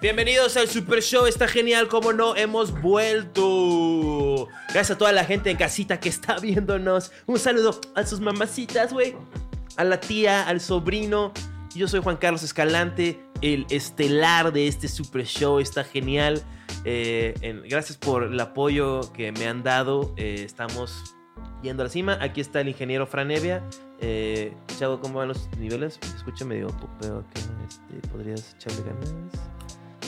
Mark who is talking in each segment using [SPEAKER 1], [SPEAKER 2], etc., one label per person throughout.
[SPEAKER 1] Bienvenidos al Super Show, está genial como no hemos vuelto. Gracias a toda la gente en casita que está viéndonos. Un saludo a sus mamacitas, güey. A la tía, al sobrino. Yo soy Juan Carlos Escalante, el estelar de este Super Show, está genial. Eh, en- gracias por el apoyo que me han dado. Eh, estamos yendo a la cima. Aquí está el ingeniero Fran Evia. Eh, Chavo, ¿cómo van los niveles? Escucha medio pero que este, podrías echarle ganas.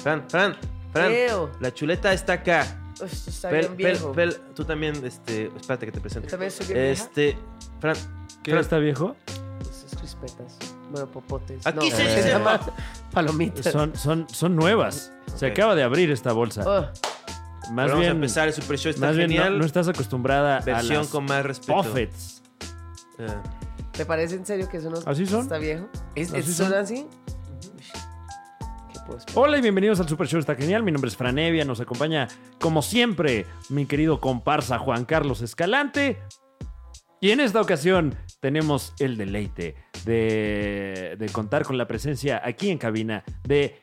[SPEAKER 1] Fran, Fran, Fran.
[SPEAKER 2] Creo.
[SPEAKER 1] La chuleta está acá.
[SPEAKER 2] Uy, esto Eh. está
[SPEAKER 1] Pel,
[SPEAKER 2] bien
[SPEAKER 1] pel,
[SPEAKER 2] viejo.
[SPEAKER 1] pel, tú también, este, espérate que te presente.
[SPEAKER 2] Yo también soy bien vieja.
[SPEAKER 1] Este, Fran,
[SPEAKER 3] ¿Qué
[SPEAKER 1] Pero-
[SPEAKER 3] está viejo?
[SPEAKER 2] Esas crispetas. Bueno, popotes.
[SPEAKER 1] Aquí
[SPEAKER 3] se dice-
[SPEAKER 2] llama palomitas.
[SPEAKER 3] Son, son, son nuevas. Se
[SPEAKER 1] Ok.
[SPEAKER 3] acaba de abrir esta bolsa.
[SPEAKER 2] Oh,
[SPEAKER 1] pero
[SPEAKER 3] Más
[SPEAKER 1] vamos a
[SPEAKER 3] bien,
[SPEAKER 1] empezar el super show. Está
[SPEAKER 3] más bien no-
[SPEAKER 1] genial.
[SPEAKER 3] no, estás acostumbrada a
[SPEAKER 1] Versión
[SPEAKER 3] las
[SPEAKER 1] con más respeto.
[SPEAKER 3] buffets.
[SPEAKER 1] Ah.
[SPEAKER 2] ¿Te parece en serio que eso no
[SPEAKER 3] ¿Así son?
[SPEAKER 2] está viejo? ¿Es,
[SPEAKER 3] ¿Así
[SPEAKER 2] es- son
[SPEAKER 3] son?
[SPEAKER 2] así? ¿Qué puedo esperar?
[SPEAKER 3] Hola y bienvenidos al Super Show. Está genial. Mi nombre es Fran Evia. Nos acompaña, como siempre, mi querido comparsa Juan Carlos Escalante. Y en esta ocasión tenemos el deleite de, de contar con la presencia aquí en cabina de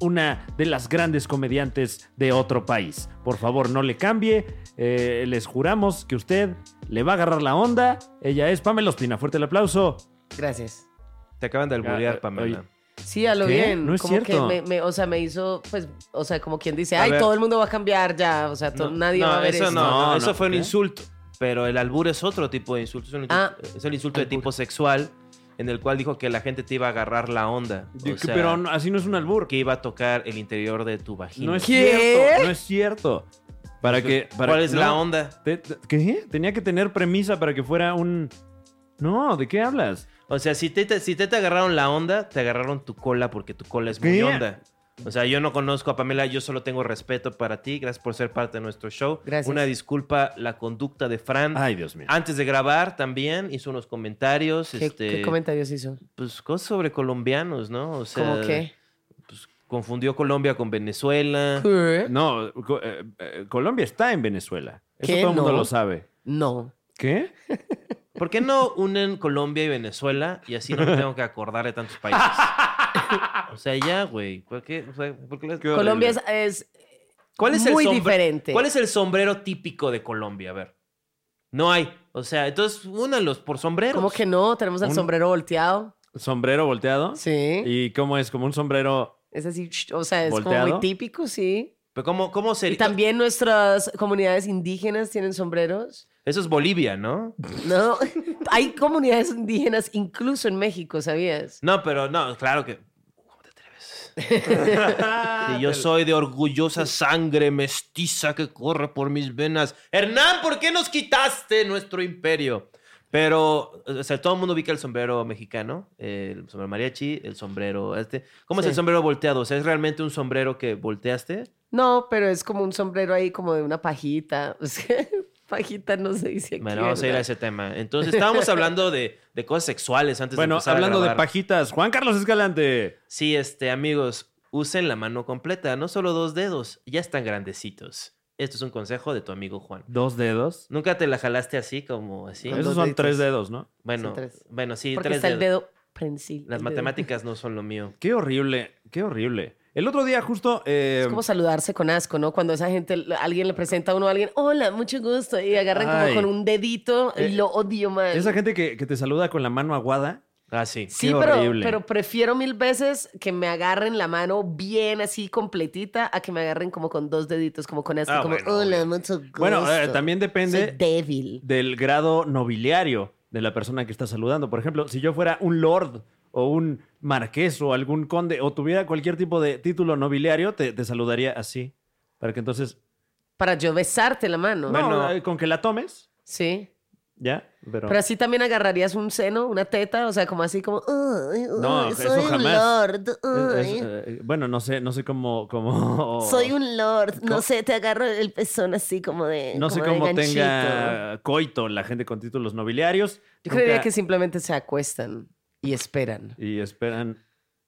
[SPEAKER 3] una de las grandes comediantes de otro país. Por favor, no le cambie. Eh, les juramos que usted le va a agarrar la onda. Ella es Pamela Ospina. Fuerte el aplauso.
[SPEAKER 2] Gracias.
[SPEAKER 1] Te acaban de
[SPEAKER 3] Ah,
[SPEAKER 1] alburear,
[SPEAKER 3] ah,
[SPEAKER 1] Pamela.
[SPEAKER 3] oye.
[SPEAKER 2] Sí, a lo
[SPEAKER 3] ¿Qué?
[SPEAKER 2] bien.
[SPEAKER 3] No es
[SPEAKER 2] como
[SPEAKER 3] cierto.
[SPEAKER 2] Que me, me- o sea, me hizo, pues, o sea, como quien dice,
[SPEAKER 1] A
[SPEAKER 2] ay,
[SPEAKER 1] ver.
[SPEAKER 2] todo el mundo va a cambiar ya. O sea, to-
[SPEAKER 1] No,
[SPEAKER 2] nadie va a
[SPEAKER 1] no,
[SPEAKER 2] ver
[SPEAKER 1] eso
[SPEAKER 2] esto.
[SPEAKER 1] No, no,
[SPEAKER 3] No,
[SPEAKER 1] eso
[SPEAKER 3] no,
[SPEAKER 1] fue un
[SPEAKER 3] ¿qué?
[SPEAKER 1] insulto. Pero el albur es otro tipo de insulto. Es un insulto,
[SPEAKER 2] Ah.
[SPEAKER 1] es un insulto de tipo sexual en el cual dijo que la gente te iba a agarrar la onda. O
[SPEAKER 3] Yo-
[SPEAKER 1] sea,
[SPEAKER 3] pero no- así no es un albur.
[SPEAKER 1] que iba a tocar el interior de tu vagina.
[SPEAKER 3] No es
[SPEAKER 2] ¿Qué?
[SPEAKER 3] cierto. No es cierto. Para que, para
[SPEAKER 1] ¿Cuál es
[SPEAKER 3] no.
[SPEAKER 1] la onda?
[SPEAKER 3] Te- te- ¿Qué? Tenía que tener premisa para que fuera un... No, ¿de qué hablas?
[SPEAKER 1] O sea, si te, te- si te, te agarraron la onda, te agarraron tu cola porque tu cola es muy
[SPEAKER 3] ¿Qué?
[SPEAKER 1] onda. O sea, yo no conozco a Pamela, yo solo tengo respeto para ti. Gracias por ser parte de nuestro show.
[SPEAKER 2] Gracias.
[SPEAKER 1] Una disculpa la conducta de Fran.
[SPEAKER 3] Ay, Dios mío.
[SPEAKER 1] Antes de grabar también hizo unos comentarios,
[SPEAKER 2] ¿Qué,
[SPEAKER 1] este,
[SPEAKER 2] qué comentarios hizo?
[SPEAKER 1] pues cosas sobre colombianos, ¿no? O sea,
[SPEAKER 2] ¿Cómo qué?
[SPEAKER 1] pues, confundió Colombia con Venezuela.
[SPEAKER 2] ¿Qué?
[SPEAKER 3] No, co- eh, eh, Colombia está en Venezuela. Eso
[SPEAKER 2] ¿Qué?
[SPEAKER 3] todo el mundo
[SPEAKER 2] No.
[SPEAKER 3] lo sabe.
[SPEAKER 2] No.
[SPEAKER 3] ¿Qué?
[SPEAKER 1] ¿Por qué no unen Colombia y Venezuela y así no me tengo que acordar de tantos países? O sea, ya, güey. ¿Por qué? O sea, ¿por qué les-
[SPEAKER 3] Qué
[SPEAKER 2] Colombia es, es
[SPEAKER 1] ¿Cuál es el
[SPEAKER 2] muy
[SPEAKER 1] sombre-
[SPEAKER 2] diferente.
[SPEAKER 1] ¿Cuál es el sombrero típico de Colombia? A ver. No hay. O sea, entonces únalos por sombreros.
[SPEAKER 2] ¿Cómo que no? Tenemos el
[SPEAKER 3] Un-
[SPEAKER 2] sombrero volteado.
[SPEAKER 3] Sombrero volteado.
[SPEAKER 2] Sí.
[SPEAKER 3] ¿Y cómo es? Como un sombrero...
[SPEAKER 2] Es así, ch- o sea, es como
[SPEAKER 3] ¿Volteado?
[SPEAKER 2] muy típico, sí.
[SPEAKER 1] Pero ¿Cómo, cómo
[SPEAKER 2] Y
[SPEAKER 1] sería?
[SPEAKER 2] también nuestras comunidades indígenas tienen sombreros.
[SPEAKER 1] Eso es Bolivia, ¿no?
[SPEAKER 2] No, hay comunidades indígenas incluso en México, ¿sabías?
[SPEAKER 1] No, pero no, claro que. ¿Cómo te atreves?
[SPEAKER 2] Ah,
[SPEAKER 1] Que yo soy de orgullosa sangre mestiza que corre por mis venas. Hernán, ¿por qué nos quitaste nuestro imperio? Pero, o sea, todo el mundo ubica el sombrero mexicano, eh, el sombrero mariachi, el sombrero este. ¿Cómo es
[SPEAKER 2] Sí.
[SPEAKER 1] el sombrero volteado? O sea, ¿es realmente un sombrero que volteaste?
[SPEAKER 2] No, pero es como un sombrero ahí, como de una pajita. O sea, pajita no se dice aquí.
[SPEAKER 1] Bueno, vamos a ir a
[SPEAKER 2] ¿verdad?
[SPEAKER 1] ese tema. Entonces, estábamos hablando de, de cosas sexuales antes de
[SPEAKER 3] Bueno,
[SPEAKER 1] empezar a
[SPEAKER 3] hablando de
[SPEAKER 1] grabar.
[SPEAKER 3] pajitas, Juan Carlos Escalante.
[SPEAKER 1] Sí, este, amigos, usen la mano completa, no solo dos dedos, ya están grandecitos. Esto es un consejo de tu amigo Juan.
[SPEAKER 3] Dos dedos.
[SPEAKER 1] ¿Nunca te la jalaste así como así?
[SPEAKER 2] Con
[SPEAKER 3] Esos
[SPEAKER 2] dos
[SPEAKER 3] son
[SPEAKER 2] deditos.
[SPEAKER 3] tres dedos, ¿no?
[SPEAKER 1] Bueno,
[SPEAKER 2] Son tres.
[SPEAKER 1] bueno, sí,
[SPEAKER 2] Porque
[SPEAKER 1] tres
[SPEAKER 2] está
[SPEAKER 1] dedos.
[SPEAKER 2] el dedo prensil.
[SPEAKER 1] Las
[SPEAKER 2] el dedo.
[SPEAKER 1] matemáticas no son lo mío.
[SPEAKER 3] Qué horrible, qué horrible. El otro día justo... eh,
[SPEAKER 2] Es como saludarse con asco, ¿no? Cuando esa gente, alguien le presenta a uno a alguien, hola, mucho gusto, y agarran
[SPEAKER 3] Ay.
[SPEAKER 2] como con un dedito y
[SPEAKER 3] Eh,
[SPEAKER 2] lo odio más.
[SPEAKER 3] Esa gente que, que te saluda con la mano aguada.
[SPEAKER 1] Ah, sí.
[SPEAKER 2] Sí,
[SPEAKER 3] Qué
[SPEAKER 2] pero,
[SPEAKER 3] horrible.
[SPEAKER 2] pero prefiero mil veces que me agarren la mano bien así completita a que me agarren como con dos deditos, como con este,
[SPEAKER 1] Ah,
[SPEAKER 2] como,
[SPEAKER 1] bueno,
[SPEAKER 2] hola, mucho gusto.
[SPEAKER 3] Bueno, eh, también
[SPEAKER 2] Soy
[SPEAKER 3] depende
[SPEAKER 2] débil.
[SPEAKER 3] del grado nobiliario de la persona que está saludando. Por ejemplo, si yo fuera un lord o un marqués o algún conde o tuviera cualquier tipo de título nobiliario, te, te saludaría así. Para que entonces,
[SPEAKER 2] Para yo besarte la mano,
[SPEAKER 1] Bueno.
[SPEAKER 3] no, eh, con que la tomes,
[SPEAKER 2] ¿sí?
[SPEAKER 3] ya, pero...
[SPEAKER 2] Pero así también agarrarías un seno, una teta, o sea, como así como, "Ay,
[SPEAKER 3] No,
[SPEAKER 2] ay,
[SPEAKER 3] eso
[SPEAKER 2] soy un
[SPEAKER 3] jamás.
[SPEAKER 2] lord,
[SPEAKER 3] es-
[SPEAKER 2] ay,
[SPEAKER 3] es, eh, bueno, no sé, no sé cómo... cómo
[SPEAKER 2] soy un lord, no
[SPEAKER 3] Co-
[SPEAKER 2] sé, te agarro el pezón así como de
[SPEAKER 3] No sé
[SPEAKER 2] como de
[SPEAKER 3] cómo
[SPEAKER 2] ganchito".
[SPEAKER 3] tenga coito la gente con títulos nobiliarios.
[SPEAKER 2] Yo creería
[SPEAKER 3] Nunca-
[SPEAKER 2] que simplemente se acuestan y esperan.
[SPEAKER 3] Y esperan,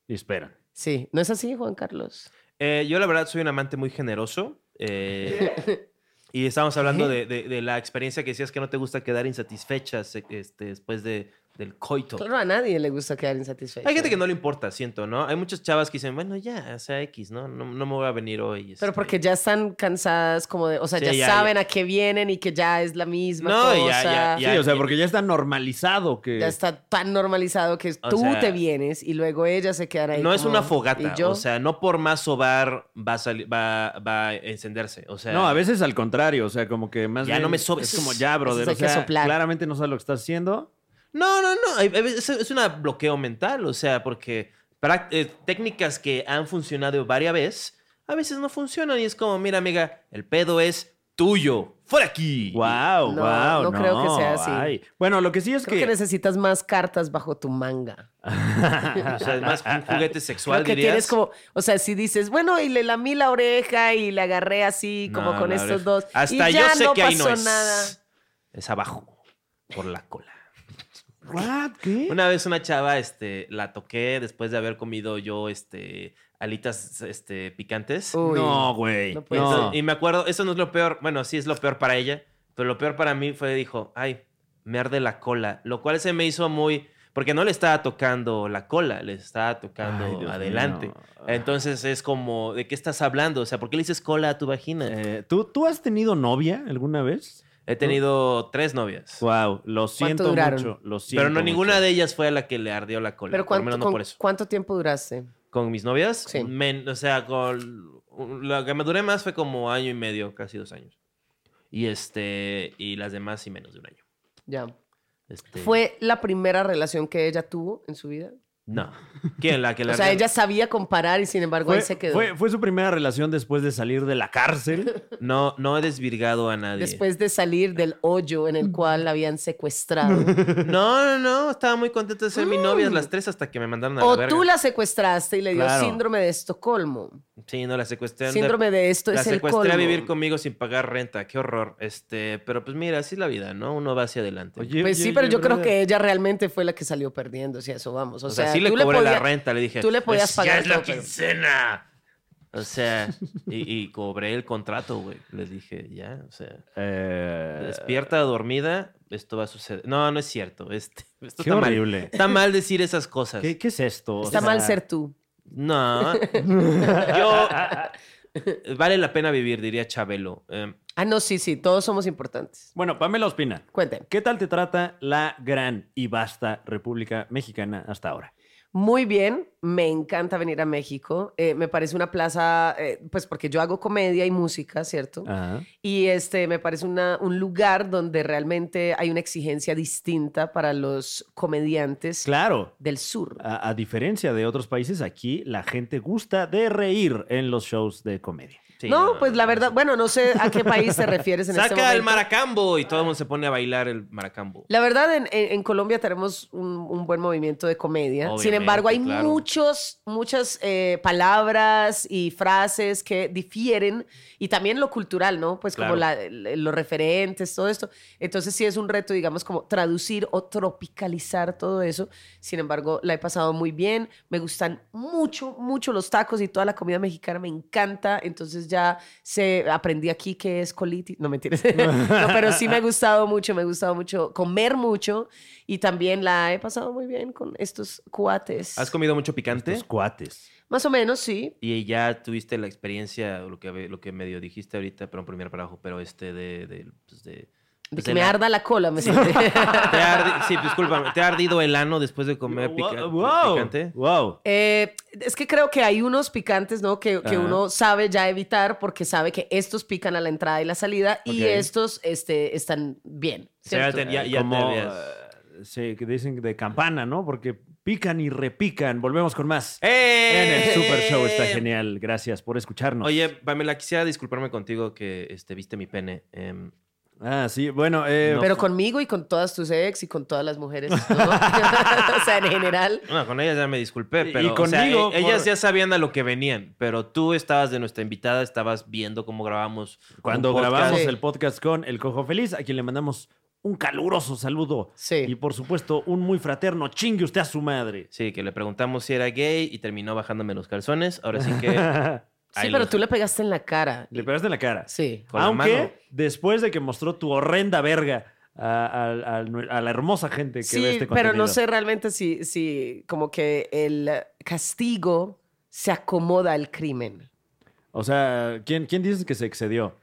[SPEAKER 3] y esperan.
[SPEAKER 2] Sí, ¿no es así, Juan Carlos?
[SPEAKER 1] Eh, yo la verdad soy un amante muy generoso. eh,
[SPEAKER 2] ¿Eh?
[SPEAKER 1] y estábamos hablando de, de- de la experiencia que decías que no te gusta quedar insatisfecha se- este, después de, del coito.
[SPEAKER 2] Claro, a nadie le gusta quedar insatisfecho.
[SPEAKER 1] Hay gente que no le importa, siento, ¿no? Hay muchas chavas que dicen, bueno, ya, o sea, X, ¿no? No, no me voy a venir hoy.
[SPEAKER 2] Pero
[SPEAKER 1] este".
[SPEAKER 2] porque ya están cansadas, como de. O sea,
[SPEAKER 1] Sí,
[SPEAKER 2] ya,
[SPEAKER 1] ya,
[SPEAKER 2] saben a qué vienen y que ya es la misma
[SPEAKER 1] No, ya,
[SPEAKER 2] cosa.
[SPEAKER 1] ya,
[SPEAKER 3] Ah, Sí, o sea, porque ya está normalizado que...
[SPEAKER 2] Ya está tan normalizado que
[SPEAKER 1] O
[SPEAKER 2] tú
[SPEAKER 1] sea,
[SPEAKER 2] te vienes y luego ella se quedará ahí.
[SPEAKER 1] No es
[SPEAKER 2] como,
[SPEAKER 1] una
[SPEAKER 2] ¿y
[SPEAKER 1] fogata,
[SPEAKER 2] yo?
[SPEAKER 1] o sea, no por más sobar va a, sali- va, va a encenderse, o sea...
[SPEAKER 3] No, a veces al contrario, o sea, como que más
[SPEAKER 1] Ya
[SPEAKER 3] bien
[SPEAKER 1] no me sobes.
[SPEAKER 3] Es como ya, brother,
[SPEAKER 2] hay
[SPEAKER 3] o
[SPEAKER 2] que
[SPEAKER 3] sea,
[SPEAKER 2] soplar.
[SPEAKER 3] claramente no sabes lo que estás haciendo.
[SPEAKER 1] No, no, no, hay- hay veces- es un bloqueo mental, o sea, porque práct- eh, técnicas que han funcionado varias veces, a veces no funcionan y es como, mira, amiga, el pedo es tuyo, fuera aquí.
[SPEAKER 3] Wow,
[SPEAKER 2] No,
[SPEAKER 3] wow,
[SPEAKER 2] no creo que sea así.
[SPEAKER 3] Bueno, lo que sí es
[SPEAKER 2] Creo que necesitas más cartas bajo tu manga.
[SPEAKER 1] O sea, es más un juguete
[SPEAKER 2] Creo
[SPEAKER 1] sexual,
[SPEAKER 2] que
[SPEAKER 1] dirías.
[SPEAKER 2] tienes como, o sea, si dices, bueno, y le lamí la oreja y le agarré así, como
[SPEAKER 1] No,
[SPEAKER 2] con
[SPEAKER 1] la
[SPEAKER 2] estos
[SPEAKER 1] oreja.
[SPEAKER 2] dos.
[SPEAKER 1] Hasta
[SPEAKER 2] y
[SPEAKER 1] yo
[SPEAKER 2] ya
[SPEAKER 1] sé
[SPEAKER 2] no
[SPEAKER 1] que
[SPEAKER 2] pasó
[SPEAKER 1] ahí no es.
[SPEAKER 2] nada.
[SPEAKER 1] Es abajo, por la cola.
[SPEAKER 3] What? ¿Qué?
[SPEAKER 1] Una vez una chava, este, la toqué después de haber comido yo, este, alitas, este, picantes.
[SPEAKER 2] Uy.
[SPEAKER 3] No, güey.
[SPEAKER 2] No
[SPEAKER 3] No,
[SPEAKER 2] puede
[SPEAKER 1] Entonces- y me acuerdo, eso no es lo peor. Bueno, sí es lo peor para ella, pero lo peor para mí fue, dijo, ay, me arde la cola. Lo cual se me hizo muy. Porque no le estaba tocando la cola, le estaba tocando
[SPEAKER 3] Ay, Dios
[SPEAKER 1] adelante.
[SPEAKER 3] mío.
[SPEAKER 1] Entonces es como, ¿de qué estás hablando? O sea, ¿por qué le dices cola a tu vagina?
[SPEAKER 3] Eh, ¿tú, ¿Tú has tenido novia alguna vez?
[SPEAKER 1] He tenido tres novias.
[SPEAKER 3] Wow, lo siento
[SPEAKER 2] duraron?
[SPEAKER 3] mucho. Lo siento
[SPEAKER 1] Pero no ninguna
[SPEAKER 3] mucho.
[SPEAKER 1] de ellas fue a la que le ardió la cola.
[SPEAKER 2] Pero
[SPEAKER 1] por lo
[SPEAKER 2] ¿cuánto,
[SPEAKER 1] menos no
[SPEAKER 2] con-
[SPEAKER 1] por eso.
[SPEAKER 2] ¿cuánto tiempo duraste?
[SPEAKER 1] ¿Con mis novias?
[SPEAKER 2] Sí.
[SPEAKER 1] men- o sea, con... La que me duré más fue como año y medio, casi dos años. Y este... Y las demás sí menos de un año.
[SPEAKER 2] Ya.
[SPEAKER 1] Este,
[SPEAKER 2] ¿Fue la primera relación que ella tuvo en su vida?
[SPEAKER 1] No. ¿Quién? La que la...
[SPEAKER 2] O sea, ella sabía comparar y sin embargo
[SPEAKER 3] Fue,
[SPEAKER 2] ahí se quedó.
[SPEAKER 3] fue- fue su primera relación después de salir de la cárcel.
[SPEAKER 1] No, no he desvirgado a nadie.
[SPEAKER 2] Después de salir del hoyo en el cual la habían secuestrado.
[SPEAKER 1] No, no, no. Estaba muy contenta de ser mi novia las tres hasta que me mandaron a
[SPEAKER 2] Mm. o
[SPEAKER 1] la verga.
[SPEAKER 2] tú la secuestraste y le dio
[SPEAKER 3] Claro.
[SPEAKER 2] síndrome de Estocolmo.
[SPEAKER 1] Sí, no, la secuestré.
[SPEAKER 2] Síndrome de esto
[SPEAKER 1] La
[SPEAKER 2] es el
[SPEAKER 1] secuestré
[SPEAKER 2] colmo.
[SPEAKER 1] a vivir conmigo sin pagar renta. Qué horror. Este... Pero pues mira, así es la vida, ¿no? Uno va hacia adelante.
[SPEAKER 3] Oye,
[SPEAKER 2] Pues sí,
[SPEAKER 3] oye,
[SPEAKER 2] pero
[SPEAKER 3] oye,
[SPEAKER 2] yo creo
[SPEAKER 3] brother.
[SPEAKER 2] que ella realmente fue la que salió perdiendo, si a eso vamos. O,
[SPEAKER 1] O sea, sí le
[SPEAKER 2] tú
[SPEAKER 1] cobré la
[SPEAKER 2] podías-
[SPEAKER 1] renta, le dije.
[SPEAKER 2] tú le podías
[SPEAKER 1] "Pues
[SPEAKER 2] pagar
[SPEAKER 1] Ya es la
[SPEAKER 2] todo, pero-".
[SPEAKER 1] quincena. O sea, y, y cobré el contrato, güey. Le dije, ya, o sea,
[SPEAKER 3] Eh,
[SPEAKER 1] despierta, dormida, esto va a suceder. No, no es cierto. Este, esto
[SPEAKER 3] Qué
[SPEAKER 1] está mal.
[SPEAKER 3] horrible.
[SPEAKER 1] Está mal decir esas cosas.
[SPEAKER 3] ¿Qué, qué es esto? O
[SPEAKER 2] Está
[SPEAKER 3] sea,
[SPEAKER 2] mal ser tú.
[SPEAKER 1] No. Yo. Vale la pena vivir, diría Chabelo. Em,
[SPEAKER 2] Ah, no, sí, sí, todos somos importantes.
[SPEAKER 3] Bueno, Pamela Ospina.
[SPEAKER 2] Cuenten.
[SPEAKER 3] ¿Qué tal te trata la gran y vasta República Mexicana hasta ahora?
[SPEAKER 2] Muy bien, me encanta venir a México. Eh, me parece una plaza, eh, pues porque yo hago comedia y música,
[SPEAKER 1] Ah.
[SPEAKER 2] ¿cierto?
[SPEAKER 3] Ajá.
[SPEAKER 2] Y este me parece una- un lugar donde realmente hay una exigencia distinta para los comediantes
[SPEAKER 3] Claro.
[SPEAKER 2] del sur.
[SPEAKER 3] A, a diferencia de otros países, aquí la gente gusta de reír en los shows de comedia.
[SPEAKER 1] sí,
[SPEAKER 2] no, pues la verdad, bueno, no sé a qué país te refieres en este
[SPEAKER 1] Saca
[SPEAKER 2] momento.
[SPEAKER 1] el maracambo y todo el mundo se pone a bailar el maracambo.
[SPEAKER 2] La verdad, en, en- en Colombia tenemos un, un buen movimiento de comedia. Sin
[SPEAKER 1] Obviamente,
[SPEAKER 2] embargo, hay
[SPEAKER 1] claro.
[SPEAKER 2] muchos, muchas eh, palabras y frases que difieren y también lo cultural, ¿no? Pues como
[SPEAKER 1] Claro.
[SPEAKER 2] la- el- los referentes, todo esto. Entonces sí es un reto, digamos, como traducir o tropicalizar todo eso. Sin embargo, la he pasado muy bien. Me gustan mucho, mucho los tacos y toda la comida mexicana me encanta. Entonces ya se aprendí aquí que es colitis. No, mentiras. no, pero sí me ha gustado mucho, me ha gustado mucho comer mucho. Y también la he pasado muy bien con estos cuates.
[SPEAKER 1] ¿Has comido mucho picante?
[SPEAKER 3] Los cuates.
[SPEAKER 2] Más o menos, sí.
[SPEAKER 1] Y ya tuviste la experiencia, o lo que, ve- lo que medio dijiste ahorita, pero en primer para abajo, pero este de... de, pues, de-
[SPEAKER 2] De
[SPEAKER 1] pues,
[SPEAKER 2] que
[SPEAKER 1] de
[SPEAKER 2] me
[SPEAKER 1] la-
[SPEAKER 2] arda la cola, me siente.
[SPEAKER 1] Te ha ardi- sí, discúlpame, ¿te ha ardido el ano después de comer pica-
[SPEAKER 3] Wow, wow,
[SPEAKER 1] picante?
[SPEAKER 3] wow.
[SPEAKER 2] Eh, es que creo que hay unos picantes, ¿no? Que, que
[SPEAKER 3] Ajá.
[SPEAKER 2] uno sabe ya evitar porque sabe que estos pican a la entrada y la salida y
[SPEAKER 3] Ok.
[SPEAKER 2] estos este, están bien.
[SPEAKER 1] Se va a
[SPEAKER 2] ¿cierto?
[SPEAKER 1] tener- Ya-
[SPEAKER 3] Eh,
[SPEAKER 1] ya te
[SPEAKER 3] como,
[SPEAKER 1] habías-
[SPEAKER 3] eh, sí, que dicen de campana, ¿no? Porque pican y repican. Volvemos con más. En
[SPEAKER 1] ¡Eh!
[SPEAKER 3] el Super Show está genial. Gracias por escucharnos.
[SPEAKER 1] Oye, Pamela, quisiera disculparme contigo que este, viste mi pene. em,
[SPEAKER 3] Ah, sí, bueno. eh,
[SPEAKER 2] Pero conmigo y con todas tus ex y con todas las mujeres, ¿no? o sea, en general.
[SPEAKER 1] no, con ellas ya me disculpé,
[SPEAKER 3] Y- y
[SPEAKER 1] pero o sea,
[SPEAKER 3] conmigo,
[SPEAKER 1] e- ellas
[SPEAKER 3] por-
[SPEAKER 1] ya sabían a lo que venían, pero tú estabas de nuestra invitada, estabas viendo cómo grabamos. un
[SPEAKER 3] Cuando
[SPEAKER 1] podcast.
[SPEAKER 3] grabamos
[SPEAKER 2] Sí.
[SPEAKER 3] el podcast con El Cojo Feliz, a quien le mandamos un caluroso saludo.
[SPEAKER 2] Sí.
[SPEAKER 3] Y por supuesto, un muy fraterno. Chingue usted a su madre.
[SPEAKER 1] Sí, que le preguntamos si era gay y terminó bajándome los calzones. Ahora sí que...
[SPEAKER 2] Sí,
[SPEAKER 1] ahí
[SPEAKER 2] pero
[SPEAKER 1] los-
[SPEAKER 2] tú le pegaste en la cara.
[SPEAKER 3] Le pegaste en la cara.
[SPEAKER 2] Sí.
[SPEAKER 1] con la mano.
[SPEAKER 3] Aunque después de que mostró tu horrenda verga a, a- a- a la hermosa gente que
[SPEAKER 2] Sí,
[SPEAKER 3] ve este contenido.
[SPEAKER 2] pero no sé realmente si, si como que el castigo se acomoda al crimen.
[SPEAKER 3] O sea, ¿quién, ¿quién dices que se excedió?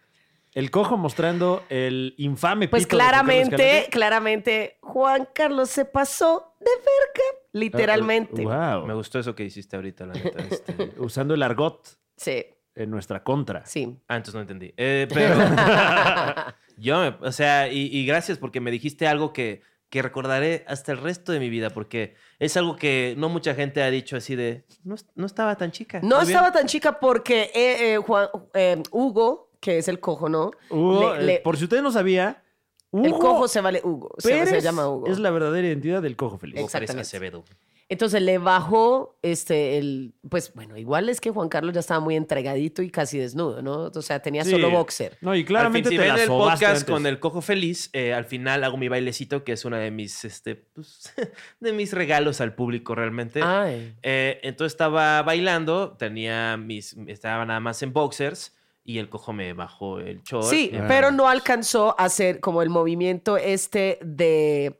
[SPEAKER 3] El cojo mostrando el infame
[SPEAKER 2] Pues
[SPEAKER 3] pito de Juan Carlos
[SPEAKER 2] claramente,
[SPEAKER 3] Escalante.
[SPEAKER 2] claramente, Juan Carlos se pasó de verga, literalmente.
[SPEAKER 3] Ah, ah,
[SPEAKER 1] Me
[SPEAKER 3] wow. Eh,
[SPEAKER 1] gustó eso que hiciste ahorita, la neta. este.
[SPEAKER 3] Usando el argot
[SPEAKER 2] Sí,
[SPEAKER 3] en nuestra contra.
[SPEAKER 2] sí.
[SPEAKER 1] Ah, entonces no entendí. Eh, pero yo, me- o sea, y, y gracias porque me dijiste algo que, que recordaré hasta el resto de mi vida, porque es algo que no mucha gente ha dicho así de, no, es- no estaba tan chica.
[SPEAKER 2] No
[SPEAKER 1] Muy bien.
[SPEAKER 2] estaba tan chica porque eh, eh, Juan- eh, Hugo, que es el cojo, ¿no?
[SPEAKER 3] Hugo,
[SPEAKER 2] Le-
[SPEAKER 3] eh,
[SPEAKER 2] le-
[SPEAKER 3] por si usted no sabía,
[SPEAKER 2] el
[SPEAKER 3] Hugo
[SPEAKER 2] cojo se vale Hugo, se, se
[SPEAKER 3] Pérez
[SPEAKER 2] llama Hugo.
[SPEAKER 3] es la verdadera identidad del cojo feliz.
[SPEAKER 1] Hugo Pérez
[SPEAKER 2] exactamente.
[SPEAKER 1] Acevedo.
[SPEAKER 2] Entonces le bajó, este, el, pues bueno, igual es que Juan Carlos ya estaba muy entregadito y casi desnudo, ¿no? O sea, tenía
[SPEAKER 3] Sí.
[SPEAKER 2] solo boxer.
[SPEAKER 3] No, y
[SPEAKER 1] Al fin,
[SPEAKER 3] claramente
[SPEAKER 1] si
[SPEAKER 3] te
[SPEAKER 1] ven
[SPEAKER 3] la
[SPEAKER 1] el
[SPEAKER 3] sobaste
[SPEAKER 1] podcast
[SPEAKER 3] antes.
[SPEAKER 1] con el cojo feliz, eh, al final hago mi bailecito, que es una de mis, este, pues, de mis regalos al público realmente.
[SPEAKER 2] Ay.
[SPEAKER 1] Eh, entonces estaba bailando, tenía mis, estaba nada más en boxers y el cojo me bajó el short.
[SPEAKER 2] Sí,
[SPEAKER 1] Eh,
[SPEAKER 2] pero no alcanzó a hacer como el movimiento este de...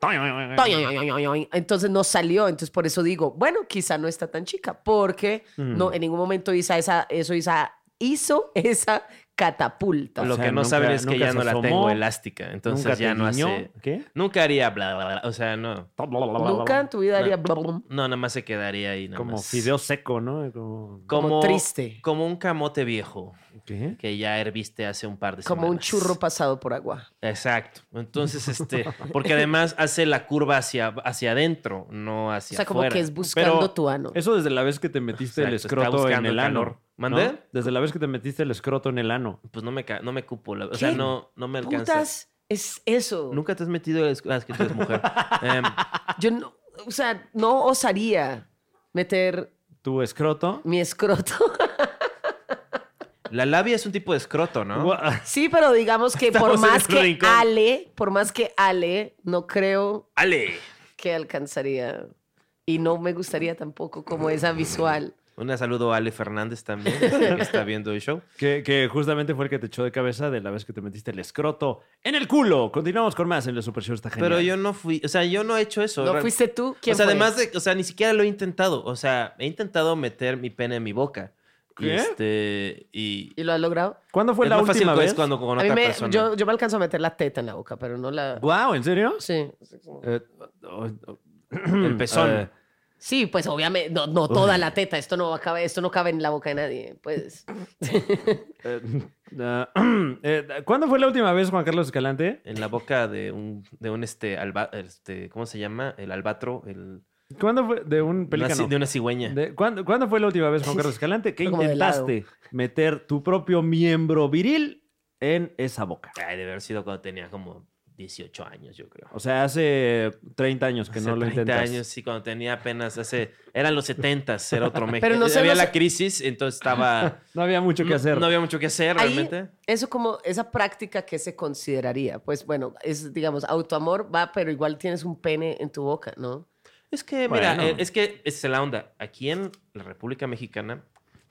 [SPEAKER 2] Entonces no salió, entonces por eso digo, bueno, quizá no está tan chica, porque
[SPEAKER 3] Mm.
[SPEAKER 2] no, en ningún momento hizo esa, eso Isa hizo esa catapulta.
[SPEAKER 1] Lo
[SPEAKER 3] O sea,
[SPEAKER 1] que no
[SPEAKER 3] nunca-
[SPEAKER 1] saben es que
[SPEAKER 3] nunca
[SPEAKER 1] ya
[SPEAKER 3] se
[SPEAKER 1] no la
[SPEAKER 3] asomó,
[SPEAKER 1] tengo elástica, entonces
[SPEAKER 3] Nunca
[SPEAKER 1] ya
[SPEAKER 3] te
[SPEAKER 1] no
[SPEAKER 3] guiñó.
[SPEAKER 1] hace.
[SPEAKER 3] ¿Qué?
[SPEAKER 1] Nunca haría bla, bla, bla, o sea, no.
[SPEAKER 2] Nunca en tu vida haría...
[SPEAKER 1] No, nada más se quedaría ahí. nada
[SPEAKER 3] Como
[SPEAKER 1] más.
[SPEAKER 3] fideo seco, ¿no? Como...
[SPEAKER 2] Como triste.
[SPEAKER 1] Como un camote viejo
[SPEAKER 3] ¿Qué?
[SPEAKER 1] que ya herviste hace un par de
[SPEAKER 2] Como un
[SPEAKER 1] semanas.
[SPEAKER 2] churro pasado por agua.
[SPEAKER 1] Exacto. Entonces, este, porque además hace la curva hacia, hacia adentro, no
[SPEAKER 2] O
[SPEAKER 1] hacia
[SPEAKER 2] sea, como
[SPEAKER 1] afuera.
[SPEAKER 2] que es buscando
[SPEAKER 3] Pero
[SPEAKER 2] tu ano.
[SPEAKER 3] Eso desde la vez que te metiste
[SPEAKER 1] Exacto,
[SPEAKER 3] el
[SPEAKER 1] está
[SPEAKER 3] escroto en
[SPEAKER 1] buscando
[SPEAKER 3] el
[SPEAKER 1] el
[SPEAKER 3] ano.
[SPEAKER 1] calor.
[SPEAKER 3] ¿no?
[SPEAKER 1] ¿Mande?
[SPEAKER 3] Desde la vez que te metiste el escroto en el ano.
[SPEAKER 1] Pues no me, ca- no me cupo, la- o sea,
[SPEAKER 2] ¿Qué
[SPEAKER 1] no, no me alcanza.
[SPEAKER 2] Putas, es eso.
[SPEAKER 1] Nunca te has metido el escroto. Ah, es que tú eres mujer. Em,
[SPEAKER 2] Yo no, o sea, no osaría meter
[SPEAKER 3] Tu escroto.
[SPEAKER 2] mi escroto.
[SPEAKER 1] la labia es un tipo de escroto, ¿no?
[SPEAKER 3] Gua-
[SPEAKER 2] sí, pero digamos que por
[SPEAKER 1] Estamos en
[SPEAKER 2] más
[SPEAKER 1] otro
[SPEAKER 2] que
[SPEAKER 1] rincón.
[SPEAKER 2] Ale, por más que Ale, no creo
[SPEAKER 1] ¡Ale!
[SPEAKER 2] que alcanzaría. Y no me gustaría tampoco como esa visual.
[SPEAKER 1] Un saludo a Ale Fernández también, este, que está viendo el show.
[SPEAKER 3] Que, que justamente fue el que te echó de cabeza de la vez que te metiste el escroto en el culo. Continuamos con más en el Super Show. Está genial.
[SPEAKER 1] Pero yo no fui, o sea, yo no he hecho eso.
[SPEAKER 2] ¿No
[SPEAKER 1] Real-
[SPEAKER 2] fuiste tú? ¿Quién
[SPEAKER 1] o sea,
[SPEAKER 2] fue?
[SPEAKER 1] además de, o sea, ni siquiera lo he intentado. O sea, he intentado meter mi pene en mi boca. Y
[SPEAKER 3] ¿Qué?
[SPEAKER 1] este, y...
[SPEAKER 2] ¿Y lo has logrado?
[SPEAKER 3] ¿Cuándo fue
[SPEAKER 1] es
[SPEAKER 3] la
[SPEAKER 1] más fácil
[SPEAKER 3] última
[SPEAKER 1] cuando
[SPEAKER 3] vez?
[SPEAKER 1] es cuando con
[SPEAKER 2] A mí
[SPEAKER 1] otra
[SPEAKER 2] me-
[SPEAKER 1] persona.
[SPEAKER 2] yo, yo me alcanzo a meter la teta en la boca, pero no la...
[SPEAKER 3] Wow, ¿en serio?
[SPEAKER 2] Sí.
[SPEAKER 3] Eh, oh, oh,
[SPEAKER 1] El pezón.
[SPEAKER 3] eh,
[SPEAKER 2] Sí, pues obviamente, no, no toda la teta, esto no, cabe, esto no cabe en la boca de nadie, pues.
[SPEAKER 3] eh, ah, eh, ¿Cuándo fue la última vez, Juan Carlos Escalante?
[SPEAKER 1] en la boca de un, de un este, alba- este, ¿cómo se llama? El albatro, el...
[SPEAKER 3] ¿Cuándo fue de un
[SPEAKER 1] una ci-
[SPEAKER 3] pelícano?
[SPEAKER 1] de una cigüeña.
[SPEAKER 3] De- ¿cuándo, cuándo fue la última vez, Juan Carlos Escalante, que
[SPEAKER 2] Como de lado.
[SPEAKER 3] intentaste meter tu propio miembro viril en esa boca?
[SPEAKER 1] Ay, debe haber sido cuando tenía como 18 años, yo creo.
[SPEAKER 3] O sea, hace 30 años que
[SPEAKER 1] Hace
[SPEAKER 3] no lo
[SPEAKER 1] 30
[SPEAKER 3] intentas.
[SPEAKER 1] años, sí, cuando tenía apenas hace... Eran los 70, era otro México.
[SPEAKER 2] Pero no sé,
[SPEAKER 1] había
[SPEAKER 2] no
[SPEAKER 1] la
[SPEAKER 2] sé-
[SPEAKER 1] crisis, entonces estaba...
[SPEAKER 3] No había mucho que
[SPEAKER 1] no-
[SPEAKER 3] hacer.
[SPEAKER 1] No, había mucho que hacer,
[SPEAKER 2] Ahí,
[SPEAKER 1] realmente.
[SPEAKER 2] eso como esa práctica que se consideraría, pues bueno, es digamos autoamor va, pero igual tienes un pene en tu boca, ¿no?
[SPEAKER 1] Es que,
[SPEAKER 3] Bueno.
[SPEAKER 1] mira, eh, es que esa es la onda. Aquí en la República Mexicana,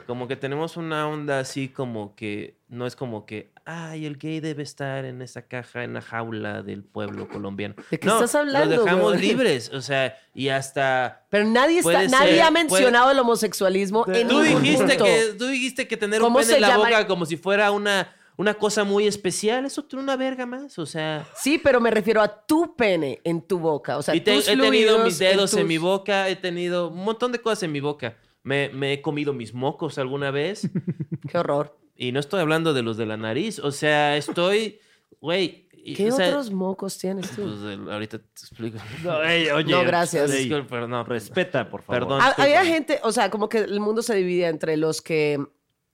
[SPEAKER 1] como que tenemos una onda así como que no es como que, ay, el gay debe estar en esa caja, en la jaula del pueblo colombiano.
[SPEAKER 2] ¿De qué
[SPEAKER 1] No,
[SPEAKER 2] estás hablando?
[SPEAKER 1] Los dejamos
[SPEAKER 2] weón?
[SPEAKER 1] libres, o sea, y hasta...
[SPEAKER 2] Pero nadie está,
[SPEAKER 1] Puede
[SPEAKER 2] nadie
[SPEAKER 1] ser,
[SPEAKER 2] ha
[SPEAKER 1] puede-
[SPEAKER 2] mencionado el homosexualismo en
[SPEAKER 1] Tú
[SPEAKER 2] ningún
[SPEAKER 1] dijiste,
[SPEAKER 2] punto.
[SPEAKER 1] que, tú dijiste que tener un
[SPEAKER 2] ¿Cómo
[SPEAKER 1] pene
[SPEAKER 2] se
[SPEAKER 1] en la
[SPEAKER 2] llama?
[SPEAKER 1] boca como si fuera una, una cosa muy especial, eso tiene una verga más, o sea...
[SPEAKER 2] Sí, pero me refiero a tu pene en tu boca, o sea,
[SPEAKER 1] y te-
[SPEAKER 2] tus
[SPEAKER 1] he tenido
[SPEAKER 2] fluidos
[SPEAKER 1] mis dedos en,
[SPEAKER 2] tus-
[SPEAKER 1] mi boca, he tenido un montón de cosas en mi boca. Me, me he comido mis mocos alguna vez.
[SPEAKER 2] Qué horror.
[SPEAKER 1] y no estoy hablando de los de la nariz. O sea, estoy. Güey. y-
[SPEAKER 2] ¿Qué
[SPEAKER 1] o sea,
[SPEAKER 2] otros mocos tienes tú?
[SPEAKER 1] pues, el- ahorita te explico.
[SPEAKER 3] No, ey, oye,
[SPEAKER 2] No, gracias.
[SPEAKER 3] ey,
[SPEAKER 1] Disculpa, pero no, pues,
[SPEAKER 3] respeta, por favor.
[SPEAKER 1] Perdón.
[SPEAKER 2] Ha-
[SPEAKER 1] disculpa.
[SPEAKER 2] Ah, Había gente, o sea, como que el mundo se dividía entre los que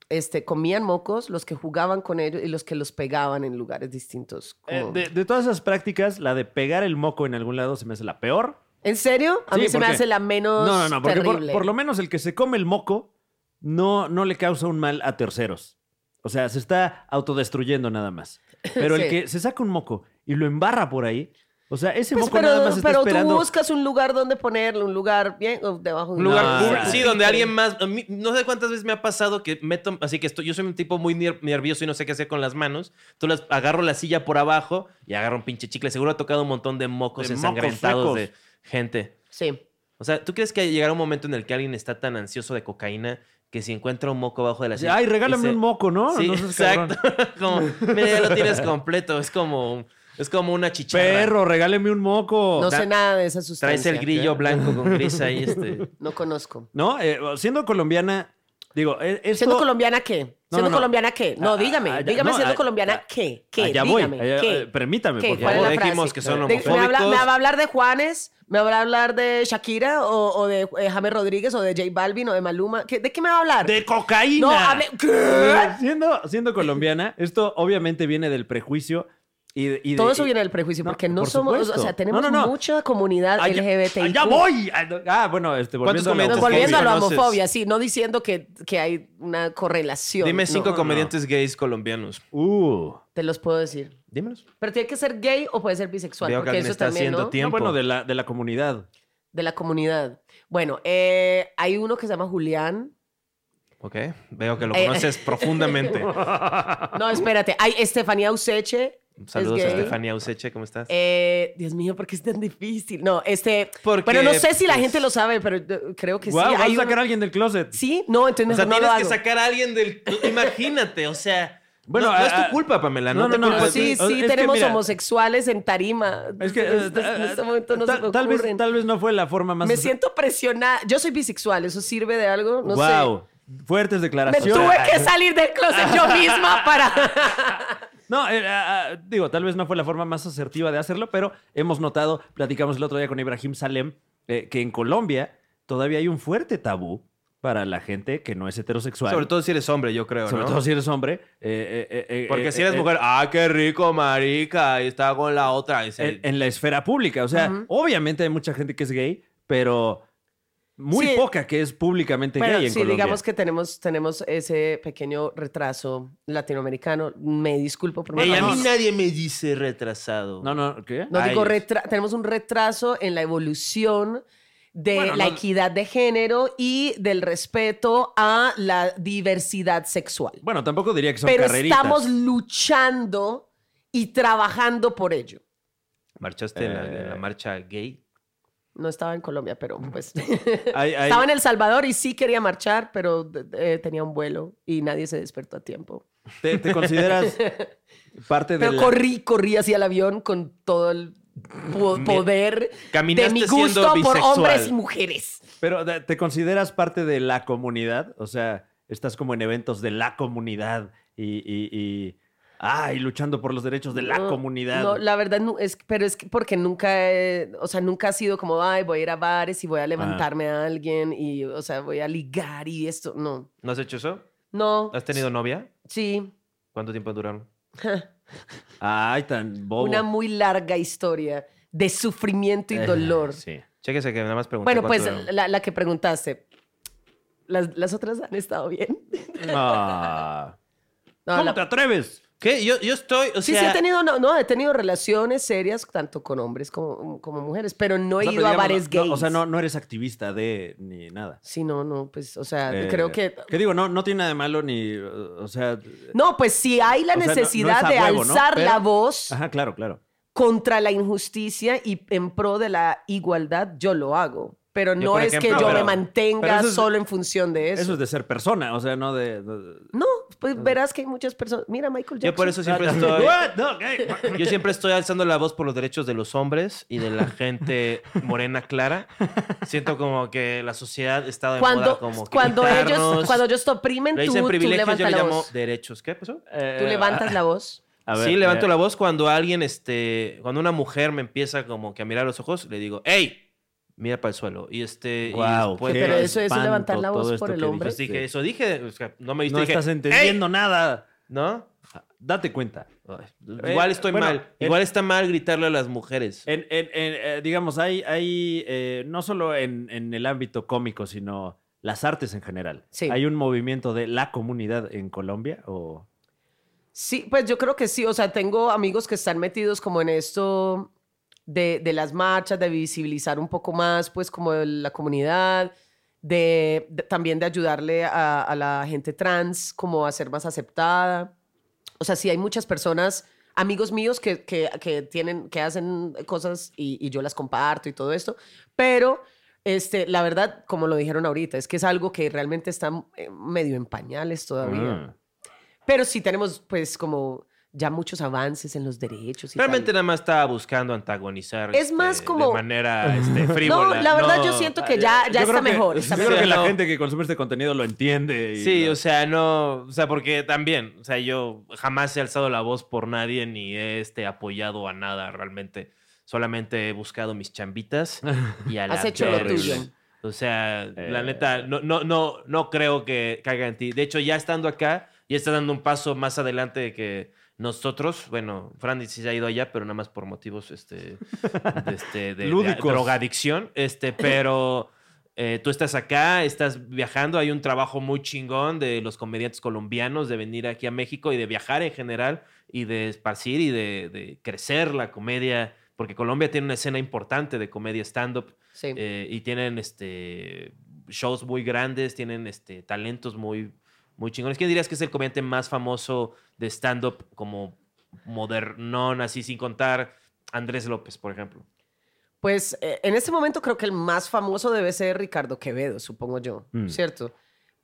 [SPEAKER 2] este, comían mocos, los que jugaban con ellos y los que los pegaban en lugares distintos.
[SPEAKER 3] Eh,
[SPEAKER 2] como-
[SPEAKER 3] de, de todas esas prácticas, la de pegar el moco en algún lado se me hace la peor.
[SPEAKER 2] ¿En serio? A
[SPEAKER 3] Sí,
[SPEAKER 2] mí se me
[SPEAKER 3] porque-
[SPEAKER 2] hace la menos
[SPEAKER 3] no, no, no, porque por,
[SPEAKER 2] terrible.
[SPEAKER 3] por lo menos el que se come el moco no, no le causa un mal a terceros. O sea, se está autodestruyendo nada más. Pero
[SPEAKER 2] Sí.
[SPEAKER 3] el que se saca un moco y lo embarra por ahí, O sea, ese
[SPEAKER 2] Pues,
[SPEAKER 3] moco
[SPEAKER 2] pero
[SPEAKER 3] nada más está
[SPEAKER 2] pero
[SPEAKER 3] esperando.
[SPEAKER 2] tú buscas un lugar donde ponerlo, un lugar bien o debajo de
[SPEAKER 1] Un lugar
[SPEAKER 3] No,
[SPEAKER 1] público.
[SPEAKER 3] no.
[SPEAKER 1] Sí, donde alguien más. a mí- no sé cuántas veces me ha pasado que meto. Así que estoy, yo soy un tipo muy nier- nervioso y no sé qué hacer con las manos. Tú las agarro la silla por abajo y agarro un pinche chicle. Seguro ha tocado un montón de mocos
[SPEAKER 3] De mocos
[SPEAKER 1] ensangrentados
[SPEAKER 3] suecos.
[SPEAKER 1] de gente.
[SPEAKER 2] Sí.
[SPEAKER 1] O sea, ¿tú crees que llegará un momento en el que alguien está tan ansioso de cocaína que si encuentra un moco abajo de la silla?
[SPEAKER 3] Ay, regálame
[SPEAKER 1] dice-
[SPEAKER 3] un moco, ¿no?
[SPEAKER 1] Sí,
[SPEAKER 3] No seas cabrón.
[SPEAKER 1] exacto. como, mira, ya lo tienes completo. Es como, es como una chicharra.
[SPEAKER 3] Perro, regáleme un moco.
[SPEAKER 2] No
[SPEAKER 1] Da-
[SPEAKER 2] sé nada de esa sustancia.
[SPEAKER 1] Traes el grillo blanco con gris ahí. Este.
[SPEAKER 2] No conozco.
[SPEAKER 3] ¿No? Eh, siendo colombiana, digo, eh, esto...
[SPEAKER 2] ¿Siendo colombiana qué?
[SPEAKER 3] No,
[SPEAKER 2] ¿Siendo
[SPEAKER 3] no, no.
[SPEAKER 2] colombiana qué? No,
[SPEAKER 3] Ah,
[SPEAKER 2] dígame.
[SPEAKER 3] ah, ya-
[SPEAKER 2] dígame,
[SPEAKER 3] no,
[SPEAKER 2] siendo
[SPEAKER 3] ah,
[SPEAKER 2] colombiana
[SPEAKER 3] ah,
[SPEAKER 2] qué. ¿Qué?
[SPEAKER 3] Allá voy.
[SPEAKER 2] dígame.
[SPEAKER 3] allá-
[SPEAKER 2] ¿qué?
[SPEAKER 3] eh, permítame,
[SPEAKER 2] ¿Qué?
[SPEAKER 3] por
[SPEAKER 2] ¿Cuál
[SPEAKER 1] Ya
[SPEAKER 2] es la
[SPEAKER 3] favor. Eh,
[SPEAKER 2] frase?
[SPEAKER 1] dijimos que son
[SPEAKER 2] De- ¿me, habla-
[SPEAKER 1] homofóbicos.
[SPEAKER 2] me va a hablar de Juanes? ¿Me va a hablar de Shakira? ¿O, o de eh, James Rodríguez? ¿O de J Balvin? ¿O de Maluma? ¿Qué- ¿De qué me va a hablar?
[SPEAKER 3] ¡De cocaína!
[SPEAKER 2] no, hable... ¿Qué?
[SPEAKER 3] Siendo, siendo colombiana, esto obviamente viene del prejuicio y, de- y de-
[SPEAKER 2] Todo eso
[SPEAKER 3] y-
[SPEAKER 2] viene del prejuicio,
[SPEAKER 3] No,
[SPEAKER 2] porque no
[SPEAKER 3] por
[SPEAKER 2] somos,
[SPEAKER 3] supuesto.
[SPEAKER 2] o sea, tenemos
[SPEAKER 3] No, no, no.
[SPEAKER 2] mucha comunidad
[SPEAKER 3] ¡Allá-
[SPEAKER 2] LGBTI.
[SPEAKER 3] ¡Allá voy! Ah, bueno, este,
[SPEAKER 1] comediantes
[SPEAKER 2] No,
[SPEAKER 3] volviendo a la
[SPEAKER 1] Entonces,
[SPEAKER 2] volviendo a la
[SPEAKER 1] conoces?
[SPEAKER 2] homofobia, sí, no diciendo que, que hay una correlación.
[SPEAKER 1] Dime
[SPEAKER 2] No,
[SPEAKER 1] cinco
[SPEAKER 3] no.
[SPEAKER 1] comediantes gays colombianos.
[SPEAKER 3] Uh.
[SPEAKER 2] te los puedo decir.
[SPEAKER 1] Dímelos.
[SPEAKER 2] Pero tiene que ser gay o puede ser bisexual,
[SPEAKER 1] Veo que
[SPEAKER 2] porque
[SPEAKER 1] alguien
[SPEAKER 2] eso
[SPEAKER 1] está
[SPEAKER 2] también,
[SPEAKER 1] haciendo
[SPEAKER 2] ¿no?
[SPEAKER 1] tiempo.
[SPEAKER 3] No, bueno, de la, de la comunidad.
[SPEAKER 2] De la comunidad. Bueno, eh, hay uno que se llama Julián.
[SPEAKER 1] Ok. Veo que lo
[SPEAKER 2] Eh.
[SPEAKER 1] conoces profundamente.
[SPEAKER 2] No, espérate. Hay Estefanía Useche.
[SPEAKER 1] Saludos a
[SPEAKER 2] gay.
[SPEAKER 1] Estefanía Useche, ¿cómo estás?
[SPEAKER 2] Eh, Dios mío, ¿por qué es tan difícil? No, este...
[SPEAKER 1] Porque,
[SPEAKER 2] bueno, no sé si la
[SPEAKER 1] pues,
[SPEAKER 2] gente lo sabe, pero eh, creo que
[SPEAKER 3] Guau,
[SPEAKER 2] sí.
[SPEAKER 3] vas
[SPEAKER 2] Hay
[SPEAKER 3] a sacar
[SPEAKER 2] uno-
[SPEAKER 3] a alguien del closet.
[SPEAKER 2] Sí, no, entonces
[SPEAKER 1] O sea,
[SPEAKER 2] mejor no
[SPEAKER 1] tienes
[SPEAKER 2] lo
[SPEAKER 1] que
[SPEAKER 2] hago.
[SPEAKER 1] sacar a alguien del. Imagínate, o sea.
[SPEAKER 3] Bueno,
[SPEAKER 1] Bueno, no, no es
[SPEAKER 3] ah,
[SPEAKER 1] tu culpa, Pamela. No,
[SPEAKER 3] no,
[SPEAKER 1] te
[SPEAKER 3] no, no,
[SPEAKER 1] culpes.
[SPEAKER 2] Pero
[SPEAKER 3] pues,
[SPEAKER 2] sí,
[SPEAKER 3] eh, es
[SPEAKER 2] sí,
[SPEAKER 3] que
[SPEAKER 2] tenemos
[SPEAKER 3] mira-
[SPEAKER 2] homosexuales en tarima.
[SPEAKER 3] Es que
[SPEAKER 2] En
[SPEAKER 3] eh,
[SPEAKER 2] este- en este momento no
[SPEAKER 3] ta-
[SPEAKER 2] se me
[SPEAKER 3] tal, vez,
[SPEAKER 2] ocurren.
[SPEAKER 3] tal vez no fue la forma más
[SPEAKER 2] Me siento presionada. Yo soy bisexual, ¿eso sirve de algo? No sé.
[SPEAKER 3] wow, fuertes
[SPEAKER 2] Me
[SPEAKER 3] declaraciones.
[SPEAKER 2] tuve que salir del closet yo misma para...
[SPEAKER 3] No, eh, ah, ah, digo, tal vez no fue la forma más asertiva de hacerlo, pero hemos notado, platicamos el otro día con Ibrahim Salem, eh, que en Colombia todavía hay un fuerte tabú para la gente que no es heterosexual.
[SPEAKER 1] Sobre todo si eres hombre, yo creo,
[SPEAKER 3] Sobre
[SPEAKER 1] ¿no?
[SPEAKER 3] todo si eres hombre. eh, eh, eh, eh,
[SPEAKER 1] Porque
[SPEAKER 3] eh,
[SPEAKER 1] si eres
[SPEAKER 3] eh,
[SPEAKER 1] mujer, ah, qué rico, marica, ahí está con la otra. Es el-
[SPEAKER 3] en, en la esfera pública. O sea,
[SPEAKER 2] Ujú.
[SPEAKER 3] obviamente hay mucha gente que es gay, pero muy
[SPEAKER 2] Sí.
[SPEAKER 3] poca que es públicamente
[SPEAKER 2] Pero
[SPEAKER 3] gay en
[SPEAKER 2] sí,
[SPEAKER 3] Colombia.
[SPEAKER 2] digamos que tenemos, tenemos ese pequeño retraso latinoamericano. Me disculpo por mi
[SPEAKER 1] Ey, a
[SPEAKER 2] no,
[SPEAKER 1] mí
[SPEAKER 2] no,
[SPEAKER 1] nadie me dice retrasado.
[SPEAKER 3] No, no, ¿qué?
[SPEAKER 2] no digo
[SPEAKER 1] Ay, Dios.
[SPEAKER 2] retra- tenemos un retraso en la evolución de
[SPEAKER 3] Bueno,
[SPEAKER 2] la
[SPEAKER 3] no-
[SPEAKER 2] equidad de género y del respeto a la diversidad sexual.
[SPEAKER 3] Bueno, tampoco diría que son
[SPEAKER 2] pero
[SPEAKER 3] carreritas.
[SPEAKER 2] estamos luchando y trabajando por ello.
[SPEAKER 1] ¿Marchaste en, la, en la
[SPEAKER 3] Eh.
[SPEAKER 1] marcha gay?
[SPEAKER 2] No estaba en Colombia, pero pues
[SPEAKER 3] Hay- hay-
[SPEAKER 2] estaba en El Salvador y sí quería marchar, pero eh, tenía un vuelo y nadie se despertó a tiempo.
[SPEAKER 3] te, te consideras parte de
[SPEAKER 2] Pero
[SPEAKER 3] la...
[SPEAKER 2] corrí, corrí hacia el avión con todo el po-
[SPEAKER 1] Mi-
[SPEAKER 2] poder de
[SPEAKER 1] Caminaste
[SPEAKER 2] mi
[SPEAKER 1] siendo
[SPEAKER 2] gusto por
[SPEAKER 1] bisexual.
[SPEAKER 2] hombres y mujeres.
[SPEAKER 3] Pero de- te consideras parte de la comunidad, o sea, estás como en eventos de la comunidad y, y, y- ay, luchando por los derechos de la
[SPEAKER 2] No,
[SPEAKER 3] comunidad.
[SPEAKER 2] No, la verdad, no, es, pero es que porque nunca, eh, o sea, nunca ha sido como, ay, voy a ir a bares y voy a levantarme a alguien y, o sea, voy a ligar y esto. No,
[SPEAKER 1] ¿No has hecho eso?
[SPEAKER 2] no.
[SPEAKER 1] ¿Has tenido novia?
[SPEAKER 2] Sí.
[SPEAKER 1] ¿Cuánto tiempo duraron?
[SPEAKER 3] Ay, tan bobo.
[SPEAKER 2] Una muy larga historia de sufrimiento y
[SPEAKER 3] Eh,
[SPEAKER 2] dolor.
[SPEAKER 3] sí.
[SPEAKER 1] Chéquese que nada más pregunté.
[SPEAKER 2] bueno,
[SPEAKER 1] cuánto
[SPEAKER 2] pues
[SPEAKER 1] duraron.
[SPEAKER 2] la, la que preguntaste, ¿las, las otras han estado bien?
[SPEAKER 3] Ah.
[SPEAKER 2] No,
[SPEAKER 3] ¿Cómo
[SPEAKER 2] la-
[SPEAKER 3] te atreves?
[SPEAKER 1] ¿Qué? Yo, yo estoy. O
[SPEAKER 2] Sí,
[SPEAKER 1] sea,
[SPEAKER 2] sí he tenido, no, no, he tenido relaciones serias tanto con hombres como, como mujeres, pero no
[SPEAKER 3] O
[SPEAKER 2] he
[SPEAKER 3] sea,
[SPEAKER 2] ido
[SPEAKER 3] pero
[SPEAKER 2] a
[SPEAKER 3] digamos,
[SPEAKER 2] bares
[SPEAKER 3] no-
[SPEAKER 2] gays.
[SPEAKER 3] o sea, no, no eres activista de ni nada.
[SPEAKER 2] Sí, no, no, pues, o sea,
[SPEAKER 3] Eh,
[SPEAKER 2] creo que...
[SPEAKER 3] Que digo, no, no tiene nada de malo ni. O sea.
[SPEAKER 2] No, pues sí hay la
[SPEAKER 3] o sea, no- no
[SPEAKER 2] necesidad
[SPEAKER 3] es a
[SPEAKER 2] de
[SPEAKER 3] huevo, ¿no?
[SPEAKER 2] alzar la
[SPEAKER 3] Pero-
[SPEAKER 2] voz
[SPEAKER 3] Ajá, claro, claro.
[SPEAKER 2] contra la injusticia y en pro de la igualdad, yo lo hago. Pero
[SPEAKER 1] Yo,
[SPEAKER 2] no
[SPEAKER 1] por
[SPEAKER 2] es
[SPEAKER 1] ejemplo,
[SPEAKER 2] que
[SPEAKER 1] pero-
[SPEAKER 2] yo me
[SPEAKER 3] pero
[SPEAKER 2] mantenga
[SPEAKER 3] eso es-
[SPEAKER 2] solo en función de
[SPEAKER 3] Eso.
[SPEAKER 2] eso.
[SPEAKER 3] es de ser persona, o sea, no de. de-
[SPEAKER 2] No, pues verás que hay muchas personas. Mira, Michael Jackson.
[SPEAKER 1] Ah. yo por eso siempre
[SPEAKER 3] Ah,
[SPEAKER 1] estoy.
[SPEAKER 3] What? No, ¿qué?
[SPEAKER 1] Yo siempre estoy alzando la voz por los derechos de los hombres y de la gente morena clara. Siento como que la sociedad está de moda
[SPEAKER 2] Cuando,
[SPEAKER 1] como que
[SPEAKER 2] cuando ellos,
[SPEAKER 1] quitarnos.
[SPEAKER 2] cuando ellos te oprimen,
[SPEAKER 1] le
[SPEAKER 2] tú,
[SPEAKER 1] dicen
[SPEAKER 2] tú
[SPEAKER 1] privilegios, yo
[SPEAKER 2] levantas
[SPEAKER 1] le
[SPEAKER 2] la
[SPEAKER 1] llamo
[SPEAKER 2] voz.
[SPEAKER 1] derechos. ¿Qué pasó?
[SPEAKER 3] Eh,
[SPEAKER 2] Tú levantas la voz.
[SPEAKER 3] a ver,
[SPEAKER 1] sí, levanto
[SPEAKER 3] eh,
[SPEAKER 1] la voz cuando alguien, este, cuando una mujer me empieza como que a mirar los ojos, le digo, ¡Ey! Mira para el suelo. Y este, y
[SPEAKER 3] Guau,
[SPEAKER 1] después-
[SPEAKER 3] qué
[SPEAKER 2] Pero eso es
[SPEAKER 3] espanto
[SPEAKER 2] levantar la
[SPEAKER 3] todo
[SPEAKER 2] voz
[SPEAKER 3] esto
[SPEAKER 2] por el
[SPEAKER 3] que este
[SPEAKER 2] hombre.
[SPEAKER 1] pues
[SPEAKER 3] dijiste.
[SPEAKER 1] dije, eso dije, o sea, no me viste.
[SPEAKER 3] No
[SPEAKER 1] dije,
[SPEAKER 3] estás
[SPEAKER 1] "Ey",
[SPEAKER 3] entendiendo nada.
[SPEAKER 1] ¿No?
[SPEAKER 3] Date cuenta.
[SPEAKER 1] Ay,
[SPEAKER 3] Eh,
[SPEAKER 1] igual estoy
[SPEAKER 3] bueno,
[SPEAKER 1] mal.
[SPEAKER 3] el-
[SPEAKER 1] Igual está mal gritarle a las mujeres.
[SPEAKER 3] En, en- en, eh, digamos, hay, hay eh, no solo en, en el ámbito cómico, sino las artes en general.
[SPEAKER 2] Sí.
[SPEAKER 3] Hay un movimiento de la comunidad en Colombia o...
[SPEAKER 2] Sí, pues yo creo que sí. O sea, tengo amigos que están metidos como en esto de, de las marchas, de visibilizar un poco más, pues, como la comunidad, de, de- también de ayudarle a, a la gente trans como a ser más aceptada. O sea, sí hay muchas personas, amigos míos que, que, que tienen, que hacen cosas y, y yo las comparto y todo esto, pero este, la verdad, como lo dijeron ahorita, es que es algo que realmente está eh, medio en pañales todavía.
[SPEAKER 3] Ah.
[SPEAKER 2] Pero sí tenemos, pues, como ya muchos avances en los derechos. Y
[SPEAKER 1] Realmente
[SPEAKER 2] tal.
[SPEAKER 1] nada más estaba buscando antagonizar. este,
[SPEAKER 2] Es más como-
[SPEAKER 1] De manera este, frívola.
[SPEAKER 2] No, la verdad yo siento que ya, ya
[SPEAKER 3] Yo
[SPEAKER 2] está
[SPEAKER 3] creo que-
[SPEAKER 2] mejor. está
[SPEAKER 3] Yo
[SPEAKER 1] mejor.
[SPEAKER 3] creo que la
[SPEAKER 1] No.
[SPEAKER 3] gente que consume este contenido lo entiende. y-
[SPEAKER 1] Sí, o sea, no, o sea, porque también, o sea, yo jamás he alzado la voz por nadie ni he este, apoyado a nada realmente. Solamente he buscado mis chambitas y a
[SPEAKER 2] Has
[SPEAKER 1] la
[SPEAKER 2] hecho lo
[SPEAKER 1] verga.
[SPEAKER 2] tuyo.
[SPEAKER 1] O sea, la
[SPEAKER 3] Eh.
[SPEAKER 1] neta, no, no, no, no creo que caiga en ti. De hecho, ya estando acá, ya está dando un paso más adelante que nosotros. Bueno, Fran sí se ha ido allá, pero nada más por motivos este, de, este, de- de
[SPEAKER 3] Lúdicos.
[SPEAKER 1] drogadicción. Este, pero eh, tú estás acá, estás viajando. Hay un trabajo muy chingón de los comediantes colombianos de venir aquí a México y de viajar en general y de esparcir y de, de crecer la comedia. Porque Colombia tiene una escena importante de comedia stand-up.
[SPEAKER 2] Sí.
[SPEAKER 1] Eh, y tienen este shows muy grandes, tienen este talentos muy muy chingones. ¿Quién dirías que es el comediante más famoso de stand up como modernón así sin contar Andrés López, por ejemplo?
[SPEAKER 2] Pues eh, en este momento creo que el más famoso debe ser Ricardo Quevedo, supongo yo,
[SPEAKER 3] Mm.
[SPEAKER 2] ¿cierto?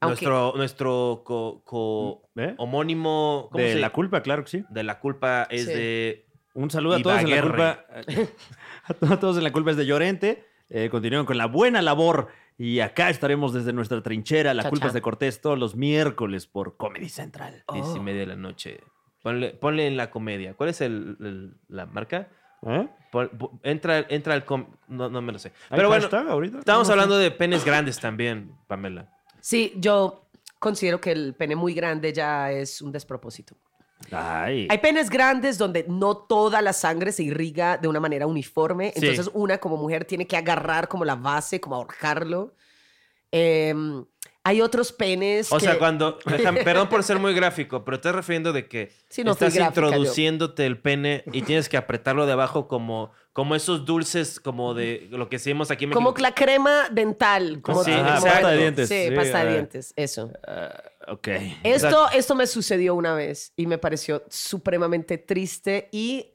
[SPEAKER 2] Ah,
[SPEAKER 1] Nuestro nuestro co- co-
[SPEAKER 3] ¿Eh?
[SPEAKER 1] homónimo ¿cómo
[SPEAKER 3] De
[SPEAKER 1] se-
[SPEAKER 3] la culpa, claro que sí.
[SPEAKER 1] de la culpa es
[SPEAKER 2] Sí.
[SPEAKER 1] de
[SPEAKER 3] Un saludo a todos en la culpa. eh, A to- a todos en la culpa es de Llorente. Eh, continúen con la buena labor. Y acá estaremos desde nuestra trinchera. La
[SPEAKER 2] Cha,
[SPEAKER 3] culpa
[SPEAKER 2] cha.
[SPEAKER 3] es de Cortés todos los miércoles por Comedy Central.
[SPEAKER 2] Oh.
[SPEAKER 1] diez y media de la noche. Ponle, ponle en la comedia. ¿Cuál es el- el- la marca?
[SPEAKER 3] ¿Eh?
[SPEAKER 1] Pon- pon- entra entra el com- no, no me lo sé.
[SPEAKER 3] ¿Hay
[SPEAKER 1] Pero bueno,
[SPEAKER 3] hashtag ahorita?
[SPEAKER 1] estamos
[SPEAKER 3] No, no sé.
[SPEAKER 1] hablando de penes grandes también, Pamela.
[SPEAKER 2] Sí, yo considero que el pene muy grande ya es un despropósito.
[SPEAKER 3] Ay.
[SPEAKER 2] Hay penes grandes donde no toda la sangre se irriga de una manera uniforme.
[SPEAKER 1] Sí.
[SPEAKER 2] Entonces, una como mujer tiene que agarrar como la base, como ahorcarlo. Em, hay otros penes.
[SPEAKER 1] O
[SPEAKER 2] que-
[SPEAKER 1] sea, cuando. déjame- perdón por ser muy gráfico, pero estás refiriendo de que
[SPEAKER 2] Sí, no fui
[SPEAKER 1] estás
[SPEAKER 2] gráfica yo.
[SPEAKER 1] introduciéndote el pene y tienes que apretarlo de abajo como, como esos dulces, como de lo que seguimos aquí en México.
[SPEAKER 2] Como la crema dental. Como
[SPEAKER 1] Sí,
[SPEAKER 2] como-
[SPEAKER 1] ajá, pasta de
[SPEAKER 3] dientes.
[SPEAKER 2] Sí,
[SPEAKER 3] Sí,
[SPEAKER 2] pasta
[SPEAKER 3] a
[SPEAKER 2] de
[SPEAKER 3] ver.
[SPEAKER 2] dientes. Eso.
[SPEAKER 3] Ah, ok.
[SPEAKER 2] Esto, esto me sucedió una vez y me pareció supremamente triste y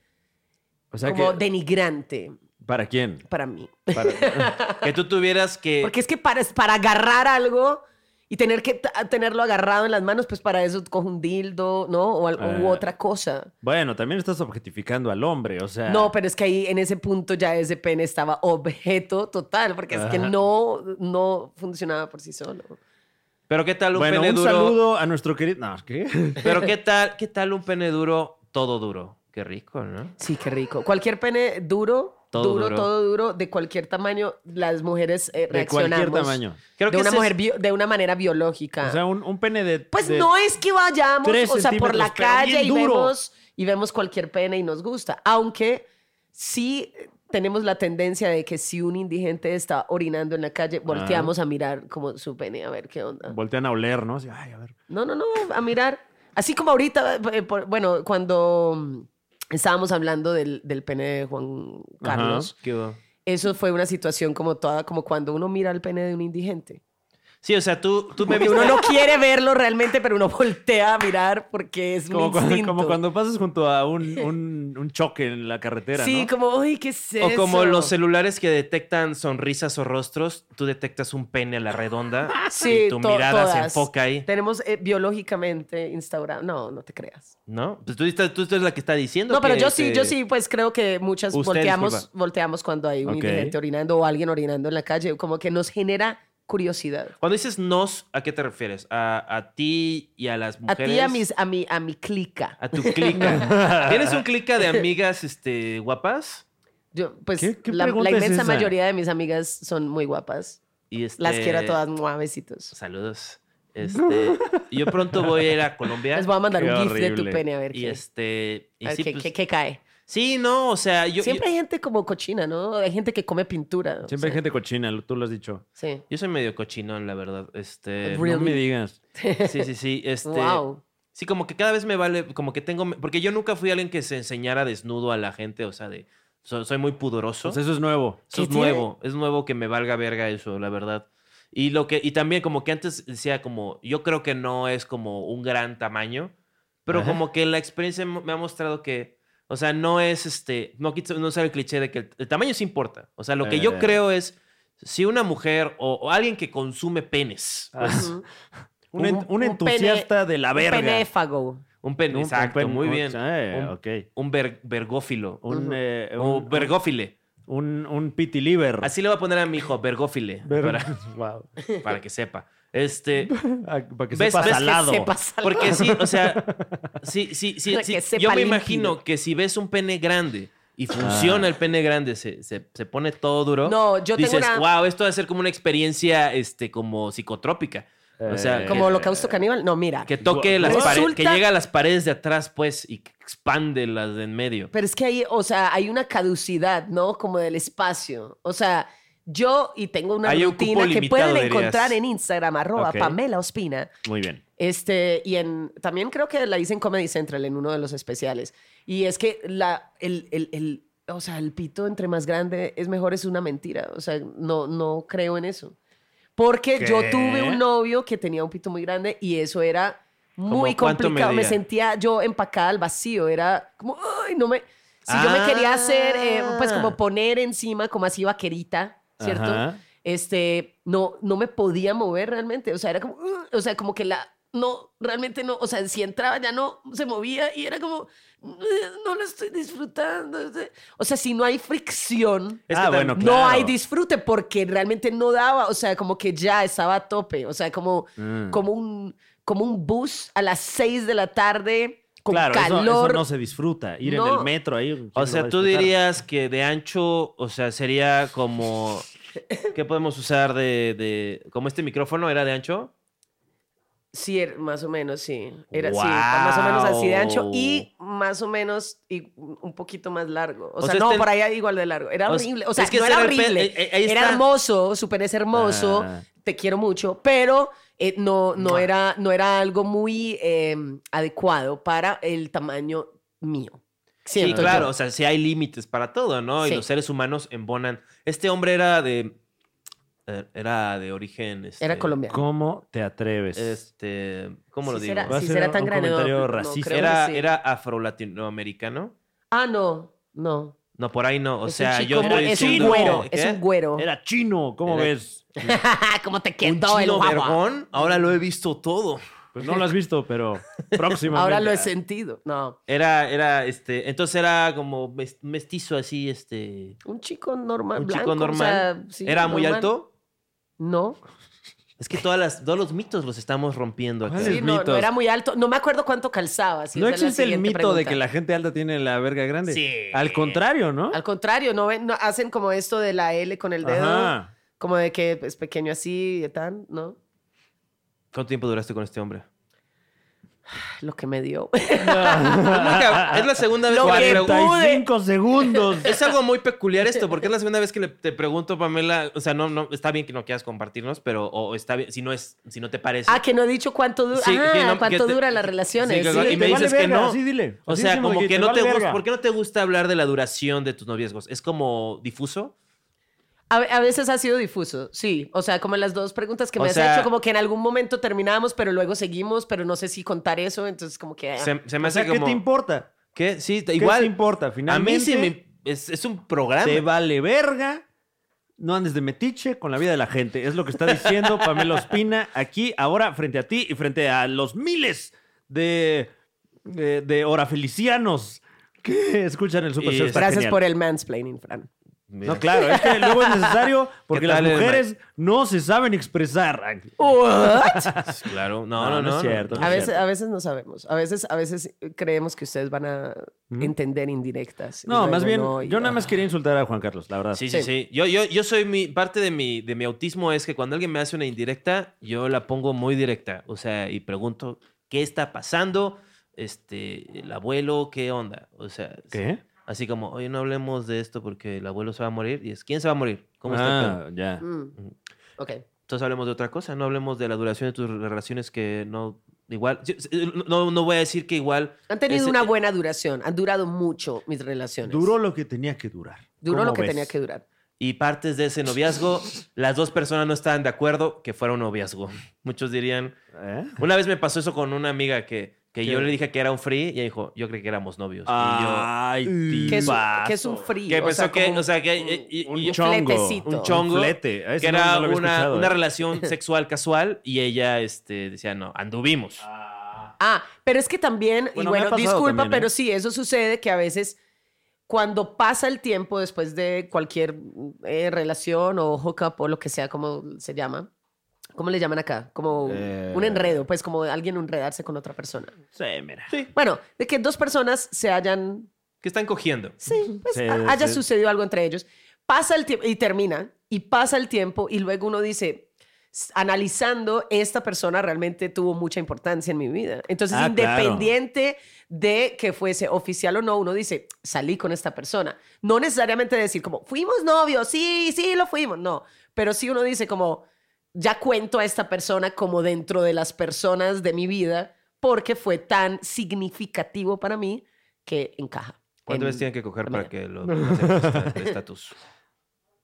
[SPEAKER 3] O sea
[SPEAKER 2] como
[SPEAKER 3] que-
[SPEAKER 2] denigrante
[SPEAKER 3] ¿Para quién?
[SPEAKER 2] para mí.
[SPEAKER 1] Que tú tuvieras
[SPEAKER 3] Eh.
[SPEAKER 1] que.
[SPEAKER 2] Porque es que para, para agarrar algo y tener que t- tenerlo agarrado en las manos, pues para eso cojo un dildo, ¿no? O al- u
[SPEAKER 3] Ah.
[SPEAKER 2] otra cosa.
[SPEAKER 3] Bueno, también estás objetificando al hombre, o sea.
[SPEAKER 2] No, pero es que ahí en ese punto ya ese pene estaba objeto total, porque es que
[SPEAKER 3] Ajá.
[SPEAKER 2] no, no funcionaba por sí solo.
[SPEAKER 1] Pero qué tal un
[SPEAKER 3] bueno,
[SPEAKER 1] pene
[SPEAKER 3] un
[SPEAKER 1] duro.
[SPEAKER 3] saludo a nuestro querido. No, ¿qué?
[SPEAKER 1] Pero qué tal, qué tal un pene duro, todo duro. Qué rico, ¿no?
[SPEAKER 2] Sí, qué rico. Cualquier pene duro,
[SPEAKER 1] Todo
[SPEAKER 2] duro,
[SPEAKER 1] duro.
[SPEAKER 2] todo duro, de cualquier tamaño, las mujeres eh,
[SPEAKER 3] De cualquier
[SPEAKER 2] reaccionamos.
[SPEAKER 3] tamaño.
[SPEAKER 1] Creo
[SPEAKER 2] de
[SPEAKER 1] que
[SPEAKER 2] una
[SPEAKER 1] ese
[SPEAKER 2] mujer
[SPEAKER 1] es-
[SPEAKER 2] bio- de una manera biológica.
[SPEAKER 3] O sea, un, un pene de.
[SPEAKER 2] pues
[SPEAKER 3] de-
[SPEAKER 2] no es que vayamos,
[SPEAKER 3] tres
[SPEAKER 2] o sea, por la
[SPEAKER 3] centímetros, pero
[SPEAKER 2] calle
[SPEAKER 3] bien
[SPEAKER 2] y
[SPEAKER 3] duro.
[SPEAKER 2] vemos, y vemos cualquier pene y nos gusta. Aunque sí tenemos la tendencia de que si un indigente está orinando en la calle, volteamos a mirar como su pene, a ver qué onda.
[SPEAKER 3] Voltean a oler, ¿no? Así, ay, a ver.
[SPEAKER 2] No, no, no, a mirar. Así como ahorita, eh, por- bueno, cuando mm, estábamos hablando del, del pene de Juan
[SPEAKER 3] Ajá.
[SPEAKER 2] Carlos,
[SPEAKER 1] ¿Qué hubo?
[SPEAKER 2] eso fue una situación como toda, como cuando uno mira el pene de un indigente.
[SPEAKER 1] Sí, o sea, tú, tú me
[SPEAKER 2] Que
[SPEAKER 1] viste.
[SPEAKER 2] uno no quiere verlo realmente, pero uno voltea a mirar porque es
[SPEAKER 3] Como
[SPEAKER 2] un
[SPEAKER 3] cuando,
[SPEAKER 2] instinto.
[SPEAKER 3] como cuando pasas junto a un, un, un choque en la carretera,
[SPEAKER 2] sí,
[SPEAKER 3] ¿no?
[SPEAKER 2] como, uy, ¿qué es
[SPEAKER 1] O
[SPEAKER 2] eso?
[SPEAKER 1] como los celulares que detectan sonrisas o rostros, tú detectas un pene a la redonda
[SPEAKER 2] Sí,
[SPEAKER 1] y tu
[SPEAKER 2] to-
[SPEAKER 1] mirada se
[SPEAKER 2] todas.
[SPEAKER 1] enfoca ahí,
[SPEAKER 2] Tenemos eh, biológicamente instaurado. No, no te creas.
[SPEAKER 1] ¿no? Pues tú, estás- tú eres la que está diciendo.
[SPEAKER 2] No, pero
[SPEAKER 1] que
[SPEAKER 2] yo sí,
[SPEAKER 1] te-
[SPEAKER 2] yo sí, pues creo que muchas
[SPEAKER 1] Usted,
[SPEAKER 2] volteamos,
[SPEAKER 1] disculpa.
[SPEAKER 2] volteamos cuando hay un
[SPEAKER 3] Ok.
[SPEAKER 2] indigente orinando o alguien orinando en la calle, como que nos genera curiosidad.
[SPEAKER 1] Cuando dices nos, ¿a qué te refieres? ¿A, a ti y a las
[SPEAKER 2] A
[SPEAKER 1] mujeres?
[SPEAKER 2] ti, a, mis, a, mi, a mi clica.
[SPEAKER 1] A tu clica. ¿Tienes un clica de amigas este, guapas?
[SPEAKER 2] Yo, pues
[SPEAKER 3] ¿Qué- qué
[SPEAKER 2] la, la
[SPEAKER 3] pregunta es
[SPEAKER 2] inmensa
[SPEAKER 3] esa?
[SPEAKER 2] mayoría de mis amigas son muy guapas.
[SPEAKER 1] Y este,
[SPEAKER 2] Las quiero a todas, mua, besitos.
[SPEAKER 1] Saludos. Este, yo pronto voy a ir a Colombia.
[SPEAKER 2] Les voy a mandar
[SPEAKER 3] Qué
[SPEAKER 2] un gif de tu
[SPEAKER 3] horrible.
[SPEAKER 2] pene a ver
[SPEAKER 1] Y
[SPEAKER 2] qué.
[SPEAKER 1] este. y
[SPEAKER 2] a ver
[SPEAKER 1] sí,
[SPEAKER 2] qué-
[SPEAKER 1] pues-
[SPEAKER 2] qué- qué cae.
[SPEAKER 1] sí, no, o sea, yo,
[SPEAKER 2] Siempre hay gente como cochina, ¿no? Hay gente que come pintura. o
[SPEAKER 3] Siempre hay
[SPEAKER 2] sea,
[SPEAKER 3] gente cochina, lo- tú lo has dicho.
[SPEAKER 2] Sí.
[SPEAKER 1] yo, yo soy medio cochinón, la verdad. Este.
[SPEAKER 2] Really?
[SPEAKER 3] No me digas.
[SPEAKER 1] Sí, sí, sí. Este,
[SPEAKER 2] Wow.
[SPEAKER 1] Sí, como que cada vez me vale, como que tengo, porque yo nunca fui alguien que se enseñara desnudo a la gente, o sea, de So- soy muy pudoroso.
[SPEAKER 3] Pues eso es nuevo.
[SPEAKER 1] Eso es
[SPEAKER 2] ¿Qué tiene?
[SPEAKER 1] nuevo, es nuevo que me valga verga eso, la verdad. Y lo que y también como que antes decía como yo creo que no es como un gran tamaño, pero
[SPEAKER 3] Ajá.
[SPEAKER 1] como que la experiencia mo- me ha mostrado que o sea, no es este, no quito- no sale el cliché de que el, el tamaño sí importa. O sea, lo que
[SPEAKER 3] Eh.
[SPEAKER 1] yo creo es si una mujer o, o alguien que consume penes,
[SPEAKER 3] Ah,
[SPEAKER 1] pues,
[SPEAKER 2] Ujú.
[SPEAKER 3] Un,
[SPEAKER 1] Un-
[SPEAKER 3] en- un
[SPEAKER 2] un
[SPEAKER 3] entusiasta de la
[SPEAKER 2] Un
[SPEAKER 3] verga.
[SPEAKER 2] penéfago.
[SPEAKER 1] un pene,
[SPEAKER 3] Un- un
[SPEAKER 1] exacto,
[SPEAKER 3] pen-
[SPEAKER 1] muy
[SPEAKER 3] un-
[SPEAKER 1] bien,
[SPEAKER 3] eh,
[SPEAKER 1] un,
[SPEAKER 3] ok.
[SPEAKER 1] un ver- vergófilo,
[SPEAKER 3] Un,
[SPEAKER 2] Ujú.
[SPEAKER 3] eh,
[SPEAKER 1] o
[SPEAKER 3] un-
[SPEAKER 1] vergófile.
[SPEAKER 3] un, un pity liver.
[SPEAKER 1] Así le voy a poner a mi hijo, vergófile,
[SPEAKER 3] Ver-
[SPEAKER 1] para,
[SPEAKER 3] Wow.
[SPEAKER 1] para que sepa. Este,
[SPEAKER 3] Ah, Para que
[SPEAKER 1] ¿Ves-
[SPEAKER 3] sepa
[SPEAKER 1] ves que
[SPEAKER 3] salado.
[SPEAKER 2] Que sepas algo.
[SPEAKER 1] Porque sí, o sea, sí, sí, sí,
[SPEAKER 2] Para
[SPEAKER 1] sí,
[SPEAKER 2] que sepa
[SPEAKER 1] yo me
[SPEAKER 2] límpido.
[SPEAKER 1] imagino que si ves un pene grande y funciona
[SPEAKER 3] Ah.
[SPEAKER 1] el pene grande, se, se, se pone todo duro.
[SPEAKER 2] No, yo tengo
[SPEAKER 1] dices,
[SPEAKER 2] una-
[SPEAKER 1] wow, esto va a ser como una experiencia este, como psicotrópica. O sea,
[SPEAKER 3] Eh,
[SPEAKER 2] Como holocausto caníbal. No, mira.
[SPEAKER 1] Que toque las
[SPEAKER 2] Resulta-
[SPEAKER 1] paredes, que llega a las paredes de atrás, pues, y que expande las de en medio.
[SPEAKER 2] Pero es que hay, o sea, hay una caducidad, ¿no? Como del espacio. O sea, yo y tengo una
[SPEAKER 1] Hay un
[SPEAKER 2] rutina
[SPEAKER 1] cupo
[SPEAKER 2] que
[SPEAKER 1] limitado,
[SPEAKER 2] pueden
[SPEAKER 1] dirías.
[SPEAKER 2] encontrar en Instagram, arroba
[SPEAKER 3] Ok.
[SPEAKER 2] Pamela Ospina.
[SPEAKER 3] Muy bien.
[SPEAKER 2] Este, y en, también creo que la hice en Comedy Central en uno de los especiales. Y es que la, el, el, el- o sea, el pito entre más grande es mejor, es una mentira. O sea, no, no creo en eso. Porque yo
[SPEAKER 3] ¿Qué?
[SPEAKER 2] tuve un novio que tenía un pito muy grande y eso era muy
[SPEAKER 1] ¿Cómo cuánto
[SPEAKER 2] complicado. Me
[SPEAKER 1] medía?
[SPEAKER 2] sentía yo empacada al vacío. Era como, ay, no me. Si yo me quería hacer, eh, pues como
[SPEAKER 1] Ah.
[SPEAKER 2] poner encima, como así vaquerita, ¿cierto?
[SPEAKER 3] Ajá.
[SPEAKER 2] este, no, no me podía mover realmente. O sea, era como, "Ugh", o sea, como que la, no, realmente no, o sea, si entraba ya no se movía y era como, "Ugh, no lo estoy disfrutando. no sé". O sea, si no hay fricción,
[SPEAKER 1] Es que
[SPEAKER 3] ah,
[SPEAKER 1] tam-
[SPEAKER 3] bueno,
[SPEAKER 2] no
[SPEAKER 3] claro.
[SPEAKER 2] hay disfrute porque realmente no daba, o sea, como que ya estaba a tope, o sea, como,
[SPEAKER 3] Mm.
[SPEAKER 2] como, un, como un bus a las 6 de la tarde con
[SPEAKER 3] Claro, eso-
[SPEAKER 2] calor.
[SPEAKER 3] Eso, no se disfruta. Ir en
[SPEAKER 2] No.
[SPEAKER 3] el metro ahí. ¿quién
[SPEAKER 1] O
[SPEAKER 3] lo va
[SPEAKER 1] sea,
[SPEAKER 3] a
[SPEAKER 1] tú
[SPEAKER 3] disfrutar?
[SPEAKER 1] dirías que de ancho, o sea, sería como... ¿Qué podemos usar de, de... como este micrófono era de ancho?
[SPEAKER 2] Sí, er- más o menos, sí. Era sí, más o menos así de ancho
[SPEAKER 1] Guau.
[SPEAKER 2] y más o menos y un poquito más largo. O,
[SPEAKER 1] O
[SPEAKER 2] sea,
[SPEAKER 1] sea,
[SPEAKER 2] no,
[SPEAKER 1] este-
[SPEAKER 2] por ahí igual de largo. Era
[SPEAKER 1] O sea,
[SPEAKER 2] horrible. O sea,
[SPEAKER 1] es que
[SPEAKER 2] no
[SPEAKER 1] ese
[SPEAKER 2] era
[SPEAKER 1] era el pe-
[SPEAKER 2] horrible.
[SPEAKER 1] eh, eh, ahí
[SPEAKER 2] era
[SPEAKER 1] está.
[SPEAKER 2] hermoso, súper es hermoso.
[SPEAKER 3] Ah.
[SPEAKER 2] Te quiero mucho, pero eh, no, no, era, no era algo muy eh, adecuado para el tamaño mío.
[SPEAKER 1] Sí,
[SPEAKER 2] Siento yo.
[SPEAKER 1] claro, o sea, sí hay límites para todo, ¿no?
[SPEAKER 2] Sí.
[SPEAKER 1] Y los seres humanos embonan. Este hombre era de. eh, Era de origen. este,
[SPEAKER 2] Era colombiano.
[SPEAKER 3] ¿Cómo te atreves?
[SPEAKER 1] Este. ¿Cómo lo
[SPEAKER 2] Sí
[SPEAKER 1] digo?
[SPEAKER 2] será-
[SPEAKER 3] Va a
[SPEAKER 2] sí
[SPEAKER 3] ser
[SPEAKER 2] será tan
[SPEAKER 3] un
[SPEAKER 2] grande, no,
[SPEAKER 3] comentario
[SPEAKER 2] no,
[SPEAKER 3] racista.
[SPEAKER 2] creo que
[SPEAKER 1] Era,
[SPEAKER 2] sí.
[SPEAKER 1] era afro-latinoamericano.
[SPEAKER 2] Ah, no, no.
[SPEAKER 1] No, por ahí no. O
[SPEAKER 2] Es un
[SPEAKER 1] sea,
[SPEAKER 2] chico
[SPEAKER 1] yo
[SPEAKER 2] muy-
[SPEAKER 1] estoy
[SPEAKER 2] es un
[SPEAKER 1] diciendo
[SPEAKER 2] güero,
[SPEAKER 1] que-
[SPEAKER 2] es
[SPEAKER 1] ¿qué?
[SPEAKER 2] un güero.
[SPEAKER 3] Era chino, ¿cómo
[SPEAKER 1] Era-
[SPEAKER 3] ves?
[SPEAKER 2] ¿Cómo te
[SPEAKER 1] Un
[SPEAKER 2] quedó el
[SPEAKER 1] chino
[SPEAKER 2] guagua?
[SPEAKER 1] vergón. Ahora lo he visto todo.
[SPEAKER 3] Pues no lo has visto, pero próximamente.
[SPEAKER 2] Ahora lo he sentido. No,
[SPEAKER 1] Era, era, este. Entonces era como mes- mestizo así, este.
[SPEAKER 2] un chico normal.
[SPEAKER 1] Un
[SPEAKER 2] blanco,
[SPEAKER 1] chico
[SPEAKER 2] o
[SPEAKER 1] normal.
[SPEAKER 2] sea, sí,
[SPEAKER 1] era muy
[SPEAKER 2] normal.
[SPEAKER 1] alto.
[SPEAKER 2] No.
[SPEAKER 1] Es que todas las, todos los mitos los estamos rompiendo acá.
[SPEAKER 3] ¿Cuáles?
[SPEAKER 2] Sí, no,
[SPEAKER 3] mitos.
[SPEAKER 2] no era muy alto. No me acuerdo cuánto calzaba. sí,
[SPEAKER 3] No
[SPEAKER 2] esa es la
[SPEAKER 3] existe el
[SPEAKER 2] siguiente
[SPEAKER 3] mito de
[SPEAKER 2] pregunta.
[SPEAKER 3] que la gente alta tiene la verga grande.
[SPEAKER 1] Sí.
[SPEAKER 3] Al contrario, ¿no?
[SPEAKER 2] Al contrario, no, ven- no hacen como esto de la L con el dedo,
[SPEAKER 3] Ajá.
[SPEAKER 2] como de que es pequeño así y tal, ¿no?
[SPEAKER 1] ¿Cuánto tiempo duraste con este hombre?
[SPEAKER 2] Lo que me dio.
[SPEAKER 1] Es la segunda vez
[SPEAKER 2] Lo
[SPEAKER 1] que
[SPEAKER 2] que
[SPEAKER 1] le pregun-
[SPEAKER 2] pude.
[SPEAKER 3] 45 segundos.
[SPEAKER 1] Es algo muy peculiar esto, porque es la segunda vez que le- te pregunto, Pamela. O sea, no, no, está bien que no quieras compartirnos, pero o está bien, si no es, si no te parece.
[SPEAKER 2] ah, que no he dicho cuánto dura.
[SPEAKER 1] Sí,
[SPEAKER 2] ah,
[SPEAKER 1] que no-
[SPEAKER 2] cuánto
[SPEAKER 1] que te-
[SPEAKER 2] duran las
[SPEAKER 1] sí,
[SPEAKER 2] relaciones.
[SPEAKER 1] que-
[SPEAKER 2] eh, sí.
[SPEAKER 1] y me
[SPEAKER 3] Te vale
[SPEAKER 1] dices que
[SPEAKER 3] verga,
[SPEAKER 1] no.
[SPEAKER 3] así dile.
[SPEAKER 1] o
[SPEAKER 3] Así
[SPEAKER 1] sea,
[SPEAKER 3] decimos
[SPEAKER 1] como
[SPEAKER 3] aquí,
[SPEAKER 1] que
[SPEAKER 3] te
[SPEAKER 1] no
[SPEAKER 3] vale
[SPEAKER 1] te gusta.
[SPEAKER 3] verga.
[SPEAKER 1] ¿Por qué no te gusta hablar de la duración de tus noviazgos? Es como difuso.
[SPEAKER 2] A, ve- a veces ha sido difuso, sí. O sea, como en las dos preguntas que
[SPEAKER 1] O
[SPEAKER 2] me
[SPEAKER 1] sea-
[SPEAKER 2] has hecho, como que en algún momento terminamos, pero luego seguimos, pero no sé si contar eso, entonces como que... ah.
[SPEAKER 1] Se, se me
[SPEAKER 3] Eh, O sea,
[SPEAKER 1] hace
[SPEAKER 3] ¿qué
[SPEAKER 1] como.
[SPEAKER 3] te importa?
[SPEAKER 1] ¿Qué? Sí,
[SPEAKER 3] ¿Qué
[SPEAKER 1] igual.
[SPEAKER 3] te importa?
[SPEAKER 1] a mí
[SPEAKER 3] Finalmente,
[SPEAKER 1] sí me. Es, es un programa.
[SPEAKER 3] te vale verga. No andes de metiche con la vida de la gente. Es lo que está diciendo Pamela Ospina aquí, ahora, frente a ti y frente a los miles de, de, de orafelicianos que escuchan el Super
[SPEAKER 1] Y
[SPEAKER 3] Show. Está
[SPEAKER 2] Gracias
[SPEAKER 3] genial.
[SPEAKER 2] por el mansplaining, Fran.
[SPEAKER 1] Mira.
[SPEAKER 3] No, claro, es que luego es necesario porque
[SPEAKER 1] ¿Qué
[SPEAKER 3] las
[SPEAKER 1] tal el
[SPEAKER 3] mujeres no se saben expresar.
[SPEAKER 1] Claro. No,
[SPEAKER 3] No,
[SPEAKER 1] no, no.
[SPEAKER 3] no es cierto, no
[SPEAKER 2] A
[SPEAKER 3] es
[SPEAKER 2] veces,
[SPEAKER 3] cierto.
[SPEAKER 2] a veces no sabemos. A veces, a veces creemos que ustedes van a
[SPEAKER 3] Ujú.
[SPEAKER 2] entender indirectas. y
[SPEAKER 3] No, más
[SPEAKER 2] luego
[SPEAKER 3] bien,
[SPEAKER 2] no, y-
[SPEAKER 3] yo nada más
[SPEAKER 2] ah.
[SPEAKER 3] quería insultar a Juan Carlos, la verdad.
[SPEAKER 1] Sí, sí, sí. Yo, yo, yo soy mi. Parte de mi, de mi autismo es que cuando alguien me hace una indirecta, yo la pongo muy directa. O sea, y pregunto, ¿qué está pasando? Este, el abuelo, ¿qué onda? O sea,
[SPEAKER 3] ¿Qué?
[SPEAKER 1] así como, oye, no hablemos de esto porque el abuelo se va a morir. Y es, ¿quién se va a morir? ¿Cómo está el pedo?
[SPEAKER 3] ah, ya.
[SPEAKER 2] Mm. Ok.
[SPEAKER 1] Entonces hablemos de otra cosa, no hablemos de la duración de tus relaciones que no Igual, sí, sí, no, no voy a decir que igual.
[SPEAKER 2] Han tenido
[SPEAKER 1] ese-
[SPEAKER 2] una buena duración, han durado mucho mis relaciones.
[SPEAKER 3] Duró lo que tenía que durar.
[SPEAKER 2] Duró lo
[SPEAKER 3] ¿Cómo
[SPEAKER 2] que
[SPEAKER 3] ves?
[SPEAKER 2] tenía que durar.
[SPEAKER 1] Y partes de ese noviazgo, las dos personas no estaban de acuerdo que fuera un noviazgo. Muchos dirían.
[SPEAKER 3] ¿Eh?
[SPEAKER 1] Una vez me pasó eso con una amiga que, que yo
[SPEAKER 3] ¿Qué?
[SPEAKER 1] le dije que era un free y ella dijo, yo creí que éramos novios.
[SPEAKER 2] Ah.
[SPEAKER 3] Ay,
[SPEAKER 2] Que es, que es un
[SPEAKER 3] tipazo.
[SPEAKER 1] y
[SPEAKER 2] frío.
[SPEAKER 1] yo, que
[SPEAKER 2] o
[SPEAKER 1] pensó
[SPEAKER 2] sea,
[SPEAKER 1] que,
[SPEAKER 2] como
[SPEAKER 1] o sea, que, eh,
[SPEAKER 2] un-
[SPEAKER 1] y- y-
[SPEAKER 3] un
[SPEAKER 1] y-
[SPEAKER 3] chongo,
[SPEAKER 2] fletecito.
[SPEAKER 1] un chongo,
[SPEAKER 3] Un flete. A ese
[SPEAKER 1] que
[SPEAKER 3] no-
[SPEAKER 1] era
[SPEAKER 3] no lo había
[SPEAKER 1] una,
[SPEAKER 3] escuchado,
[SPEAKER 1] una
[SPEAKER 3] eh.
[SPEAKER 1] relación sexual casual y ella este, decía, no, anduvimos.
[SPEAKER 2] Ah, pero es que también,
[SPEAKER 3] Bueno,
[SPEAKER 2] y
[SPEAKER 3] me ha
[SPEAKER 2] bueno,
[SPEAKER 3] pasado
[SPEAKER 2] disculpa,
[SPEAKER 3] también, ¿eh?
[SPEAKER 2] pero sí, eso sucede que a veces cuando pasa el tiempo después de cualquier eh, relación o hookup o lo que sea, como se llama, ¿cómo le llaman acá? Como
[SPEAKER 3] Eh.
[SPEAKER 2] un enredo, pues como alguien enredarse con otra persona.
[SPEAKER 3] Sí, mira.
[SPEAKER 2] Bueno, de que dos personas se hayan,
[SPEAKER 1] Que están cogiendo.
[SPEAKER 2] sí, pues,
[SPEAKER 3] Sí,
[SPEAKER 2] ha- haya
[SPEAKER 3] sí.
[SPEAKER 2] sucedido algo entre ellos, pasa el tiempo y termina, y pasa el tiempo y luego uno dice... "S- Analizando, esta persona realmente tuvo mucha importancia en mi vida. Entonces,
[SPEAKER 3] Ah, claro.
[SPEAKER 2] independiente de que fuese oficial o no, uno dice, salí con esta persona. No necesariamente decir como, fuimos novios, sí, sí, lo fuimos, no. Pero sí uno dice como, ya cuento a esta persona como dentro de las personas de mi vida porque fue tan significativo para mí que encaja.
[SPEAKER 1] ¿Cuántas
[SPEAKER 2] En-
[SPEAKER 1] veces tienen que coger para
[SPEAKER 2] manera.
[SPEAKER 1] que lo aceptes el estatus?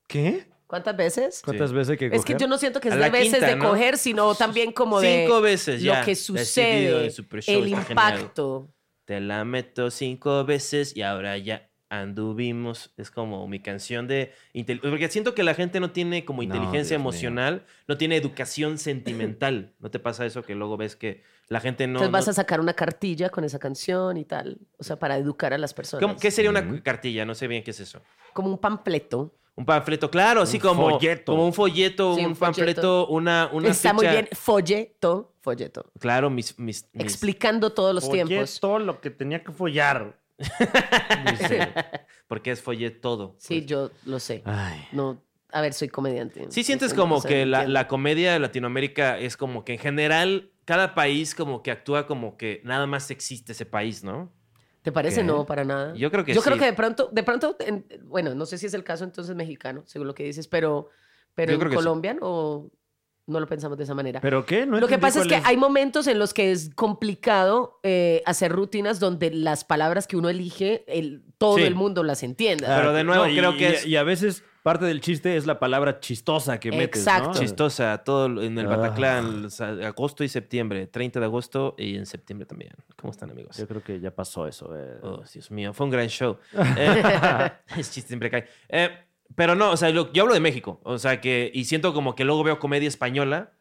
[SPEAKER 3] ¿Qué?
[SPEAKER 2] ¿Cuántas veces?
[SPEAKER 3] ¿Cuántas
[SPEAKER 1] Sí.
[SPEAKER 3] veces hay que
[SPEAKER 2] Es que
[SPEAKER 3] coger?
[SPEAKER 2] yo no siento que es
[SPEAKER 1] A
[SPEAKER 2] de
[SPEAKER 1] la
[SPEAKER 2] veces
[SPEAKER 1] quinta,
[SPEAKER 2] de
[SPEAKER 1] ¿no?
[SPEAKER 2] coger, sino también como de
[SPEAKER 1] Cinco veces
[SPEAKER 2] lo
[SPEAKER 1] ya.
[SPEAKER 2] que
[SPEAKER 1] decidido
[SPEAKER 2] sucede,
[SPEAKER 1] en Super Show,
[SPEAKER 2] el
[SPEAKER 1] está genial.
[SPEAKER 2] impacto.
[SPEAKER 1] Te la meto cinco veces y ahora ya anduvimos. Es como mi canción de... intel- Porque siento que la gente no tiene como
[SPEAKER 3] No,
[SPEAKER 1] inteligencia
[SPEAKER 3] Dios mío.
[SPEAKER 1] emocional, no tiene educación sentimental. ¿No te pasa eso que luego ves que la gente no...
[SPEAKER 2] Entonces vas
[SPEAKER 1] no-
[SPEAKER 2] a sacar una cartilla con esa canción y tal, o sea, para educar a las personas.
[SPEAKER 1] ¿Cómo- ¿Qué sería una
[SPEAKER 3] Ujú.
[SPEAKER 1] cartilla? No sé bien qué es eso.
[SPEAKER 2] Como un panfleto.
[SPEAKER 1] Un panfleto, claro, así como,
[SPEAKER 3] folleto.
[SPEAKER 1] como un folleto,
[SPEAKER 2] Sí,
[SPEAKER 1] un,
[SPEAKER 2] un
[SPEAKER 1] panfleto, una, una
[SPEAKER 2] Está muy
[SPEAKER 1] ficha.
[SPEAKER 2] bien, folleto, folleto.
[SPEAKER 1] Claro, mis, mis, mis-
[SPEAKER 2] Explicando todos los
[SPEAKER 3] Follé
[SPEAKER 2] tiempos.
[SPEAKER 3] todo lo que tenía que follar. Dice.
[SPEAKER 1] porque es folleto todo.
[SPEAKER 2] Sí, yo lo sé.
[SPEAKER 3] Ay.
[SPEAKER 2] No, a ver, soy comediante.
[SPEAKER 1] Sí sientes
[SPEAKER 2] Entiendo,
[SPEAKER 1] como
[SPEAKER 2] o sea,
[SPEAKER 1] que la,
[SPEAKER 2] entiendo.
[SPEAKER 1] la comedia de Latinoamérica es como que en general cada país como que actúa como que nada más existe ese país, ¿no?
[SPEAKER 2] ¿Te parece?
[SPEAKER 3] ¿Qué?
[SPEAKER 2] No, para nada.
[SPEAKER 1] Yo creo que
[SPEAKER 2] Yo
[SPEAKER 1] sí.
[SPEAKER 2] creo que de pronto, de pronto, en- bueno, no sé si es el caso entonces mexicano, según lo que dices, pero, pero
[SPEAKER 1] Yo creo
[SPEAKER 2] en
[SPEAKER 1] que sí.
[SPEAKER 2] Colombia no, no lo pensamos de esa manera.
[SPEAKER 3] ¿Pero qué? No
[SPEAKER 2] lo que
[SPEAKER 3] entendí
[SPEAKER 2] pasa es
[SPEAKER 3] cuál
[SPEAKER 2] que hay momentos en los que es complicado eh, hacer rutinas donde las palabras que uno elige, el, todo
[SPEAKER 1] Sí.
[SPEAKER 2] el mundo las entienda.
[SPEAKER 1] Pero de nuevo,
[SPEAKER 3] Ah, y-
[SPEAKER 1] creo que
[SPEAKER 3] y-
[SPEAKER 1] es-
[SPEAKER 3] Y a veces parte del chiste es la palabra chistosa que metes,
[SPEAKER 2] Exacto.
[SPEAKER 3] ¿no?
[SPEAKER 1] Chistosa, todo lo- en el
[SPEAKER 3] Ah.
[SPEAKER 1] Bataclan, o sea, agosto y septiembre, 30 de agosto y en septiembre también. ¿Cómo están, amigos?
[SPEAKER 3] Yo creo que ya pasó eso. eh.
[SPEAKER 1] Oh, Dios mío, fue un gran show. Eh, es chiste, siempre cae. Eh, pero no, o sea, lo- yo hablo de México. O sea, que. Y siento como que luego veo comedia española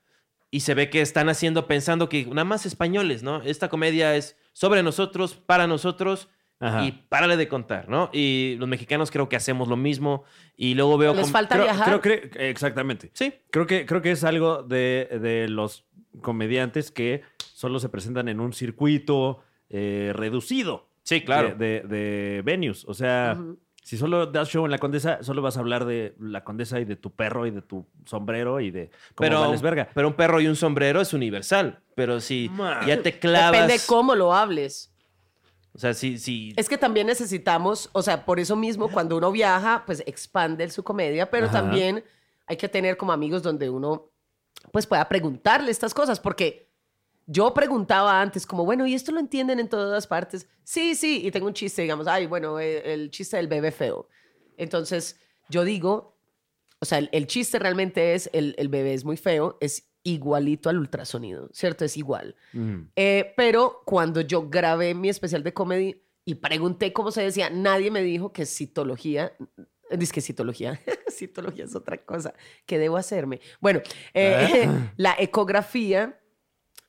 [SPEAKER 1] y se ve que están haciendo, pensando que nada más españoles, ¿no? Esta comedia es sobre nosotros, para nosotros
[SPEAKER 3] Ajá.
[SPEAKER 1] y párale de contar, ¿no? Y los mexicanos creo que hacemos lo mismo. Y luego veo.
[SPEAKER 2] Les
[SPEAKER 1] com-
[SPEAKER 2] falta
[SPEAKER 3] creo,
[SPEAKER 2] viajar.
[SPEAKER 3] creo que- exactamente.
[SPEAKER 1] Sí,
[SPEAKER 3] Creo que, creo que es algo de, de los comediantes que solo se presentan en un circuito eh, reducido
[SPEAKER 1] sí, claro.
[SPEAKER 3] de, de- de venues. O sea,
[SPEAKER 2] Ujú.
[SPEAKER 3] si solo das show en la condesa, solo vas a hablar de la condesa y de tu perro y de tu sombrero y de cómo
[SPEAKER 1] pero,
[SPEAKER 3] vales verga.
[SPEAKER 1] pero un perro y un sombrero es universal. Pero si
[SPEAKER 3] Ma.
[SPEAKER 1] ya te clavas.
[SPEAKER 2] Depende cómo lo hables.
[SPEAKER 1] O sea, si. si
[SPEAKER 2] Es que también necesitamos, o sea, por eso mismo cuando uno viaja, pues expande su comedia, pero
[SPEAKER 3] Ajá.
[SPEAKER 2] también hay que tener como amigos donde uno pues pueda preguntarle estas cosas, porque yo preguntaba antes como, bueno, ¿y esto lo entienden en todas partes? Sí, sí, y tengo un chiste, digamos, ay, bueno, eh, el chiste del bebé feo. Entonces, yo digo, o sea, el, el chiste realmente es, el, el bebé es muy feo, es igualito al ultrasonido, ¿cierto? Es igual.
[SPEAKER 3] Mm.
[SPEAKER 2] Eh, pero cuando yo grabé mi especial de comedy y pregunté cómo se decía, nadie me dijo que citología. Dice que citología. citología es otra cosa. ¿Qué debo hacerme? Bueno, eh,
[SPEAKER 3] Ah.
[SPEAKER 2] la ecografía.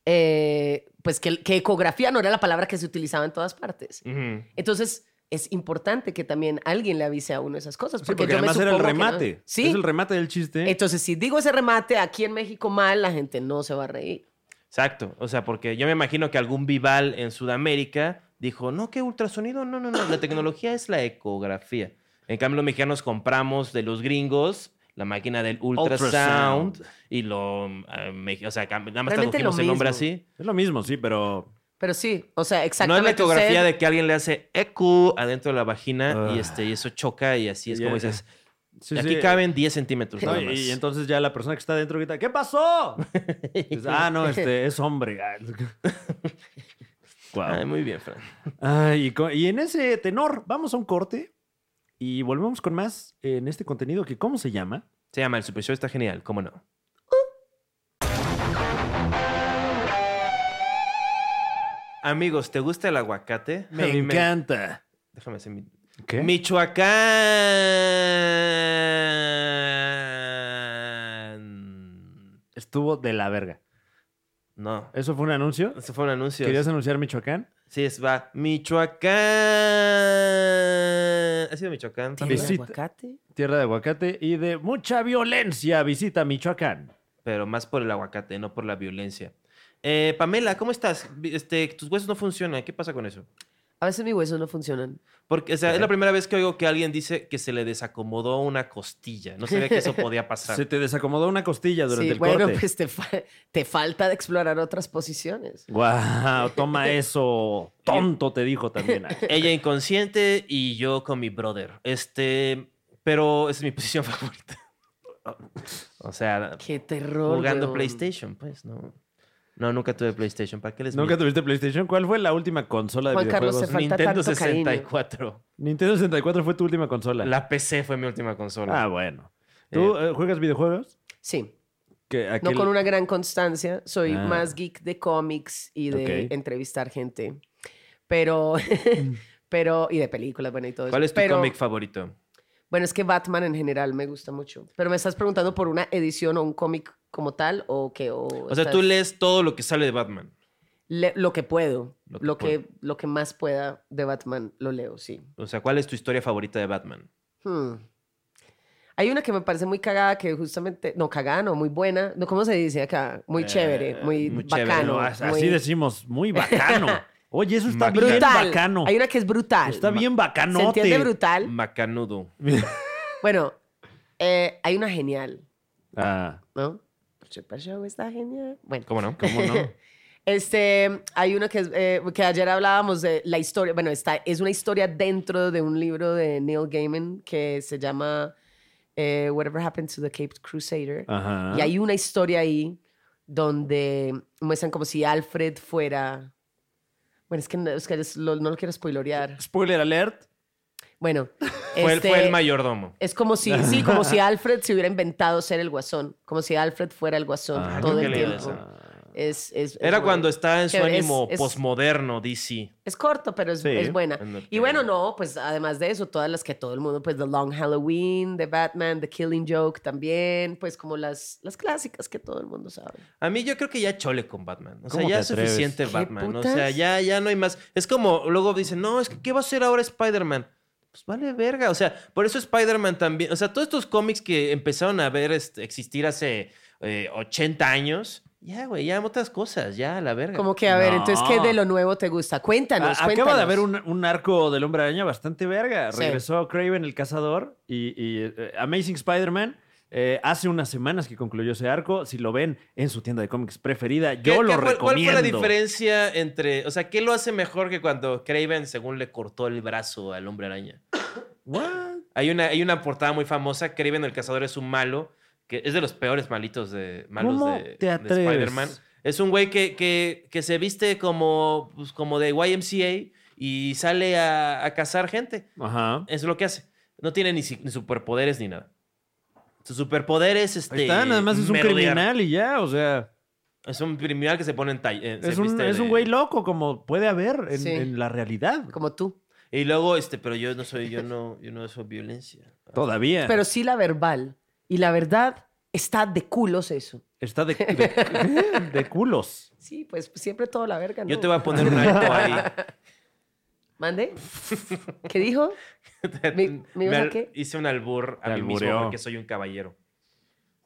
[SPEAKER 2] eh, pues que, que ecografía no era la palabra que se utilizaba en todas partes.
[SPEAKER 1] Ujú.
[SPEAKER 2] Entonces, es importante que también alguien le avise a uno esas cosas.
[SPEAKER 3] Sí,
[SPEAKER 2] Porque,
[SPEAKER 3] porque
[SPEAKER 2] yo me
[SPEAKER 3] además era el
[SPEAKER 2] supongo que no-
[SPEAKER 3] remate.
[SPEAKER 2] Sí.
[SPEAKER 3] Es el remate del chiste.
[SPEAKER 2] Entonces, si digo ese remate aquí en México mal, la gente no se va a reír.
[SPEAKER 1] Exacto. O sea, porque yo me imagino que algún Vival en Sudamérica dijo, no, que ultrasonido, no, no, no, la tecnología es la ecografía. En cambio, los mexicanos compramos de los gringos la máquina del ultrasound,
[SPEAKER 3] Ultrasound.
[SPEAKER 1] y lo... eh, me- o sea, cam- nada más
[SPEAKER 2] Realmente
[SPEAKER 1] tradujimos
[SPEAKER 2] lo
[SPEAKER 1] el nombre
[SPEAKER 2] mismo.
[SPEAKER 1] así.
[SPEAKER 3] Es lo mismo, sí, pero
[SPEAKER 2] Pero sí, o sea,
[SPEAKER 1] No es
[SPEAKER 2] exactamente.
[SPEAKER 1] la ecografía
[SPEAKER 2] usted-
[SPEAKER 1] de que alguien le hace ecu adentro de la vagina
[SPEAKER 3] Ah.
[SPEAKER 1] y, este, y eso choca y así es
[SPEAKER 3] Ya,
[SPEAKER 1] como
[SPEAKER 3] ya.
[SPEAKER 1] dices,
[SPEAKER 3] Sí,
[SPEAKER 1] Y aquí
[SPEAKER 3] sí.
[SPEAKER 1] caben 10 centímetros.
[SPEAKER 3] No,
[SPEAKER 1] nada
[SPEAKER 3] y,
[SPEAKER 1] más.
[SPEAKER 3] y entonces ya la persona que está dentro grita, ¿qué pasó? Dices, ah, no, este es hombre. Ah, Guau.
[SPEAKER 1] Ay, muy bien, Fran.
[SPEAKER 3] Ay, y, co- y en ese tenor, vamos a un corte y volvemos con más en este contenido que, ¿cómo se llama?
[SPEAKER 1] Se llama El Super Show, está genial, ¿cómo no? Amigos, ¿te gusta el aguacate? A mí
[SPEAKER 3] encanta.
[SPEAKER 1] Déjame hacer mi...
[SPEAKER 3] ¿Qué?
[SPEAKER 1] Michoacán.
[SPEAKER 3] Estuvo de la verga.
[SPEAKER 1] No,
[SPEAKER 3] ¿Eso fue un anuncio?
[SPEAKER 1] eso fue un anuncio.
[SPEAKER 3] ¿Querías anunciar Michoacán?
[SPEAKER 1] Sí, es va. Michoacán. ¿Ha sido Michoacán?
[SPEAKER 2] ¿Tiene
[SPEAKER 3] Visita.
[SPEAKER 2] aguacate?
[SPEAKER 3] Tierra de aguacate y de mucha violencia. Visita Michoacán.
[SPEAKER 1] pero más por el aguacate, no por la violencia. Eh, Pamela, ¿cómo estás? Vi- Este, tus huesos no funcionan. ¿Qué pasa con eso?
[SPEAKER 2] A veces mis huesos no funcionan.
[SPEAKER 1] Porque o sea, es
[SPEAKER 3] Ujú.
[SPEAKER 1] la primera vez que oigo que alguien dice que se le desacomodó una costilla. No sabía que eso podía pasar.
[SPEAKER 3] Se te desacomodó una costilla durante
[SPEAKER 2] Sí,
[SPEAKER 3] el
[SPEAKER 2] bueno,
[SPEAKER 3] corte.
[SPEAKER 2] pues te, fa- te falta de explorar otras posiciones.
[SPEAKER 3] Guau, toma eso. Tonto te dijo también. Ay,
[SPEAKER 1] Ella inconsciente y yo con mi brother. Este, pero esa es mi posición favorita. O sea,
[SPEAKER 2] Qué terror.
[SPEAKER 1] jugando
[SPEAKER 2] weón.
[SPEAKER 1] PlayStation, pues, ¿no? No, nunca tuve PlayStation. ¿Para qué les
[SPEAKER 3] ¿Nunca
[SPEAKER 1] miento?
[SPEAKER 3] tuviste PlayStation? ¿Cuál fue la última consola de
[SPEAKER 2] Juan Carlos
[SPEAKER 3] videojuegos?
[SPEAKER 2] se falta
[SPEAKER 1] Nintendo
[SPEAKER 2] tanto cariño.
[SPEAKER 1] 64.
[SPEAKER 3] Nintendo 64 fue tu última consola.
[SPEAKER 1] La PC fue mi última consola.
[SPEAKER 3] Ah, bueno. ¿Tú eh, juegas videojuegos?
[SPEAKER 2] Sí,
[SPEAKER 3] Que
[SPEAKER 2] no
[SPEAKER 3] aquel-
[SPEAKER 2] con una gran constancia. Soy
[SPEAKER 3] Ah.
[SPEAKER 2] más geek de cómics y de
[SPEAKER 3] Ok.
[SPEAKER 2] entrevistar gente. Pero, pero, y de películas, bueno,
[SPEAKER 3] pues,
[SPEAKER 2] y todo eso.
[SPEAKER 1] Mm. ¿Cuál es tu
[SPEAKER 2] Pero-
[SPEAKER 1] cómic favorito?
[SPEAKER 2] Bueno, es que Batman en general me gusta mucho. Pero me estás preguntando por una edición o un cómic como tal o que... O,
[SPEAKER 1] O sea,
[SPEAKER 2] estás-
[SPEAKER 1] tú lees todo lo que sale de Batman.
[SPEAKER 2] Le- lo que puedo.
[SPEAKER 1] Lo
[SPEAKER 2] Lo
[SPEAKER 1] que
[SPEAKER 2] que, lo que más pueda de Batman lo leo, sí.
[SPEAKER 1] O sea, ¿cuál es tu historia favorita de Batman?
[SPEAKER 2] Hmm. Hay una que me parece muy cagada, que justamente, no cagada, no, muy buena, no, ¿cómo se dice acá? Muy
[SPEAKER 1] Eh,
[SPEAKER 2] chévere, muy,
[SPEAKER 1] muy chévere,
[SPEAKER 2] bacano.
[SPEAKER 3] Bueno, as-
[SPEAKER 2] muy
[SPEAKER 3] así decimos, muy bacano. Oye, eso está bien
[SPEAKER 2] brutal.
[SPEAKER 3] bacano.
[SPEAKER 2] Hay una que es brutal.
[SPEAKER 3] Está bien
[SPEAKER 2] ¿Se
[SPEAKER 3] bacanote.
[SPEAKER 2] entiende brutal?
[SPEAKER 1] Macanudo.
[SPEAKER 2] Bueno, eh, hay una genial,
[SPEAKER 3] Ah,
[SPEAKER 2] ¿no? Super Show está genial. Bueno,
[SPEAKER 1] ¿Cómo no?
[SPEAKER 3] ¿cómo no?
[SPEAKER 2] este, hay una que, es, eh, que ayer hablábamos de la historia, bueno, está, es una historia dentro de un libro de Neil Gaiman que se llama eh, Whatever Happened to the Caped Crusader.
[SPEAKER 3] Ajá.
[SPEAKER 2] Y
[SPEAKER 1] Ah.
[SPEAKER 2] hay una historia ahí donde muestran como si Alfred fuera. Bueno, es que no, es que es- lo- no lo quiero spoilorear.
[SPEAKER 3] Spoiler alert.
[SPEAKER 2] Bueno,
[SPEAKER 1] Fue, el-
[SPEAKER 2] este,
[SPEAKER 1] fue el mayordomo.
[SPEAKER 2] es como si, sí, como si Alfred se hubiera inventado ser el guasón. Como si Alfred fuera el guasón
[SPEAKER 3] Ah,
[SPEAKER 2] todo
[SPEAKER 1] creo
[SPEAKER 2] el
[SPEAKER 1] que leí
[SPEAKER 2] tiempo.
[SPEAKER 1] esa.
[SPEAKER 2] Es, es- es
[SPEAKER 1] Era
[SPEAKER 2] muy-
[SPEAKER 1] cuando está en su
[SPEAKER 2] Chévere, es-
[SPEAKER 1] ánimo
[SPEAKER 2] es-
[SPEAKER 1] posmoderno, DC.
[SPEAKER 2] Es corto, pero es,
[SPEAKER 3] Sí.
[SPEAKER 2] es buena.
[SPEAKER 1] En el-
[SPEAKER 2] Y bueno, no, pues además de eso, todas las que todo el mundo, pues The Long Halloween, The Batman, The Killing Joke también, pues como las, las clásicas que todo el mundo sabe.
[SPEAKER 1] A mí yo creo que ya chole con Batman. O sea,
[SPEAKER 3] ¿Cómo
[SPEAKER 1] ya
[SPEAKER 3] te
[SPEAKER 1] es
[SPEAKER 3] atreves?
[SPEAKER 1] suficiente
[SPEAKER 2] ¿Qué
[SPEAKER 1] Batman. O
[SPEAKER 2] putas?
[SPEAKER 1] sea, ya, ya no hay más. Es como luego dicen, no, es que ¿qué va a hacer ahora Spider-Man? Pues vale verga. O sea, por eso Spider-Man también. O sea, todos estos cómics que empezaron a ver este, existir hace eh, 80 años. Ya, güey, ya otras cosas, ya, la verga.
[SPEAKER 2] Como que, a ver,
[SPEAKER 3] No.
[SPEAKER 2] entonces, ¿qué de lo nuevo te gusta? Cuéntanos,
[SPEAKER 3] A- acaba
[SPEAKER 2] cuéntanos.
[SPEAKER 3] de haber un, un arco del hombre araña bastante verga.
[SPEAKER 2] Sí.
[SPEAKER 3] Regresó Craven el cazador y, y, eh, Amazing Spider-Man. eh, hace unas semanas que concluyó ese arco. Si lo ven en su tienda de cómics preferida,
[SPEAKER 1] ¿Qué-
[SPEAKER 3] yo
[SPEAKER 1] qué
[SPEAKER 3] lo
[SPEAKER 1] fue-
[SPEAKER 3] recomiendo.
[SPEAKER 1] ¿Cuál fue la diferencia entre. O sea, ¿qué lo hace mejor que cuando Craven, según le cortó el brazo al hombre araña?
[SPEAKER 3] What?
[SPEAKER 1] Hay una, hay una portada muy famosa, Craven el Cazador es un malo, que es de los peores malitos de malos
[SPEAKER 3] ¿Cómo
[SPEAKER 1] de,
[SPEAKER 3] te
[SPEAKER 1] de
[SPEAKER 3] atreves?
[SPEAKER 1] Spider-Man. Es un güey que, que- que se viste como, pues, como de YMCA y sale a, a cazar gente.
[SPEAKER 3] Ajá.
[SPEAKER 1] Es lo que hace. No tiene ni, si- ni superpoderes ni nada. Su superpoder es este.
[SPEAKER 3] Ahí está, nada más es un
[SPEAKER 1] merodear.
[SPEAKER 3] criminal y ya, o sea.
[SPEAKER 1] Es un criminal que se pone en talla.
[SPEAKER 3] Es un, es un güey loco, como puede haber en,
[SPEAKER 2] Sí.
[SPEAKER 3] en la realidad.
[SPEAKER 2] Como tú.
[SPEAKER 1] Y luego, este, pero yo no soy, yo no, yo no soy violencia.
[SPEAKER 3] Todavía.
[SPEAKER 2] Pero sí la verbal. Y la verdad está de culos eso.
[SPEAKER 3] Está de, de- de culos.
[SPEAKER 2] Sí, pues siempre todo la verga, ¿no?
[SPEAKER 1] Yo te voy a poner un alto ahí.
[SPEAKER 2] ¿Mande? ¿Qué dijo? ¿Me- me ibas a
[SPEAKER 1] al-
[SPEAKER 2] qué?
[SPEAKER 1] Hice un albur a
[SPEAKER 3] Te
[SPEAKER 1] mí mismo
[SPEAKER 3] albureó.
[SPEAKER 1] porque soy un caballero.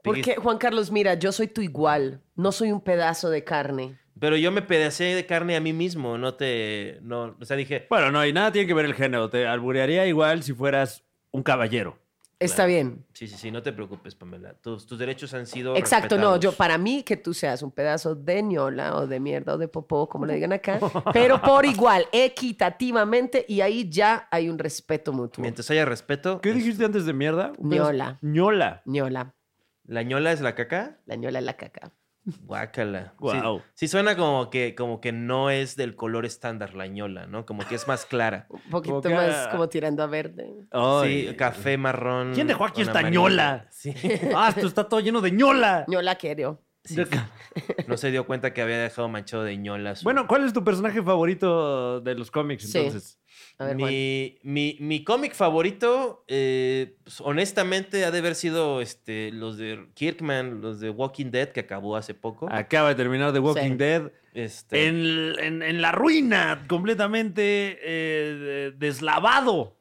[SPEAKER 2] Porque,
[SPEAKER 1] Dijiste,
[SPEAKER 2] Juan Carlos, mira, yo soy tu igual. No soy un pedazo de carne.
[SPEAKER 1] Pero yo me pedacé de carne a mí mismo, no te... No, o sea, dije,
[SPEAKER 3] Bueno, no, y nada tiene que ver el género. Te alburearía igual si fueras un caballero.
[SPEAKER 2] Está
[SPEAKER 1] Claro.
[SPEAKER 2] bien.
[SPEAKER 1] Sí, sí, sí, no te preocupes, Pamela. Tus, tus derechos han sido.
[SPEAKER 2] Exacto, no, yo
[SPEAKER 1] respetados.
[SPEAKER 2] para mí que tú seas un pedazo de ñola o de mierda o de popó, como le digan acá, pero por igual, equitativamente, y ahí ya hay un respeto mutuo.
[SPEAKER 1] Mientras haya respeto.
[SPEAKER 3] ¿Qué
[SPEAKER 1] es-
[SPEAKER 3] dijiste antes de mierda? Un pedazo-
[SPEAKER 2] Ñola,
[SPEAKER 3] Ñola.
[SPEAKER 2] ñola,
[SPEAKER 1] ¿La ñola es la caca?
[SPEAKER 2] la ñola es la caca.
[SPEAKER 1] Guácala.
[SPEAKER 3] Guau.
[SPEAKER 1] Sí, sí suena como que, como que no es del color estándar la ñola, ¿no? Como que es más clara.
[SPEAKER 2] Un poquito
[SPEAKER 3] Boca-
[SPEAKER 2] más como tirando a verde.
[SPEAKER 1] Sí, café marrón.
[SPEAKER 3] ¿Quién dejó aquí
[SPEAKER 1] con
[SPEAKER 3] esta
[SPEAKER 1] amarillo.
[SPEAKER 3] ñola?
[SPEAKER 1] Sí.
[SPEAKER 3] Ah, esto está todo lleno de ñola.
[SPEAKER 2] ñola quiero.
[SPEAKER 1] Sí. No se dio cuenta que había dejado manchado de ñola. su-
[SPEAKER 3] Bueno, ¿cuál es tu personaje favorito de los cómics
[SPEAKER 2] Sí.
[SPEAKER 3] entonces?
[SPEAKER 2] A ver, Juan.
[SPEAKER 1] mi, mi, mi cómic favorito, eh, pues, honestamente, ha de haber sido este, los de Kirkman, los de Walking Dead, que acabó hace poco.
[SPEAKER 3] Acaba de terminar The Walking
[SPEAKER 2] Sí.
[SPEAKER 3] Dead.
[SPEAKER 1] Este,
[SPEAKER 3] Ah, En, en- en la ruina, completamente eh, de- deslavado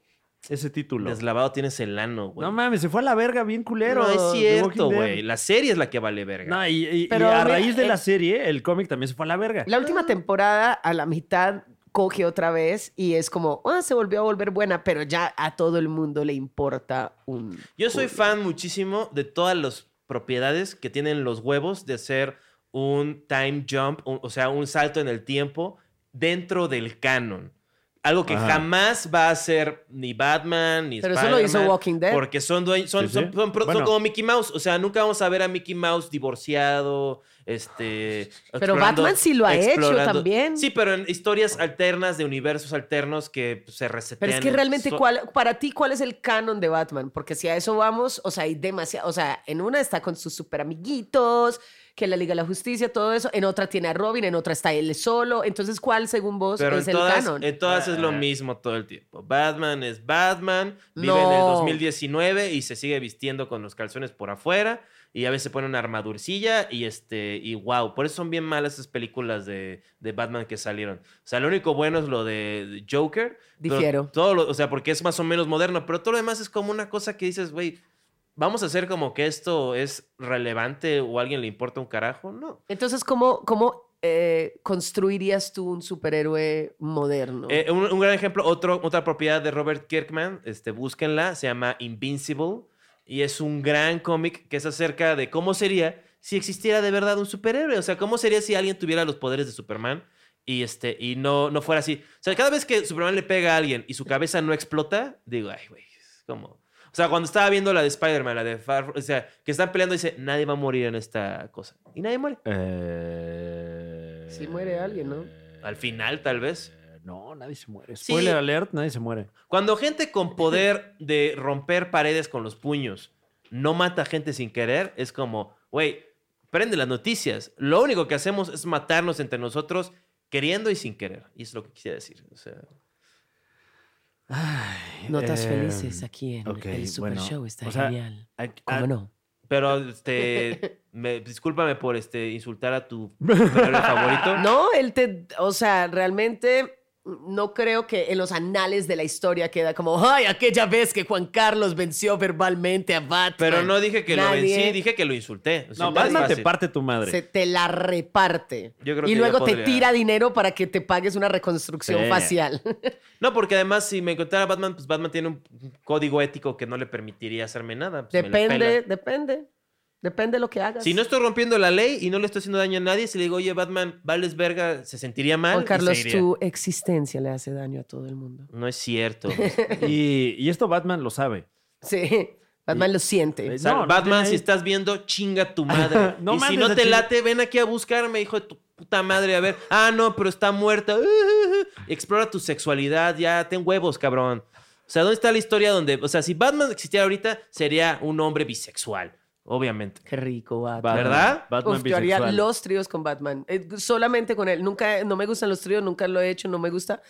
[SPEAKER 3] ese título.
[SPEAKER 1] Deslavado tienes el ano, güey.
[SPEAKER 3] no mames, se fue a la verga bien culero.
[SPEAKER 1] No, es
[SPEAKER 3] The
[SPEAKER 1] cierto,
[SPEAKER 3] Walking Dead.
[SPEAKER 1] güey. La serie es la que vale verga.
[SPEAKER 3] No, y, y- y
[SPEAKER 2] Pero
[SPEAKER 3] a
[SPEAKER 2] mira,
[SPEAKER 3] raíz de
[SPEAKER 2] eh,
[SPEAKER 3] la serie, el cómic también se fue a la verga.
[SPEAKER 2] La última temporada, a la mitad, coge otra vez y es como, ah, se volvió a volver buena, pero ya a todo el mundo le importa un...
[SPEAKER 1] Yo soy
[SPEAKER 2] culo.
[SPEAKER 1] fan muchísimo de todas las propiedades que tienen los huevos de hacer un time jump, un- o sea, un salto en el tiempo dentro del canon. Algo que
[SPEAKER 3] Ajá.
[SPEAKER 1] jamás va a hacer ni Batman, ni
[SPEAKER 2] Pero eso lo hizo
[SPEAKER 1] Spider-Man,
[SPEAKER 2] Walking Dead.
[SPEAKER 1] Porque son, dueños- son,
[SPEAKER 3] Sí,
[SPEAKER 1] son-
[SPEAKER 3] sí.
[SPEAKER 1] son pro- son
[SPEAKER 3] Bueno.
[SPEAKER 1] como Mickey Mouse. O sea, nunca vamos a ver a Mickey Mouse divorciado, este...
[SPEAKER 2] Pero
[SPEAKER 1] explorando-
[SPEAKER 2] Batman sí lo ha hecho
[SPEAKER 1] explorando-
[SPEAKER 2] también.
[SPEAKER 1] Sí, pero en historias alternas de universos alternos que pues, se resetean.
[SPEAKER 2] Pero es que
[SPEAKER 1] en-
[SPEAKER 2] realmente,
[SPEAKER 1] so-
[SPEAKER 2] ¿cuál, para ti, ¿cuál es el canon de Batman? Porque si a eso vamos, o sea, hay demasiado, o sea, en una está con sus super amiguitos, que la Liga de la Justicia, todo eso, en otra tiene a Robin, en otra está él solo, entonces, ¿cuál según vos
[SPEAKER 1] Pero
[SPEAKER 2] es
[SPEAKER 1] en
[SPEAKER 2] el
[SPEAKER 1] todas,
[SPEAKER 2] canon?
[SPEAKER 1] en todas es lo
[SPEAKER 3] Ah.
[SPEAKER 1] mismo todo el tiempo. Batman es Batman, vive en el
[SPEAKER 2] No.
[SPEAKER 1] 2019 y se sigue vistiendo con los calzones por afuera y a veces se pone una armadurcilla y este y wow, por eso son bien malas esas películas de, de Batman que salieron. O sea, lo único bueno es lo de Joker. pero
[SPEAKER 2] Difiero.
[SPEAKER 1] Todo lo- o sea, porque es más o menos moderno, pero todo lo demás es como una cosa que dices, güey, vamos a hacer como que esto es relevante o a alguien le importa un carajo, no.
[SPEAKER 2] Entonces, ¿cómo, cómo eh, construirías tú un superhéroe moderno?
[SPEAKER 1] Eh, un, un gran ejemplo, otro, otra propiedad de Robert Kirkman, este, búsquenla, se llama Invincible y es un gran cómic que es acerca de cómo sería si existiera de verdad un superhéroe, o sea, cómo sería si alguien tuviera los poderes de Superman y, este, y no, no fuera así. O sea, cada vez que Superman le pega a alguien y su cabeza no explota, digo, ay, güey, es como... O sea, cuando estaba viendo la de Spider-Man, la de Far... O sea, que están peleando y dice, nadie va a morir en esta cosa. Y nadie muere.
[SPEAKER 3] Eh,
[SPEAKER 2] Sí muere alguien, ¿no?
[SPEAKER 1] Al final, tal vez.
[SPEAKER 3] eh, No, nadie se muere.
[SPEAKER 1] Sí.
[SPEAKER 3] Spoiler alert, nadie se muere.
[SPEAKER 1] Cuando gente con poder de romper paredes con los puños no mata gente sin querer, es como, güey, prende las noticias. Lo único que hacemos es matarnos entre nosotros queriendo y sin querer. Y es lo que quisiera decir. O sea,
[SPEAKER 2] Notas
[SPEAKER 3] Eh,
[SPEAKER 2] felices aquí en
[SPEAKER 3] ok,
[SPEAKER 2] el Super
[SPEAKER 3] bueno,
[SPEAKER 2] Show, está
[SPEAKER 3] o sea,
[SPEAKER 2] genial.
[SPEAKER 3] Ah,
[SPEAKER 2] ¿Cómo
[SPEAKER 3] ah,
[SPEAKER 2] no?
[SPEAKER 1] pero, este, me- discúlpame por este, insultar a tu superhéroe favorito.
[SPEAKER 2] No, él te, o sea, realmente no creo que en los anales de la historia queda como, ay, aquella vez que Juan Carlos venció verbalmente a Batman.
[SPEAKER 1] Pero no dije que
[SPEAKER 2] Nadie-
[SPEAKER 1] lo vencí, dije que lo insulté. O sea,
[SPEAKER 3] No,
[SPEAKER 1] más
[SPEAKER 3] Batman te
[SPEAKER 1] fácil.
[SPEAKER 3] parte tu madre.
[SPEAKER 2] Se te la reparte.
[SPEAKER 1] Yo creo que
[SPEAKER 2] y
[SPEAKER 1] ya
[SPEAKER 2] luego te
[SPEAKER 1] podría.
[SPEAKER 2] tira dinero para que te pagues una reconstrucción
[SPEAKER 3] Sí.
[SPEAKER 2] facial.
[SPEAKER 1] No, porque además si me encontrara Batman, pues Batman tiene un código ético que no le permitiría hacerme nada. pues, me la pela.
[SPEAKER 2] depende, depende. Depende de lo que hagas.
[SPEAKER 1] Si no estoy rompiendo la ley y no le estoy haciendo daño a nadie, si le digo, oye, Batman, vales verga, se sentiría mal.
[SPEAKER 2] Juan
[SPEAKER 1] y
[SPEAKER 2] Carlos,
[SPEAKER 1] se iría.
[SPEAKER 2] tu existencia le hace daño a todo el mundo.
[SPEAKER 1] No es cierto.
[SPEAKER 3] Y, y esto Batman lo sabe.
[SPEAKER 2] Sí, Batman lo siente.
[SPEAKER 3] Es-
[SPEAKER 1] Sal-
[SPEAKER 3] No, no
[SPEAKER 1] Batman,
[SPEAKER 3] tiene-
[SPEAKER 1] si estás viendo, chinga tu madre.
[SPEAKER 3] No
[SPEAKER 1] y si
[SPEAKER 3] mandes
[SPEAKER 1] no
[SPEAKER 3] a
[SPEAKER 1] te
[SPEAKER 3] ching-
[SPEAKER 1] late, ven aquí a buscarme, hijo de tu puta madre. A ver, ah, no, pero está muerta. Explora tu sexualidad, ya, ten huevos, cabrón. O sea, ¿dónde está la historia donde, o sea, si Batman existiera ahorita, sería un hombre bisexual, obviamente.
[SPEAKER 2] Qué rico, Batman.
[SPEAKER 3] Batman-
[SPEAKER 1] ¿Verdad?
[SPEAKER 3] Batman
[SPEAKER 2] Uf, yo haría
[SPEAKER 3] bisexual.
[SPEAKER 2] los tríos con Batman. Eh, solamente con él. Nunca, no me gustan los tríos, nunca lo he hecho, no me gusta.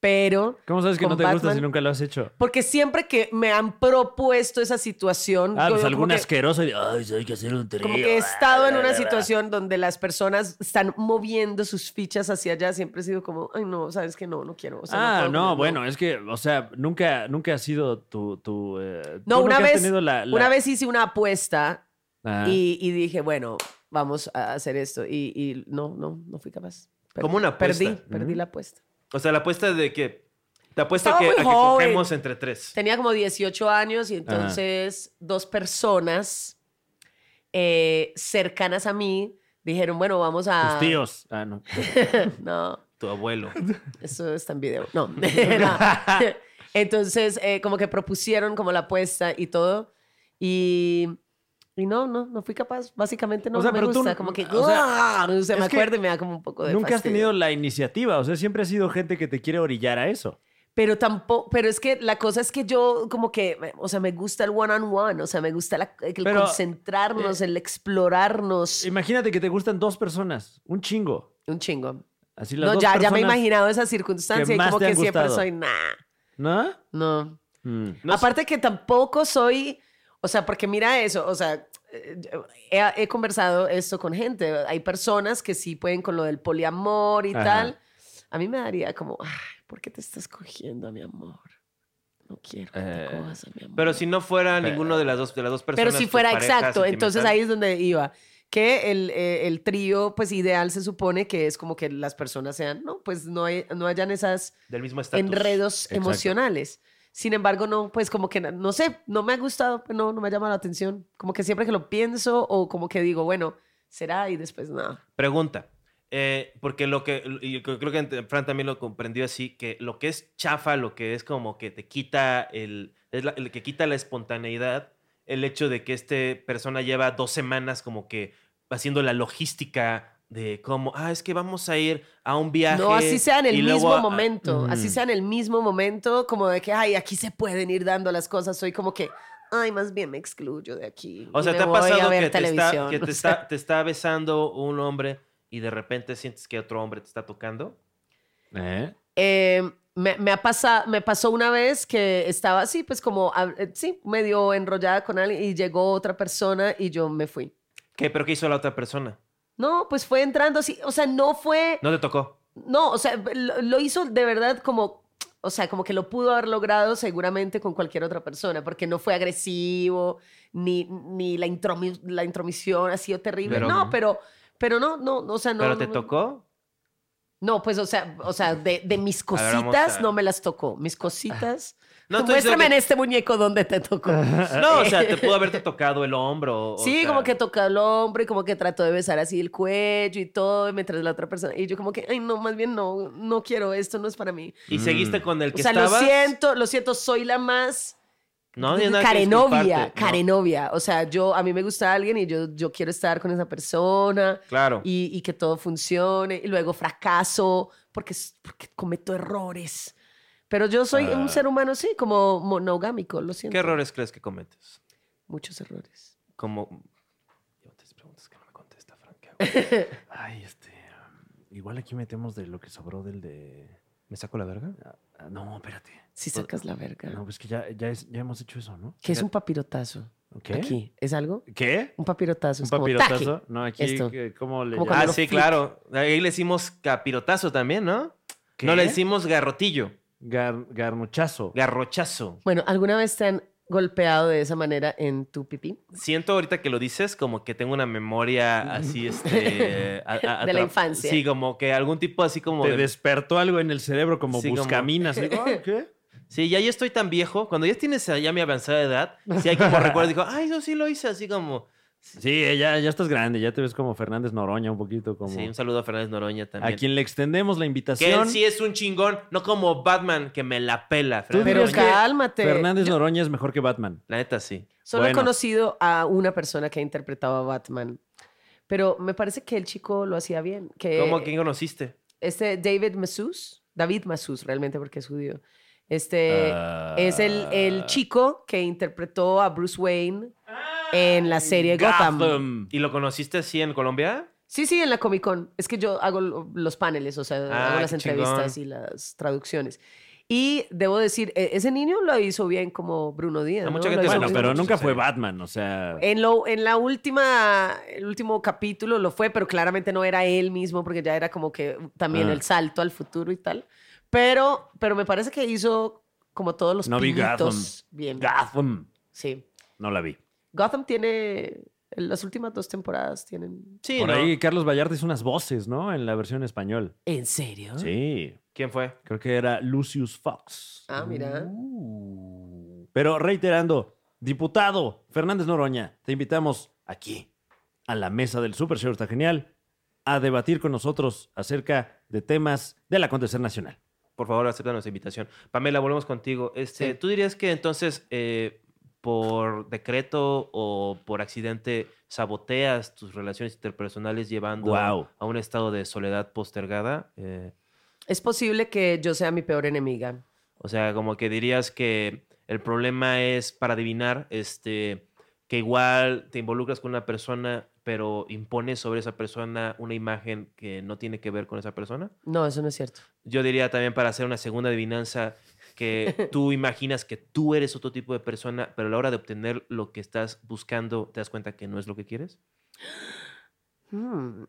[SPEAKER 2] Pero.
[SPEAKER 3] ¿Cómo sabes que
[SPEAKER 2] con
[SPEAKER 3] no te gusta
[SPEAKER 2] Batman-
[SPEAKER 3] si nunca lo has hecho?
[SPEAKER 2] Porque siempre que me han propuesto esa situación.
[SPEAKER 3] Ah,
[SPEAKER 2] yo
[SPEAKER 3] pues
[SPEAKER 2] como
[SPEAKER 3] algún
[SPEAKER 2] que-
[SPEAKER 3] asqueroso y de, ay, hay que ah, hacer un trío.
[SPEAKER 2] Como que he estado en una situación donde las personas están moviendo sus fichas hacia allá. Siempre he sido como, ay, no, sabes que no, no quiero. o sea,
[SPEAKER 3] ah,
[SPEAKER 2] puedo
[SPEAKER 3] no,
[SPEAKER 2] con él,
[SPEAKER 3] bueno, es que, o sea, nunca, nunca ha sido tu... tu eh,
[SPEAKER 2] No,
[SPEAKER 3] tú
[SPEAKER 2] una
[SPEAKER 3] nunca has
[SPEAKER 2] vez,
[SPEAKER 3] tenido la- la-
[SPEAKER 2] una vez hice una apuesta
[SPEAKER 3] Ah.
[SPEAKER 2] y, y dije, bueno, vamos a hacer esto. Y, y no, no, no fui capaz. Per-
[SPEAKER 1] Como una apuesta.
[SPEAKER 2] Perdí, perdí
[SPEAKER 3] Ujú.
[SPEAKER 2] la apuesta.
[SPEAKER 1] O sea, la apuesta de que Te apuesto
[SPEAKER 2] Estaba
[SPEAKER 1] que,
[SPEAKER 2] muy
[SPEAKER 1] a que
[SPEAKER 2] joven.
[SPEAKER 1] cogemos entre tres.
[SPEAKER 2] Tenía como 18 años y entonces dos personas eh, cercanas a mí dijeron, bueno, vamos a...
[SPEAKER 3] Tus tíos. Ah, no.
[SPEAKER 2] No,
[SPEAKER 1] Tu abuelo.
[SPEAKER 2] eso está en video. No. No. entonces, eh, como que propusieron como la apuesta y todo. Y, y no, no, no fui capaz. Básicamente no
[SPEAKER 3] O sea,
[SPEAKER 2] me
[SPEAKER 3] pero tú
[SPEAKER 2] gusta.
[SPEAKER 3] no-
[SPEAKER 2] como que...
[SPEAKER 3] o sea,
[SPEAKER 2] ¡ah! no se me
[SPEAKER 3] es que
[SPEAKER 2] acuerda y me da como un poco de
[SPEAKER 3] Nunca has
[SPEAKER 2] fastidio.
[SPEAKER 3] tenido la iniciativa. O sea, siempre ha sido gente que te quiere orillar a eso.
[SPEAKER 2] Pero tampoco, pero es que la cosa es que yo como que, o sea, me gusta el one on one, o sea, me gusta la- el
[SPEAKER 3] Pero, eh,
[SPEAKER 2] concentrarnos, el explorarnos.
[SPEAKER 3] Imagínate que te gustan dos personas. Un chingo.
[SPEAKER 2] Un chingo.
[SPEAKER 3] Así las
[SPEAKER 2] No,
[SPEAKER 3] dos
[SPEAKER 2] ya, ya me he
[SPEAKER 3] personas-
[SPEAKER 2] imaginado esa circunstancia y
[SPEAKER 3] más
[SPEAKER 2] como
[SPEAKER 3] te han
[SPEAKER 2] que siempre
[SPEAKER 3] gustado.
[SPEAKER 2] soy, nah,
[SPEAKER 3] ¿No?
[SPEAKER 2] no.
[SPEAKER 3] Mm.
[SPEAKER 1] No sé.
[SPEAKER 2] Aparte que tampoco soy, o sea, porque mira eso, o sea, eh, he, he conversado esto con gente, hay personas que sí pueden con lo del poliamor y
[SPEAKER 3] Ajá.
[SPEAKER 2] tal. A mí me daría como, ay, ¿por qué te estás cogiendo, mi amor? No quiero que
[SPEAKER 3] Eh,
[SPEAKER 2] te cojas, mi amor.
[SPEAKER 1] Pero si no fuera ninguno de las dos, de las dos personas.
[SPEAKER 2] Pero si
[SPEAKER 1] tu
[SPEAKER 2] fuera
[SPEAKER 1] pareja
[SPEAKER 2] exacto, entonces
[SPEAKER 1] sentimental.
[SPEAKER 2] ahí es donde iba. Que el, eh, el trío, pues ideal se supone que es como que las personas sean, no, pues no, hay, no hayan esas
[SPEAKER 1] Del mismo estatus.
[SPEAKER 2] enredos
[SPEAKER 3] Exacto.
[SPEAKER 2] emocionales. Sin embargo, no, pues como que, na- no sé, no me ha gustado, pues, no, no me ha llamado la atención. Como que siempre que lo pienso o como que digo, bueno, será y después nada.
[SPEAKER 1] Pregunta. eh, porque lo que. y yo creo que Fran también lo comprendió así: que lo que es chafa, lo que es como que te quita el. Es la- el que quita la espontaneidad, el hecho de que este persona lleva dos semanas como que haciendo la logística de cómo. Ah, es que vamos a ir a un viaje.
[SPEAKER 2] No, así sea en
[SPEAKER 1] y
[SPEAKER 2] el
[SPEAKER 1] luego
[SPEAKER 2] mismo
[SPEAKER 1] a- a-
[SPEAKER 2] momento, así
[SPEAKER 3] Mm.
[SPEAKER 2] sea en el mismo momento, como de que, ay, aquí se pueden ir dando las cosas. Soy como que, ay, más bien me excluyo de aquí.
[SPEAKER 1] O
[SPEAKER 2] y
[SPEAKER 1] sea,
[SPEAKER 2] me
[SPEAKER 1] ¿te ha
[SPEAKER 2] voy a
[SPEAKER 1] pasado
[SPEAKER 2] ver
[SPEAKER 1] que, te está,
[SPEAKER 2] televisión,
[SPEAKER 1] que
[SPEAKER 2] o
[SPEAKER 1] te,
[SPEAKER 2] sea.
[SPEAKER 1] está, te está besando un hombre y de repente sientes que otro hombre te está tocando?
[SPEAKER 3] ¿Eh?
[SPEAKER 2] Eh, me, me, ha pasado, me pasó una vez que estaba así, pues como, ah, eh, sí, medio enrollada con alguien y llegó otra persona y yo me fui.
[SPEAKER 1] ¿Qué? ¿Pero qué hizo la otra persona?
[SPEAKER 2] No, pues fue entrando así, o sea, no fue, no,
[SPEAKER 1] No te tocó.
[SPEAKER 2] o sea, lo, lo hizo de verdad como, o sea, como que lo pudo haber logrado seguramente con cualquier otra persona, porque no fue agresivo, ni, ni la, intromi- la intromisión ha sido terrible.
[SPEAKER 1] Pero-
[SPEAKER 2] no, pero, pero no, no, o sea, no.
[SPEAKER 1] ¿Pero te
[SPEAKER 2] no-
[SPEAKER 1] tocó?
[SPEAKER 2] No, pues, o sea, o sea de, de mis
[SPEAKER 1] A ver, vamos
[SPEAKER 2] cositas
[SPEAKER 1] a-
[SPEAKER 2] no me las tocó. Mis cositas.
[SPEAKER 1] No
[SPEAKER 2] Tú
[SPEAKER 1] estoy diciendo
[SPEAKER 2] Muéstrame
[SPEAKER 1] que-
[SPEAKER 2] en este muñeco donde te tocó.
[SPEAKER 1] No, o sea, te pudo haberte tocado el hombro. o
[SPEAKER 2] sí,
[SPEAKER 1] sea,
[SPEAKER 2] como que toca el hombro y como que trató de besar así el cuello y todo, y mientras la otra persona. Y yo, como que, ay, no, más bien no, no quiero, esto no es para mí.
[SPEAKER 1] Y seguiste con el
[SPEAKER 2] O
[SPEAKER 1] que
[SPEAKER 2] sea,
[SPEAKER 1] estabas.
[SPEAKER 2] lo siento, lo siento, soy la más
[SPEAKER 1] No, tienes nada que
[SPEAKER 2] carenovia,
[SPEAKER 1] disculparte, ¿no?
[SPEAKER 2] carenovia. O sea, yo, a mí me gusta alguien y yo, yo quiero estar con esa persona.
[SPEAKER 1] Claro.
[SPEAKER 2] y, y que todo funcione. Y luego fracaso porque, s- porque cometo errores. Pero yo soy
[SPEAKER 3] Ah.
[SPEAKER 2] un ser humano, sí, como monogámico, lo siento.
[SPEAKER 1] ¿Qué errores crees que cometes?
[SPEAKER 2] Muchos errores.
[SPEAKER 1] Como. Yo te preguntas que no me contesta, Frank. ¿qué hago?
[SPEAKER 3] Ay, este. um, Igual aquí metemos de lo que sobró del de.
[SPEAKER 1] ¿Me saco la verga?
[SPEAKER 3] Ah, ah, No, espérate.
[SPEAKER 2] Si sacas la verga.
[SPEAKER 3] No, pues que ya, ya, es- ya hemos hecho eso, ¿no?
[SPEAKER 2] ¿Qué es un papirotazo?
[SPEAKER 3] ¿Qué?
[SPEAKER 2] Aquí. ¿Es algo?
[SPEAKER 3] ¿Qué?
[SPEAKER 2] Un papirotazo.
[SPEAKER 3] ¿Un
[SPEAKER 2] es como
[SPEAKER 3] papirotazo? No, aquí,
[SPEAKER 2] Esto.
[SPEAKER 3] que- ¿cómo le
[SPEAKER 1] Ah,
[SPEAKER 2] Como
[SPEAKER 3] llaman?
[SPEAKER 2] cuando lo
[SPEAKER 1] sí,
[SPEAKER 2] flick.
[SPEAKER 1] claro. Ahí le hicimos capirotazo también, ¿no?
[SPEAKER 3] ¿Qué?
[SPEAKER 1] No le hicimos garrotillo,
[SPEAKER 3] Gar- garnuchazo.
[SPEAKER 1] garrochazo.
[SPEAKER 2] Bueno, ¿alguna vez te han golpeado de esa manera en tu pipí?
[SPEAKER 1] Siento ahorita que lo dices como que tengo una memoria así, este... a- a-
[SPEAKER 2] De la
[SPEAKER 1] atra-
[SPEAKER 2] infancia.
[SPEAKER 1] Sí, como que algún tipo así como...
[SPEAKER 3] Te
[SPEAKER 1] de-
[SPEAKER 3] despertó algo en el cerebro como
[SPEAKER 1] Sí, como-
[SPEAKER 3] buscaminas. así, "Ah, ¿Qué?
[SPEAKER 1] Sí, ya yo estoy tan viejo. Cuando ya tienes ya mi avanzada edad, sí hay como recuerdos. Digo, ay, eso sí lo hice así como...
[SPEAKER 3] Sí, eh, ya, ya estás grande, ya te ves como Fernández Noroña un poquito, como
[SPEAKER 1] Sí, un saludo a Fernández Noroña
[SPEAKER 3] a
[SPEAKER 1] también.
[SPEAKER 3] quien le extendemos la
[SPEAKER 1] Que él
[SPEAKER 3] invitación.
[SPEAKER 1] sí es un chingón, no como Batman, que me la pela.
[SPEAKER 3] Tú
[SPEAKER 1] Fernández
[SPEAKER 2] Pero
[SPEAKER 3] dirías
[SPEAKER 1] Noroña.
[SPEAKER 3] que
[SPEAKER 2] cálmate.
[SPEAKER 3] Fernández Noroña es mejor que Batman.
[SPEAKER 1] La neta, sí.
[SPEAKER 2] Solo
[SPEAKER 3] Bueno.
[SPEAKER 2] he conocido a una persona que interpretaba a Batman. Pero me parece que el chico lo hacía bien. Que
[SPEAKER 1] ¿Cómo? ¿Quién conociste?
[SPEAKER 2] Este David Massus, David Massus realmente porque es judío. Este
[SPEAKER 3] Ah.
[SPEAKER 2] es el, el chico que interpretó a Bruce Wayne en la serie Gotham.
[SPEAKER 3] Gotham.
[SPEAKER 1] ¿Y lo conociste así en Colombia?
[SPEAKER 2] Sí, sí, en la Comic Con. Es que yo hago lo- los paneles, o sea,
[SPEAKER 1] Ah,
[SPEAKER 2] hago
[SPEAKER 1] qué
[SPEAKER 2] las entrevistas y las traducciones. Y debo decir, e- ese niño lo hizo bien como Bruno Díaz.
[SPEAKER 1] A
[SPEAKER 2] ¿no?
[SPEAKER 1] mucha
[SPEAKER 2] Lo
[SPEAKER 1] gente
[SPEAKER 2] hizo
[SPEAKER 1] le
[SPEAKER 3] Bueno,
[SPEAKER 2] bien.
[SPEAKER 1] Sí,
[SPEAKER 3] pero
[SPEAKER 1] sí,
[SPEAKER 3] nunca
[SPEAKER 1] sí.
[SPEAKER 3] fue Batman, o sea.
[SPEAKER 2] En, lo, en la última, el último capítulo lo fue, pero claramente no era él mismo, porque ya era como que también
[SPEAKER 3] Ah.
[SPEAKER 2] el salto al futuro y tal. Pero, pero me parece que hizo como todos los
[SPEAKER 3] No vi
[SPEAKER 2] pinitos bien.
[SPEAKER 3] Gotham.
[SPEAKER 2] Sí.
[SPEAKER 3] No la vi.
[SPEAKER 2] Gotham tiene Las últimas dos temporadas tienen.
[SPEAKER 1] Sí,
[SPEAKER 3] Por
[SPEAKER 1] ¿no?
[SPEAKER 3] ahí Carlos Vallarta hizo unas voces, ¿no? En la versión español.
[SPEAKER 2] ¿En
[SPEAKER 1] Ah.
[SPEAKER 2] serio?
[SPEAKER 3] Sí.
[SPEAKER 1] ¿Quién fue?
[SPEAKER 3] Creo que era Lucius Fox.
[SPEAKER 2] Ah, mira.
[SPEAKER 3] Uh. Pero reiterando, diputado Fernández Noroña, te invitamos aquí a la mesa del Super Show está genial a debatir con nosotros acerca de temas del acontecer nacional.
[SPEAKER 1] Por favor, acepta nuestra invitación. Pamela, volvemos contigo. Este,
[SPEAKER 2] Sí.
[SPEAKER 1] ¿Tú dirías que entonces eh, por decreto o por accidente saboteas tus relaciones interpersonales llevando
[SPEAKER 3] Guau.
[SPEAKER 1] a un estado de soledad postergada? Eh,
[SPEAKER 2] Es posible que yo sea mi peor enemiga.
[SPEAKER 1] o sea, como que dirías que el problema es para adivinar, este, que igual te involucras con una persona, pero impones sobre esa persona una imagen que no tiene que ver con esa persona.
[SPEAKER 2] No, eso no es cierto.
[SPEAKER 1] Yo diría también para hacer una segunda adivinanza que tú imaginas que tú eres otro tipo de persona, pero a la hora de obtener lo que estás buscando, te das cuenta que no es lo que quieres.
[SPEAKER 2] Hmm.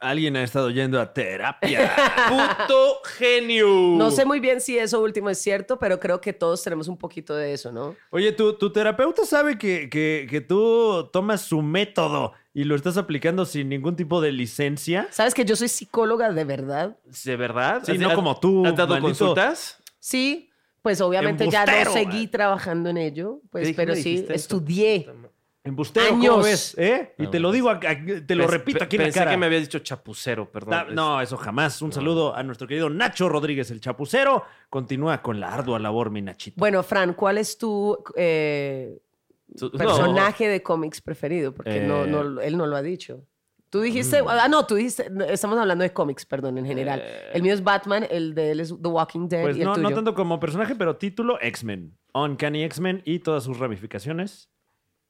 [SPEAKER 3] Alguien ha estado yendo a terapia.
[SPEAKER 1] ¡Puto genio!
[SPEAKER 2] No sé muy bien si eso último es cierto, pero creo que todos tenemos un poquito de eso, ¿no?
[SPEAKER 3] Oye, tu, tu terapeuta sabe que, que- que tú tomas su método y lo estás aplicando sin ningún tipo de licencia.
[SPEAKER 2] ¿Sabes que yo soy psicóloga de verdad?
[SPEAKER 1] ¿De verdad?
[SPEAKER 3] Sí,
[SPEAKER 1] ¿Has-
[SPEAKER 3] no
[SPEAKER 1] has-
[SPEAKER 3] como tú,
[SPEAKER 1] ¿Has dado
[SPEAKER 3] maldito.
[SPEAKER 1] consultas?
[SPEAKER 2] Sí, pues obviamente ya
[SPEAKER 3] Embustero,
[SPEAKER 2] no seguí trabajando en ello,
[SPEAKER 1] ¿Qué
[SPEAKER 2] pues,
[SPEAKER 1] dije-
[SPEAKER 2] pero
[SPEAKER 1] me
[SPEAKER 2] sí,
[SPEAKER 1] dijiste eso?
[SPEAKER 2] estudié.
[SPEAKER 3] Embustero, ¿cómo
[SPEAKER 2] Años.
[SPEAKER 3] ves? ¿Eh? Y
[SPEAKER 1] No,
[SPEAKER 3] te lo
[SPEAKER 1] no.
[SPEAKER 3] digo, ac- ac- te lo
[SPEAKER 1] Pens-
[SPEAKER 3] repito
[SPEAKER 1] pe-
[SPEAKER 3] aquí en la
[SPEAKER 1] Pensé
[SPEAKER 3] cara.
[SPEAKER 1] que me habías dicho chapucero, perdón.
[SPEAKER 3] Ta- No, eso jamás. Un saludo a nuestro querido Nacho Rodríguez, el chapucero. Continúa con la ardua labor, mi Nachito.
[SPEAKER 2] Bueno, Fran, ¿cuál es tu eh,
[SPEAKER 1] Es- tú- no.
[SPEAKER 2] personaje de cómics preferido? Porque no,
[SPEAKER 3] Eh.
[SPEAKER 2] no- él no lo ha dicho. Tú dijiste,
[SPEAKER 3] Mm.
[SPEAKER 2] ah, no, tú dijiste, no, estamos hablando de cómics, perdón, en general.
[SPEAKER 1] Eh.
[SPEAKER 2] El mío es Batman, el de él es The Walking Dead
[SPEAKER 3] pues
[SPEAKER 2] y el
[SPEAKER 3] no,
[SPEAKER 2] tuyo.
[SPEAKER 3] no tanto como personaje, pero título X-Men. Uncanny X-Men y todas sus ramificaciones.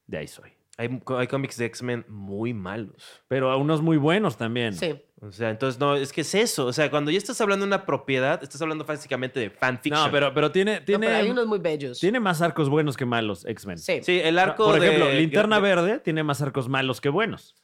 [SPEAKER 3] De ahí soy.
[SPEAKER 1] Hay, hay cómics de X-Men muy malos.
[SPEAKER 3] Pero a unos muy buenos también.
[SPEAKER 2] Sí.
[SPEAKER 1] O sea, entonces no, es que es eso. O sea, cuando ya estás hablando de una propiedad, estás hablando básicamente de fanfiction.
[SPEAKER 3] No, pero, pero tiene,
[SPEAKER 2] No,
[SPEAKER 3] tiene,
[SPEAKER 2] pero hay unos muy bellos.
[SPEAKER 3] tiene más arcos buenos que malos, X-Men.
[SPEAKER 2] Sí, sí.
[SPEAKER 1] Sí, el arco
[SPEAKER 3] Por
[SPEAKER 1] de-
[SPEAKER 3] ejemplo, Linterna
[SPEAKER 1] de-
[SPEAKER 3] Verde tiene más arcos malos que buenos.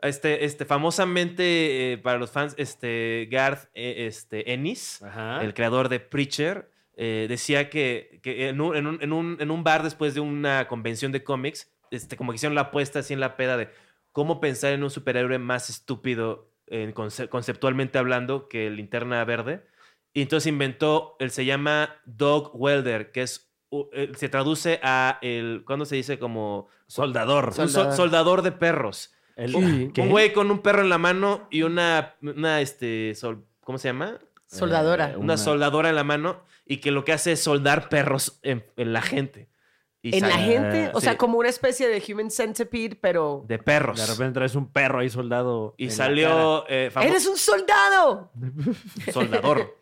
[SPEAKER 1] Este, este, famosamente eh, para los fans, este Garth eh, este, Ennis,
[SPEAKER 3] Ajá.
[SPEAKER 1] el creador de Preacher, eh, decía que, que en, un, en un- en un- en un bar después de una convención de cómics, este, como que hicieron la apuesta así en la peda de cómo pensar en un superhéroe más estúpido en conce- conceptualmente hablando que Linterna Verde. Y entonces inventó, él se llama Dog Welder, que es, u- eh, se traduce a el, ¿cuándo se dice? Como
[SPEAKER 3] Soldador.
[SPEAKER 1] un sol-
[SPEAKER 2] Soldador.
[SPEAKER 1] soldador de perros.
[SPEAKER 3] El-
[SPEAKER 2] Sí.
[SPEAKER 3] ¿Qué?
[SPEAKER 1] Un güey con un perro en la mano y una, una este, sol- ¿cómo se llama?
[SPEAKER 2] Soldadora.
[SPEAKER 3] Eh,
[SPEAKER 1] Una, soldadora en la mano y que lo que hace es soldar perros en, en la gente. Y
[SPEAKER 2] en la
[SPEAKER 1] sale-
[SPEAKER 2] gente, o
[SPEAKER 1] sí,
[SPEAKER 2] sea, como una especie de human centipede, pero
[SPEAKER 1] De perros.
[SPEAKER 3] eh, De repente traes un perro ahí soldado.
[SPEAKER 1] y
[SPEAKER 3] en la cara.
[SPEAKER 1] salió eh, famo-
[SPEAKER 2] eres un soldado.
[SPEAKER 1] soldador.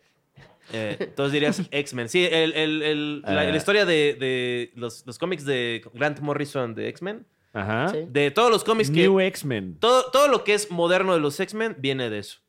[SPEAKER 1] Eh, entonces dirías X-Men. Sí, el- el- el- la,
[SPEAKER 3] Eh.
[SPEAKER 1] la historia de, de los, los cómics de Grant Morrison de X-Men.
[SPEAKER 3] Ajá.
[SPEAKER 2] Sí.
[SPEAKER 1] De todos los cómics que...
[SPEAKER 3] New X-Men.
[SPEAKER 1] Todo, todo lo que es moderno de los X-Men viene de eso.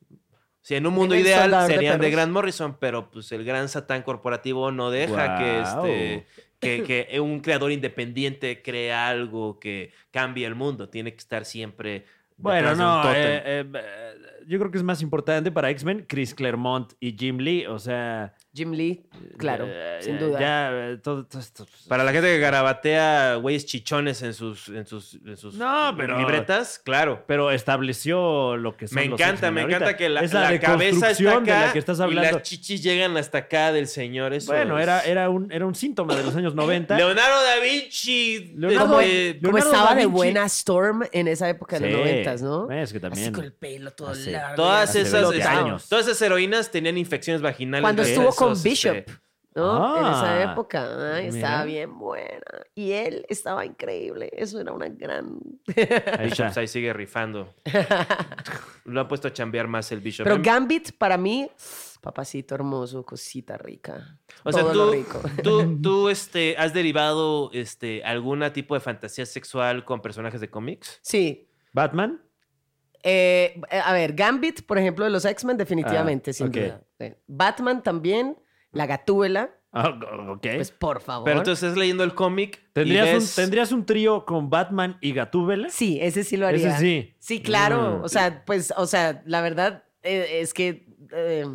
[SPEAKER 1] Si en un mundo
[SPEAKER 2] Viene el
[SPEAKER 1] ideal
[SPEAKER 2] soldador de
[SPEAKER 1] serían de,
[SPEAKER 2] perros.
[SPEAKER 1] Grant Morrison, pero pues el gran satán corporativo no deja que
[SPEAKER 3] Guau.
[SPEAKER 1] este que, que un creador independiente cree algo que cambie el mundo. Tiene que estar siempre
[SPEAKER 3] Bueno,
[SPEAKER 1] detrás de un
[SPEAKER 3] no,
[SPEAKER 1] tótem.
[SPEAKER 3] eh, eh, eh, yo creo que es más importante para X-Men Chris Claremont y Jim Lee, o sea...
[SPEAKER 2] Jim Lee, claro,
[SPEAKER 3] eh,
[SPEAKER 2] sin
[SPEAKER 3] eh,
[SPEAKER 2] duda.
[SPEAKER 3] Ya, eh, todo, todo esto... pues,
[SPEAKER 1] Para la gente que garabatea güeyes chichones en sus, en sus, en sus
[SPEAKER 3] No, pero-
[SPEAKER 1] libretas, claro.
[SPEAKER 3] Pero estableció lo que son
[SPEAKER 1] Me
[SPEAKER 3] los
[SPEAKER 1] encanta,
[SPEAKER 3] X-Men
[SPEAKER 1] me
[SPEAKER 3] ahorita.
[SPEAKER 1] encanta que la,
[SPEAKER 3] Esa
[SPEAKER 1] la cabeza está
[SPEAKER 3] deconstrucción
[SPEAKER 1] acá
[SPEAKER 3] de la que estás
[SPEAKER 1] y pues.
[SPEAKER 3] hablando.
[SPEAKER 1] las chichis llegan hasta acá del señor. Eso
[SPEAKER 3] Bueno,
[SPEAKER 1] es-
[SPEAKER 3] era, era, un, era un síntoma de los años 90.
[SPEAKER 1] Leonardo da Vinci.
[SPEAKER 3] Leonardo-
[SPEAKER 1] este,
[SPEAKER 2] Como
[SPEAKER 3] Leonardo
[SPEAKER 2] estaba
[SPEAKER 3] da
[SPEAKER 2] de
[SPEAKER 3] Vinci.
[SPEAKER 2] buena Storm en esa época de
[SPEAKER 3] Sí,
[SPEAKER 2] los noventas, ¿no?
[SPEAKER 3] Es que
[SPEAKER 2] Así
[SPEAKER 3] también...
[SPEAKER 2] con el pelo todo
[SPEAKER 3] Hace-
[SPEAKER 2] largo.
[SPEAKER 1] Todas
[SPEAKER 3] Hace
[SPEAKER 1] esas,
[SPEAKER 3] 20
[SPEAKER 1] este,
[SPEAKER 3] años.
[SPEAKER 1] todas esas heroínas tenían infecciones vaginales.
[SPEAKER 2] Cuando
[SPEAKER 1] de
[SPEAKER 2] estuvo con
[SPEAKER 1] esos, este,
[SPEAKER 2] Bishop, ¿no? en
[SPEAKER 3] Ah,
[SPEAKER 2] esa época. Ay,
[SPEAKER 3] mira.
[SPEAKER 2] estaba bien buena. Y él estaba increíble. Eso era una gran.
[SPEAKER 3] Ahí
[SPEAKER 1] Bishop
[SPEAKER 3] está.
[SPEAKER 1] pues,
[SPEAKER 2] pues,
[SPEAKER 1] ahí sigue rifando. Lo han puesto a chambear más el Bishop.
[SPEAKER 2] Pero
[SPEAKER 1] Em,
[SPEAKER 2] Gambit, para mí, papacito hermoso, cosita rica.
[SPEAKER 1] o sea,
[SPEAKER 2] todo
[SPEAKER 1] tú,
[SPEAKER 2] lo rico.
[SPEAKER 1] tú, tú, este, has derivado este, algún tipo de fantasía sexual con personajes de cómics.
[SPEAKER 2] Sí.
[SPEAKER 3] ¿Batman?
[SPEAKER 2] Eh, eh, a ver, Gambit, por ejemplo, de los X-Men, definitivamente,
[SPEAKER 3] Ah,
[SPEAKER 2] sin
[SPEAKER 3] ok.
[SPEAKER 2] duda. Eh, Batman también, la gatuela,
[SPEAKER 3] Ah, ok.
[SPEAKER 2] pues por favor.
[SPEAKER 1] ¿Eh? Pero tú estás leyendo el cómic. y
[SPEAKER 3] ¿Tendrías,
[SPEAKER 1] ves-
[SPEAKER 3] un, ¿Tendrías un trío con Batman y Gatúbela?
[SPEAKER 2] Sí, ese sí lo haría.
[SPEAKER 3] Ese sí.
[SPEAKER 2] Sí, claro.
[SPEAKER 3] Mm.
[SPEAKER 2] O sea, pues, o sea, la verdad eh, es que, eh,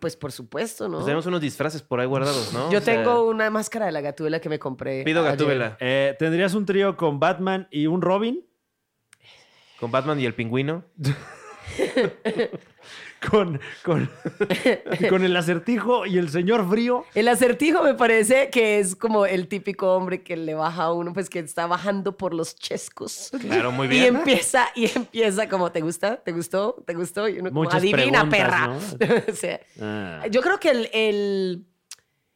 [SPEAKER 2] pues por supuesto, ¿no?
[SPEAKER 1] pues, tenemos unos disfraces por ahí guardados, ¿no?
[SPEAKER 2] Yo
[SPEAKER 1] O sea,
[SPEAKER 2] tengo una máscara de la gatúbela que me compré.
[SPEAKER 1] Pido
[SPEAKER 2] ayer.
[SPEAKER 1] Gatúbela.
[SPEAKER 3] Eh, ¿Tendrías un trío con Batman y un Robin?
[SPEAKER 1] Con Batman y el pingüino.
[SPEAKER 3] Con, con, con el acertijo y el señor frío.
[SPEAKER 2] El acertijo me parece que es como el típico hombre que le baja a uno, pues que está bajando por los chescos.
[SPEAKER 1] Claro, muy
[SPEAKER 2] Y
[SPEAKER 1] bien.
[SPEAKER 2] empieza, y empieza como, ¿te gusta? ¿Te gustó? ¿Te gustó? Y uno como,
[SPEAKER 3] Muchas
[SPEAKER 2] adivina, perra.
[SPEAKER 3] preguntas,
[SPEAKER 2] O sea,
[SPEAKER 3] Ah.
[SPEAKER 2] yo creo que el... el-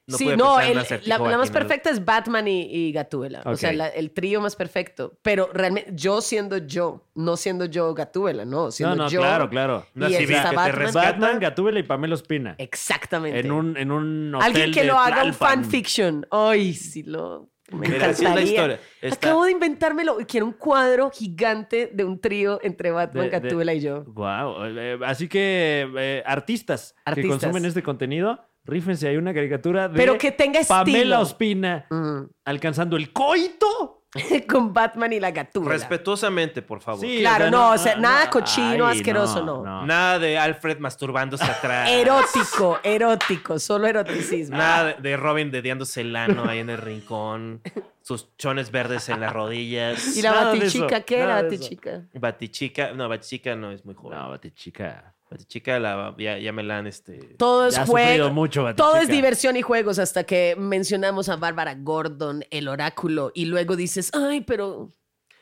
[SPEAKER 1] No
[SPEAKER 2] sí,
[SPEAKER 1] puede
[SPEAKER 2] no,
[SPEAKER 1] pensar en
[SPEAKER 2] el-
[SPEAKER 1] acertijo
[SPEAKER 2] la, la
[SPEAKER 1] aquí,
[SPEAKER 2] más
[SPEAKER 1] ¿no?
[SPEAKER 2] perfecta es Batman y, y Gatúbela. O sea,
[SPEAKER 3] Ok.
[SPEAKER 2] la- el trío más perfecto. Pero realmente, yo siendo yo, no siendo yo Gatúbela, no.
[SPEAKER 3] No,
[SPEAKER 2] Siendo
[SPEAKER 3] no,
[SPEAKER 2] yo,
[SPEAKER 3] claro, claro.
[SPEAKER 1] Una
[SPEAKER 2] y
[SPEAKER 1] civil que
[SPEAKER 2] está
[SPEAKER 1] te
[SPEAKER 2] Batman.
[SPEAKER 1] rescata.
[SPEAKER 3] Batman, Gatúbela y Pamela Espina.
[SPEAKER 2] Exactamente.
[SPEAKER 3] En un, en un hotel
[SPEAKER 2] Alguien que
[SPEAKER 3] de
[SPEAKER 2] lo haga un
[SPEAKER 3] Tlalpan.
[SPEAKER 2] fanfiction. Ay, sí, lo. Me
[SPEAKER 1] Mira, así es la
[SPEAKER 2] encantaría.
[SPEAKER 1] historia. Está-
[SPEAKER 2] Acabo de inventármelo y quiero un cuadro gigante de un trío entre Batman,
[SPEAKER 3] De- de-
[SPEAKER 2] Gatúbela y yo.
[SPEAKER 3] Wow. eh, así que eh, artistas, que
[SPEAKER 2] Artistas.
[SPEAKER 3] consumen este contenido, rífense hay una caricatura de
[SPEAKER 2] Pero que tenga
[SPEAKER 3] Pamela
[SPEAKER 2] estilo.
[SPEAKER 3] Ospina
[SPEAKER 2] Mm.
[SPEAKER 3] alcanzando el coito.
[SPEAKER 2] Con Batman y la Gatúbela.
[SPEAKER 1] Respetuosamente, por favor.
[SPEAKER 3] Sí,
[SPEAKER 2] Claro, no, o sea, nada cochino, asqueroso, no.
[SPEAKER 1] Nada de Alfred masturbándose atrás.
[SPEAKER 2] Erótico, erótico, solo eroticismo.
[SPEAKER 1] Nada de Robin dediándose el ano ahí en el rincón. Sus chones verdes en las rodillas.
[SPEAKER 2] ¿Y la
[SPEAKER 3] nada de
[SPEAKER 2] batichica?
[SPEAKER 3] eso,
[SPEAKER 2] ¿Qué era
[SPEAKER 3] nada de eso.
[SPEAKER 2] batichica?
[SPEAKER 1] Batichica. No, Batichica no es muy joven.
[SPEAKER 3] No, batichica.
[SPEAKER 1] Batichica la, ya, ya me la han este.
[SPEAKER 2] Todo es
[SPEAKER 3] Ya ha sufrido
[SPEAKER 2] juego.
[SPEAKER 3] mucho, batichica.
[SPEAKER 2] Todo es diversión y juegos hasta que mencionamos a Bárbara Gordon, el oráculo, y luego dices, ay, pero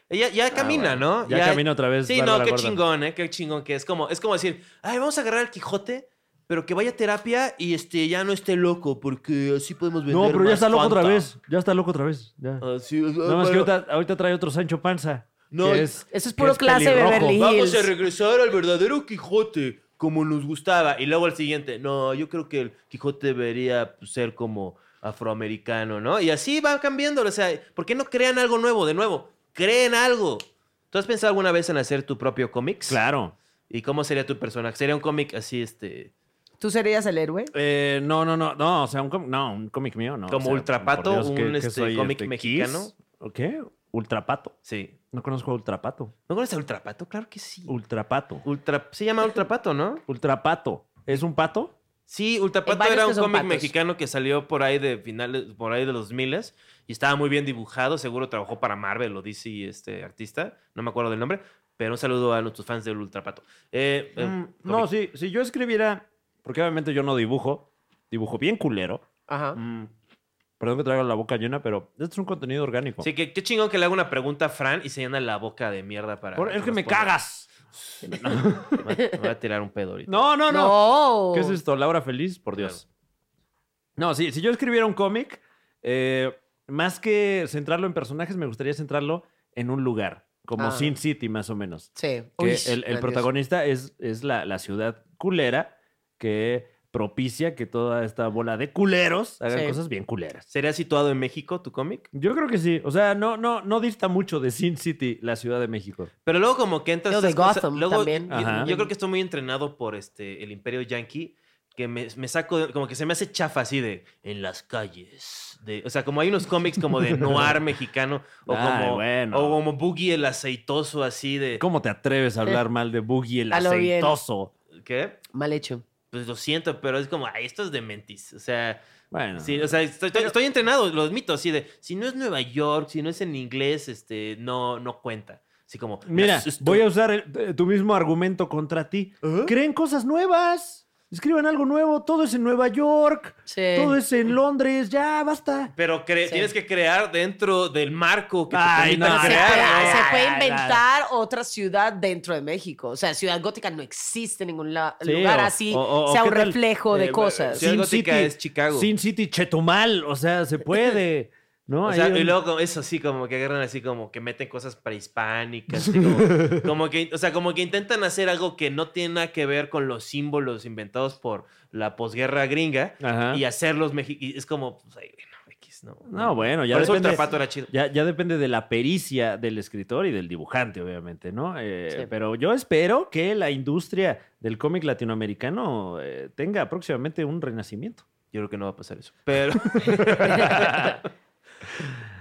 [SPEAKER 1] Ya, ya camina,
[SPEAKER 3] Ah, bueno,
[SPEAKER 1] ¿no?
[SPEAKER 3] ya camina otra vez
[SPEAKER 1] Sí, no,
[SPEAKER 3] Bárbara
[SPEAKER 1] qué
[SPEAKER 3] Gordon.
[SPEAKER 1] chingón, ¿eh? Qué chingón que es. Como, es como decir, ay, vamos a agarrar al Quijote, pero que vaya a terapia y este, ya no esté loco, porque así podemos vender
[SPEAKER 3] No, pero ya
[SPEAKER 1] más
[SPEAKER 3] está loco otra
[SPEAKER 1] Fanta".
[SPEAKER 3] vez. Ya está loco otra vez. ya.
[SPEAKER 1] Así,
[SPEAKER 3] No,
[SPEAKER 1] ah,
[SPEAKER 3] es que
[SPEAKER 1] bueno,
[SPEAKER 3] ahorita, ahorita trae otro Sancho Panza.
[SPEAKER 1] No,
[SPEAKER 3] que es,
[SPEAKER 2] eso es
[SPEAKER 3] que
[SPEAKER 2] puro clase
[SPEAKER 3] pelirrojo.
[SPEAKER 2] Beverly Hills.
[SPEAKER 1] Vamos a regresar al verdadero Quijote, como nos gustaba. Y luego al siguiente, no, yo creo que el Quijote debería pues, ser como afroamericano, ¿no? Y así va cambiando. O sea, ¿por qué no crean algo nuevo de nuevo? Creen algo. ¿Tú has pensado alguna vez en hacer tu propio cómic?
[SPEAKER 3] Claro.
[SPEAKER 1] ¿Y cómo sería tu personaje? ¿Sería un cómic así, este,
[SPEAKER 2] tú serías el héroe.
[SPEAKER 3] Eh, no, no, no, no, o sea, un cómic, no, un cómic mío, no.
[SPEAKER 1] Como
[SPEAKER 3] o sea,
[SPEAKER 1] Ultrapato,
[SPEAKER 3] por ¿qué-
[SPEAKER 1] un,
[SPEAKER 3] qué
[SPEAKER 1] este, cómic mexicano.
[SPEAKER 3] Kiss? ¿O ¿Qué? Ultrapato.
[SPEAKER 1] sí.
[SPEAKER 3] No conozco a Ultrapato.
[SPEAKER 1] ¿No conoces a Ultrapato? Claro que sí.
[SPEAKER 3] Ultrapato.
[SPEAKER 1] Ultra, se llama Ultrapato, ¿no?
[SPEAKER 3] Ultrapato. ¿Es un pato?
[SPEAKER 1] Sí,
[SPEAKER 2] Hay
[SPEAKER 1] Ultrapato
[SPEAKER 2] varios
[SPEAKER 1] era
[SPEAKER 2] que
[SPEAKER 1] un
[SPEAKER 2] son
[SPEAKER 1] cómic
[SPEAKER 2] patos.
[SPEAKER 1] mexicano que salió por ahí de finales, por ahí de los miles y estaba muy bien dibujado. Seguro trabajó para Marvel o DC, este artista, no me acuerdo del nombre, pero un saludo a nuestros fans del Ultrapato. Eh, eh,
[SPEAKER 3] Mm,
[SPEAKER 1] cómic.
[SPEAKER 3] no, si, si yo escribiera, porque obviamente yo no dibujo, dibujo bien culero.
[SPEAKER 1] Ah.
[SPEAKER 2] Ajá.
[SPEAKER 3] Mm, perdón que traigo la boca llena, pero esto es un contenido orgánico.
[SPEAKER 1] Sí, que, qué chingón que le haga una pregunta a Fran y se llena la boca de mierda para.
[SPEAKER 3] Por- es que me
[SPEAKER 1] responda.
[SPEAKER 3] cagas.
[SPEAKER 1] Me va- me va a tirar un pedo ahorita.
[SPEAKER 3] No, no, no.
[SPEAKER 2] No.
[SPEAKER 3] ¿Qué es esto? Laura Feliz, por Dios. No, sí, si yo escribiera un cómic, eh, más que centrarlo en personajes, me gustaría centrarlo en un lugar, como
[SPEAKER 2] Ah.
[SPEAKER 3] Sin City, más o menos.
[SPEAKER 2] Sí.
[SPEAKER 3] Que
[SPEAKER 2] Uy,
[SPEAKER 3] el, el
[SPEAKER 2] grandioso.
[SPEAKER 3] protagonista es, es la, la ciudad culera que propicia que toda esta bola de culeros hagan
[SPEAKER 2] Sí.
[SPEAKER 3] cosas bien culeras.
[SPEAKER 1] ¿Sería situado en México tu cómic?
[SPEAKER 3] Yo creo que sí. O sea, no, no, no dista mucho de Sin City, la Ciudad de México.
[SPEAKER 1] Pero luego como que entras...
[SPEAKER 2] Yo de
[SPEAKER 1] esas cosas-
[SPEAKER 2] Gotham
[SPEAKER 1] luego,
[SPEAKER 2] también.
[SPEAKER 1] Yo,
[SPEAKER 3] Ajá.
[SPEAKER 1] yo creo que estoy muy entrenado por este el Imperio Yankee, que me, me saco, de- como que se me hace chafa así de en las calles. De, o sea, como hay unos cómics como de noir mexicano o,
[SPEAKER 3] Ay,
[SPEAKER 1] como,
[SPEAKER 3] bueno.
[SPEAKER 1] o como Boogie el aceitoso así de...
[SPEAKER 3] ¿Cómo te atreves a hablar mal de Boogie el
[SPEAKER 2] Eh, A lo bien.
[SPEAKER 3] aceitoso?
[SPEAKER 1] ¿Qué?
[SPEAKER 2] Mal hecho.
[SPEAKER 1] Pues lo siento, pero es como, ay, esto es de mentis. O sea,
[SPEAKER 3] Bueno.
[SPEAKER 1] sí, o sea estoy, estoy- estoy entrenado, los mitos así de, si no es Nueva York, si no es en inglés, este, no, no cuenta. Así como...
[SPEAKER 3] Mira, voy a usar el- eh, tu mismo argumento contra ti.
[SPEAKER 1] ¿Eh?
[SPEAKER 3] Creen cosas nuevas. Escriban algo nuevo. Todo es en Nueva York.
[SPEAKER 1] Eh.
[SPEAKER 2] Sí.
[SPEAKER 3] Todo es en Londres. Ya, basta.
[SPEAKER 1] Pero cre-
[SPEAKER 2] Sí.
[SPEAKER 1] tienes que crear dentro del marco que
[SPEAKER 3] Ay,
[SPEAKER 1] te permita
[SPEAKER 3] no,
[SPEAKER 2] se,
[SPEAKER 1] crear.
[SPEAKER 2] puede,
[SPEAKER 1] Ay,
[SPEAKER 2] se
[SPEAKER 1] ay,
[SPEAKER 2] puede
[SPEAKER 1] ay, ay.
[SPEAKER 2] inventar otra ciudad dentro de México. O sea, Ciudad Gótica no existe en ningún la-
[SPEAKER 3] Sí,
[SPEAKER 2] lugar
[SPEAKER 3] o-
[SPEAKER 2] así,
[SPEAKER 3] o- o-
[SPEAKER 2] sea
[SPEAKER 3] ¿qué
[SPEAKER 2] un
[SPEAKER 3] tal?
[SPEAKER 2] reflejo
[SPEAKER 1] Eh,
[SPEAKER 2] de cosas.
[SPEAKER 1] Ciudad Gótica es Chicago.
[SPEAKER 3] Sin City, Chetumal. O sea, se puede. ¿no?
[SPEAKER 1] O
[SPEAKER 3] Ahí
[SPEAKER 1] sea,
[SPEAKER 3] donde-
[SPEAKER 1] y luego como- eso sí, como que agarran así como que meten cosas prehispánicas. así como, como que, o sea, como que intentan hacer algo que no tiene nada que ver con los símbolos inventados por la posguerra gringa
[SPEAKER 3] Ajá.
[SPEAKER 1] y hacerlos mexicanos. Es como, pues, ay, bueno, X, no.
[SPEAKER 3] No, bueno, ya
[SPEAKER 1] Por eso el
[SPEAKER 3] depende-
[SPEAKER 1] trapato era chido.
[SPEAKER 3] Ya, ya depende de la pericia del escritor y del dibujante, obviamente, ¿no? Eh,
[SPEAKER 2] Sí.
[SPEAKER 3] Pero yo espero que la industria del cómic latinoamericano eh, tenga próximamente un renacimiento.
[SPEAKER 1] Yo creo que no va a pasar eso. Pero.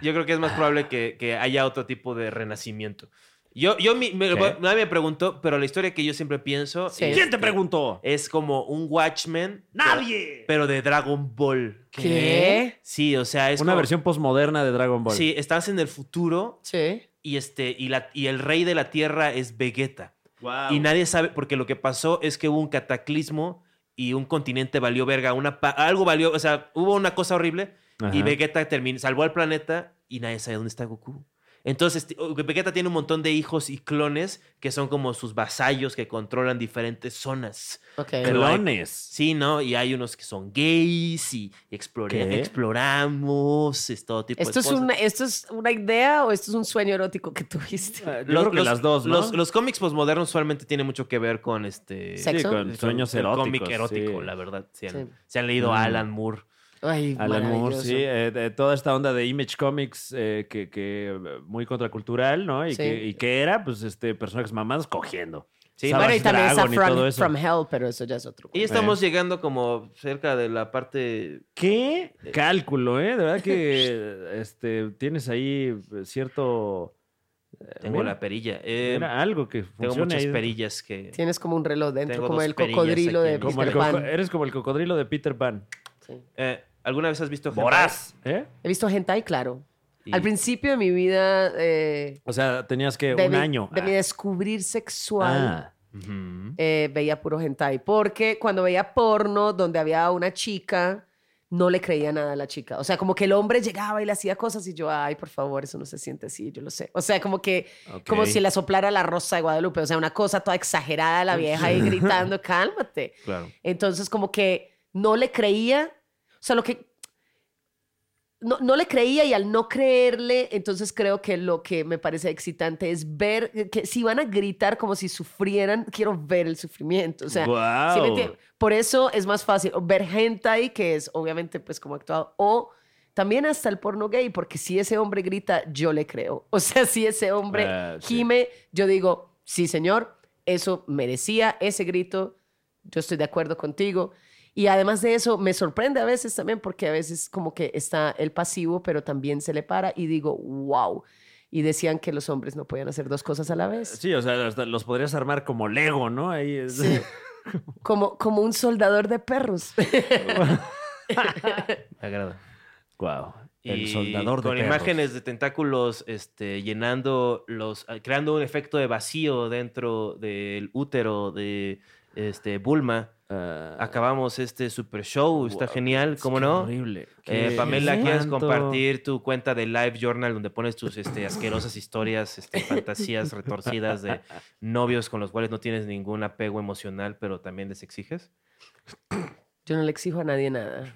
[SPEAKER 1] yo creo que es más probable que, que haya otro tipo de renacimiento. Yo, yo mi- me,
[SPEAKER 3] Sí.
[SPEAKER 1] nadie me preguntó, pero la historia que yo siempre pienso
[SPEAKER 2] Sí.
[SPEAKER 1] es,
[SPEAKER 3] ¿Quién te preguntó?
[SPEAKER 1] es como un Watchmen.
[SPEAKER 3] ¡Nadie!
[SPEAKER 1] Pero, pero de Dragon Ball.
[SPEAKER 2] ¿Qué?
[SPEAKER 1] Sí, o sea, es
[SPEAKER 3] Una
[SPEAKER 1] como-
[SPEAKER 3] versión postmoderna de Dragon Ball.
[SPEAKER 1] Sí, estás en el futuro
[SPEAKER 2] Sí.
[SPEAKER 1] y, este, y, la, y el rey de la tierra es Vegeta.
[SPEAKER 3] Ah,
[SPEAKER 4] Wow.
[SPEAKER 1] Y nadie sabe, porque lo que pasó es que hubo un cataclismo y un continente valió verga, una pa- algo valió, o sea, hubo una cosa horrible y
[SPEAKER 3] Ajá.
[SPEAKER 1] Vegeta terminó, salvó al planeta y nadie sabe dónde está Goku. Entonces, t- o- Vegeta tiene un montón de hijos y clones que son como sus vasallos que controlan diferentes zonas.
[SPEAKER 2] Ok.
[SPEAKER 1] Pero hay-
[SPEAKER 3] Clones.
[SPEAKER 1] Sí, ¿no? Y hay unos que son gays y explore-
[SPEAKER 3] ¿Qué?
[SPEAKER 1] exploramos, es todo tipo
[SPEAKER 2] ¿Esto
[SPEAKER 1] de
[SPEAKER 2] es,
[SPEAKER 1] cosas.
[SPEAKER 2] una, ¿Esto es una idea o esto es un sueño erótico que tuviste?
[SPEAKER 3] Ah, Yo creo que las dos, ¿no?
[SPEAKER 1] los, los cómics posmodernos usualmente tienen mucho que ver con este...
[SPEAKER 2] Sexo.
[SPEAKER 3] sí, con
[SPEAKER 1] el-
[SPEAKER 3] sueños
[SPEAKER 1] el
[SPEAKER 3] eróticos.
[SPEAKER 1] cómic erótico,
[SPEAKER 3] sí.
[SPEAKER 1] la verdad. Se han,
[SPEAKER 2] Sí.
[SPEAKER 1] se han leído a
[SPEAKER 3] Mm.
[SPEAKER 1] Alan Moore.
[SPEAKER 2] Ay,
[SPEAKER 3] Alan Moore, sí,
[SPEAKER 2] maravilloso.
[SPEAKER 3] eh, de toda esta onda de Image Comics eh, que, que, eh, muy contracultural, ¿no? Y,
[SPEAKER 2] Sí.
[SPEAKER 3] que, y que era, pues, este, personajes mamados cogiendo.
[SPEAKER 1] Sí,
[SPEAKER 3] Savage
[SPEAKER 2] Bueno, y también está
[SPEAKER 3] Dragon y todo
[SPEAKER 2] from,
[SPEAKER 3] eso.
[SPEAKER 2] From Hell, pero eso ya es otro.
[SPEAKER 1] Y estamos llegando como cerca de la parte... eh,
[SPEAKER 3] ¿Qué cálculo, eh? De verdad que este, tienes ahí cierto... eh,
[SPEAKER 1] Tengo
[SPEAKER 3] mira,
[SPEAKER 1] la perilla. Eh,
[SPEAKER 3] mira, algo que
[SPEAKER 1] tengo
[SPEAKER 3] funciona
[SPEAKER 1] muchas
[SPEAKER 3] ahí.
[SPEAKER 1] perillas que...
[SPEAKER 2] Tienes como un reloj dentro,
[SPEAKER 1] Tengo
[SPEAKER 2] como
[SPEAKER 1] dos
[SPEAKER 2] el
[SPEAKER 1] perillas
[SPEAKER 2] cocodrilo
[SPEAKER 1] aquí
[SPEAKER 2] de
[SPEAKER 1] en mi
[SPEAKER 3] Como el
[SPEAKER 2] Peter
[SPEAKER 3] coco-
[SPEAKER 2] Pan.
[SPEAKER 3] eres como el cocodrilo de Peter Pan.
[SPEAKER 2] Sí.
[SPEAKER 1] Eh, ¿Alguna vez has visto... hentai?
[SPEAKER 3] Voraz, ¿eh?
[SPEAKER 2] He visto hentai, claro.
[SPEAKER 1] Y-
[SPEAKER 2] Al principio de mi vida, eh,
[SPEAKER 3] O sea, tenías que
[SPEAKER 2] de,
[SPEAKER 3] un
[SPEAKER 2] mi,
[SPEAKER 3] año.
[SPEAKER 2] de mi
[SPEAKER 3] Ah.
[SPEAKER 2] descubrir sexual,
[SPEAKER 3] Ah.
[SPEAKER 1] Ujú.
[SPEAKER 2] eh, veía puro hentai. Porque cuando veía porno donde había una chica, no le creía nada a la chica. O sea, como que el hombre llegaba y le hacía cosas y yo, ay, por favor, eso no se siente así, yo lo sé. O sea, como que, como
[SPEAKER 3] Ok.
[SPEAKER 2] si le soplara la rosa de Guadalupe. O sea, una cosa toda exagerada, la vieja ahí gritando, cálmate.
[SPEAKER 1] Claro.
[SPEAKER 2] Entonces, como que no le creía, o sea, lo que... No, no le creía y al no creerle, entonces creo que lo que me parece excitante es ver que si van a gritar como si sufrieran, quiero ver el sufrimiento. O sea, ¿sí me
[SPEAKER 3] Guau.
[SPEAKER 2] entiendes? por eso es más fácil o ver hentai, que es obviamente pues como actuado, o también hasta el porno gay, porque si ese hombre grita, yo le creo. O sea, si ese hombre
[SPEAKER 3] Ah, sí.
[SPEAKER 2] gime, yo digo, sí señor, eso merecía ese grito, yo estoy de acuerdo contigo. Y además de eso, me sorprende a veces también, porque a veces como que está el pasivo, pero también se le para y digo, wow. Y decían que los hombres no podían hacer dos cosas a la vez.
[SPEAKER 3] Sí, o sea, hasta los podrías armar como Lego, ¿no? Ahí es-
[SPEAKER 2] Sí. Como, como un soldador de perros.
[SPEAKER 1] Me agrada.
[SPEAKER 3] Wow. El
[SPEAKER 1] Y
[SPEAKER 3] soldador de
[SPEAKER 1] con
[SPEAKER 3] perros.
[SPEAKER 1] imágenes de tentáculos este, llenando los eh, creando un efecto de vacío dentro del útero de este Bulma
[SPEAKER 3] Ah,
[SPEAKER 1] acabamos este super show está
[SPEAKER 3] Wow,
[SPEAKER 1] genial
[SPEAKER 3] es
[SPEAKER 1] cómo
[SPEAKER 3] que
[SPEAKER 1] no
[SPEAKER 3] Horrible.
[SPEAKER 1] Eh,
[SPEAKER 3] Qué
[SPEAKER 1] Pamela quieres
[SPEAKER 3] espanto.
[SPEAKER 1] compartir tu cuenta de live journal donde pones tus este, asquerosas historias este, fantasías retorcidas de novios con los cuales no tienes ningún apego emocional pero también les exiges
[SPEAKER 2] Yo no le exijo a nadie nada.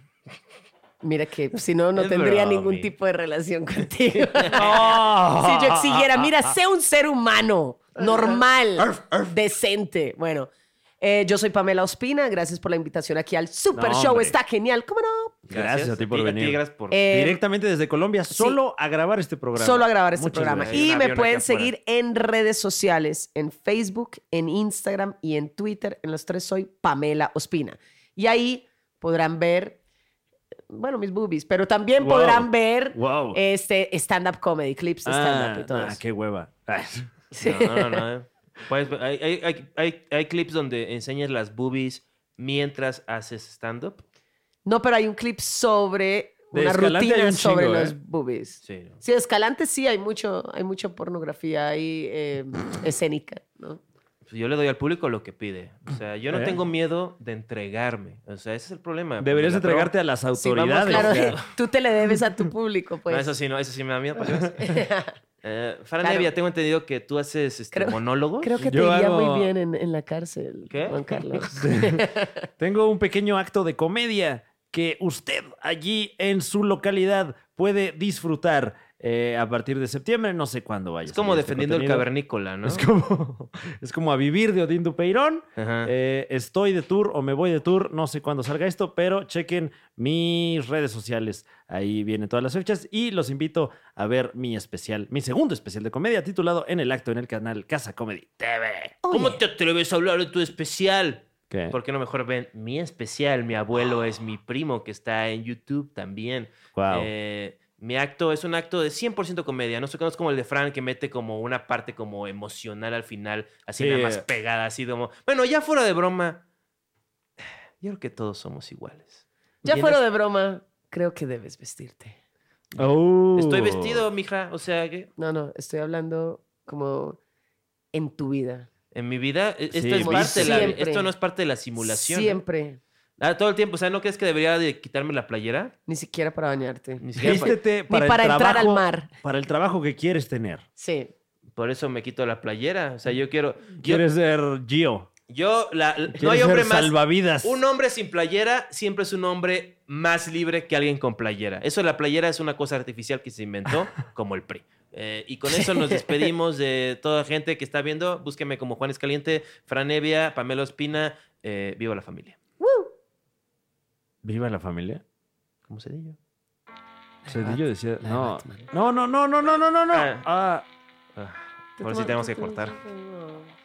[SPEAKER 2] Mira que si no, no
[SPEAKER 1] Es
[SPEAKER 2] tendría
[SPEAKER 1] broma.
[SPEAKER 2] ningún tipo de relación contigo.
[SPEAKER 3] ¡Oh!
[SPEAKER 2] si yo exigiera, mira, sé un ser humano normal, decente. Bueno, eh, yo soy Pamela Ospina. Gracias por la invitación aquí al Super
[SPEAKER 3] No,
[SPEAKER 2] Show.
[SPEAKER 3] hombre.
[SPEAKER 2] Está genial. ¿Cómo no?
[SPEAKER 3] Gracias a ti por
[SPEAKER 1] Y
[SPEAKER 3] venir.
[SPEAKER 1] gracias por
[SPEAKER 2] Eh,
[SPEAKER 3] Directamente desde Colombia, solo a grabar este programa.
[SPEAKER 2] Solo a grabar este
[SPEAKER 3] Muchas
[SPEAKER 2] programa.
[SPEAKER 3] gracias.
[SPEAKER 1] Hay
[SPEAKER 2] Y
[SPEAKER 1] un
[SPEAKER 2] me
[SPEAKER 1] avión
[SPEAKER 2] pueden
[SPEAKER 1] aquí afuera.
[SPEAKER 2] seguir en redes sociales, en Facebook, en Instagram y en Twitter. En los tres soy Pamela Ospina. Y ahí podrán ver, bueno, mis boobies, pero también
[SPEAKER 3] Wow.
[SPEAKER 2] podrán ver
[SPEAKER 3] Wow.
[SPEAKER 2] este stand-up comedy, clips de stand-up
[SPEAKER 3] ah,
[SPEAKER 2] y todo
[SPEAKER 3] ah,
[SPEAKER 2] eso.
[SPEAKER 3] qué hueva. Ay,
[SPEAKER 1] No, no, no. eh. Puedes ver- hay, hay- hay- hay- hay clips donde enseñas las boobies mientras haces stand-up.
[SPEAKER 2] No, pero hay un clip sobre
[SPEAKER 3] De
[SPEAKER 2] una
[SPEAKER 3] Escalante hay
[SPEAKER 2] rutina
[SPEAKER 3] un
[SPEAKER 2] sobre
[SPEAKER 3] chingo, ¿eh?
[SPEAKER 2] los boobies. Sí.
[SPEAKER 1] Sí. ¿no?
[SPEAKER 2] Escalante sí, hay mucho, hay mucha pornografía ahí eh, escénica, ¿no?
[SPEAKER 1] Pues Yo le doy al público lo que pide. O sea, yo no
[SPEAKER 3] ¿Eh?
[SPEAKER 1] tengo miedo de entregarme. O sea, ese es el problema.
[SPEAKER 3] Deberías
[SPEAKER 1] Pero-
[SPEAKER 3] entregarte a las
[SPEAKER 2] Sí, vamos,
[SPEAKER 3] autoridades.
[SPEAKER 2] claro,
[SPEAKER 3] ya.
[SPEAKER 2] tú te le debes a tu público,
[SPEAKER 1] No,
[SPEAKER 2] pues.
[SPEAKER 1] eso sí, no, eso sí me da miedo. ¿para qué vas? Eh, Fran
[SPEAKER 2] Claro.
[SPEAKER 1] Evia, tengo entendido que tú haces este,
[SPEAKER 2] Creo-
[SPEAKER 1] monólogos.
[SPEAKER 2] Creo que te
[SPEAKER 3] Yo
[SPEAKER 2] iría
[SPEAKER 3] hago-
[SPEAKER 2] muy bien en, en la cárcel,
[SPEAKER 1] ¿Qué?
[SPEAKER 2] Juan Carlos.
[SPEAKER 3] Tengo un pequeño acto de comedia que usted allí en su localidad puede disfrutar eh, a partir de septiembre, no sé cuándo vaya.
[SPEAKER 1] es
[SPEAKER 3] a
[SPEAKER 1] como
[SPEAKER 3] salir este
[SPEAKER 1] defendiendo el
[SPEAKER 3] contenido.
[SPEAKER 1] cavernícola, ¿no?
[SPEAKER 3] Es como, es como a vivir de Odín Dupeirón.
[SPEAKER 1] Ajá.
[SPEAKER 3] Eh, estoy de tour o me voy de tour, no sé cuándo salga esto, pero chequen mis redes sociales. Ahí vienen todas las fechas y los invito a ver mi especial, mi segundo especial de comedia titulado En el acto en el canal Casa Comedy TV.
[SPEAKER 1] ¿Cómo
[SPEAKER 2] Oye,
[SPEAKER 1] te atreves a hablar de tu especial?
[SPEAKER 3] ¿Qué?
[SPEAKER 1] ¿Por qué no mejor ven mi especial? Mi abuelo es mi primo que está en YouTube también.
[SPEAKER 3] Wow.
[SPEAKER 1] Eh, mi acto es un acto de 100% comedia. No sé, no es como el de Fran que mete como una parte como emocional al final, así
[SPEAKER 3] Sí,
[SPEAKER 1] nada más
[SPEAKER 3] eh.
[SPEAKER 1] pegada, así como... Bueno, ya fuera de broma, yo creo que todos somos iguales.
[SPEAKER 2] ya
[SPEAKER 1] Y en
[SPEAKER 2] fuera
[SPEAKER 1] es-
[SPEAKER 2] de broma, creo que debes vestirte.
[SPEAKER 3] Oh.
[SPEAKER 1] Estoy vestido, mija. O sea, que
[SPEAKER 2] No, no, estoy hablando como en tu vida.
[SPEAKER 1] en mi vida, e- esto,
[SPEAKER 3] Sí,
[SPEAKER 1] es
[SPEAKER 3] muy
[SPEAKER 1] parte de la-
[SPEAKER 2] siempre.
[SPEAKER 1] esto no es parte de la simulación. ¿eh?
[SPEAKER 2] Siempre.
[SPEAKER 1] Ah, todo el tiempo. O sea, ¿no crees que debería de quitarme la playera?
[SPEAKER 2] Ni siquiera para bañarte.
[SPEAKER 1] Ni siquiera pa-
[SPEAKER 3] Vístete para,
[SPEAKER 2] Ni para
[SPEAKER 3] el
[SPEAKER 2] entrar
[SPEAKER 3] trabajo,
[SPEAKER 2] al mar.
[SPEAKER 3] Para el trabajo que quieres tener.
[SPEAKER 2] Sí.
[SPEAKER 1] Por eso me quito la playera. O sea, yo quiero. Yo,
[SPEAKER 3] Quieres ser Gio.
[SPEAKER 1] yo la, la- no
[SPEAKER 3] Quieres
[SPEAKER 1] hay hombre
[SPEAKER 3] ser
[SPEAKER 1] más.
[SPEAKER 3] salvavidas.
[SPEAKER 1] Un hombre sin playera siempre es un hombre más libre que alguien con playera. Eso de la playera es una cosa artificial que se inventó, como el PRI. Eh, y con eso nos despedimos de toda gente que está viendo. Búsquenme como Juan Escaliente, Fran Evia, Pamela Espina. eh, viva la familia.
[SPEAKER 3] Viva la familia.
[SPEAKER 1] ¿Cómo se dice?
[SPEAKER 3] Cedillo decía.
[SPEAKER 2] la de
[SPEAKER 3] No.
[SPEAKER 2] Batman.
[SPEAKER 3] no, no, no, no, no, no, no, no.
[SPEAKER 1] Ah.
[SPEAKER 3] Ah.
[SPEAKER 1] Ah, ahora sí tenemos que cortar.
[SPEAKER 2] No.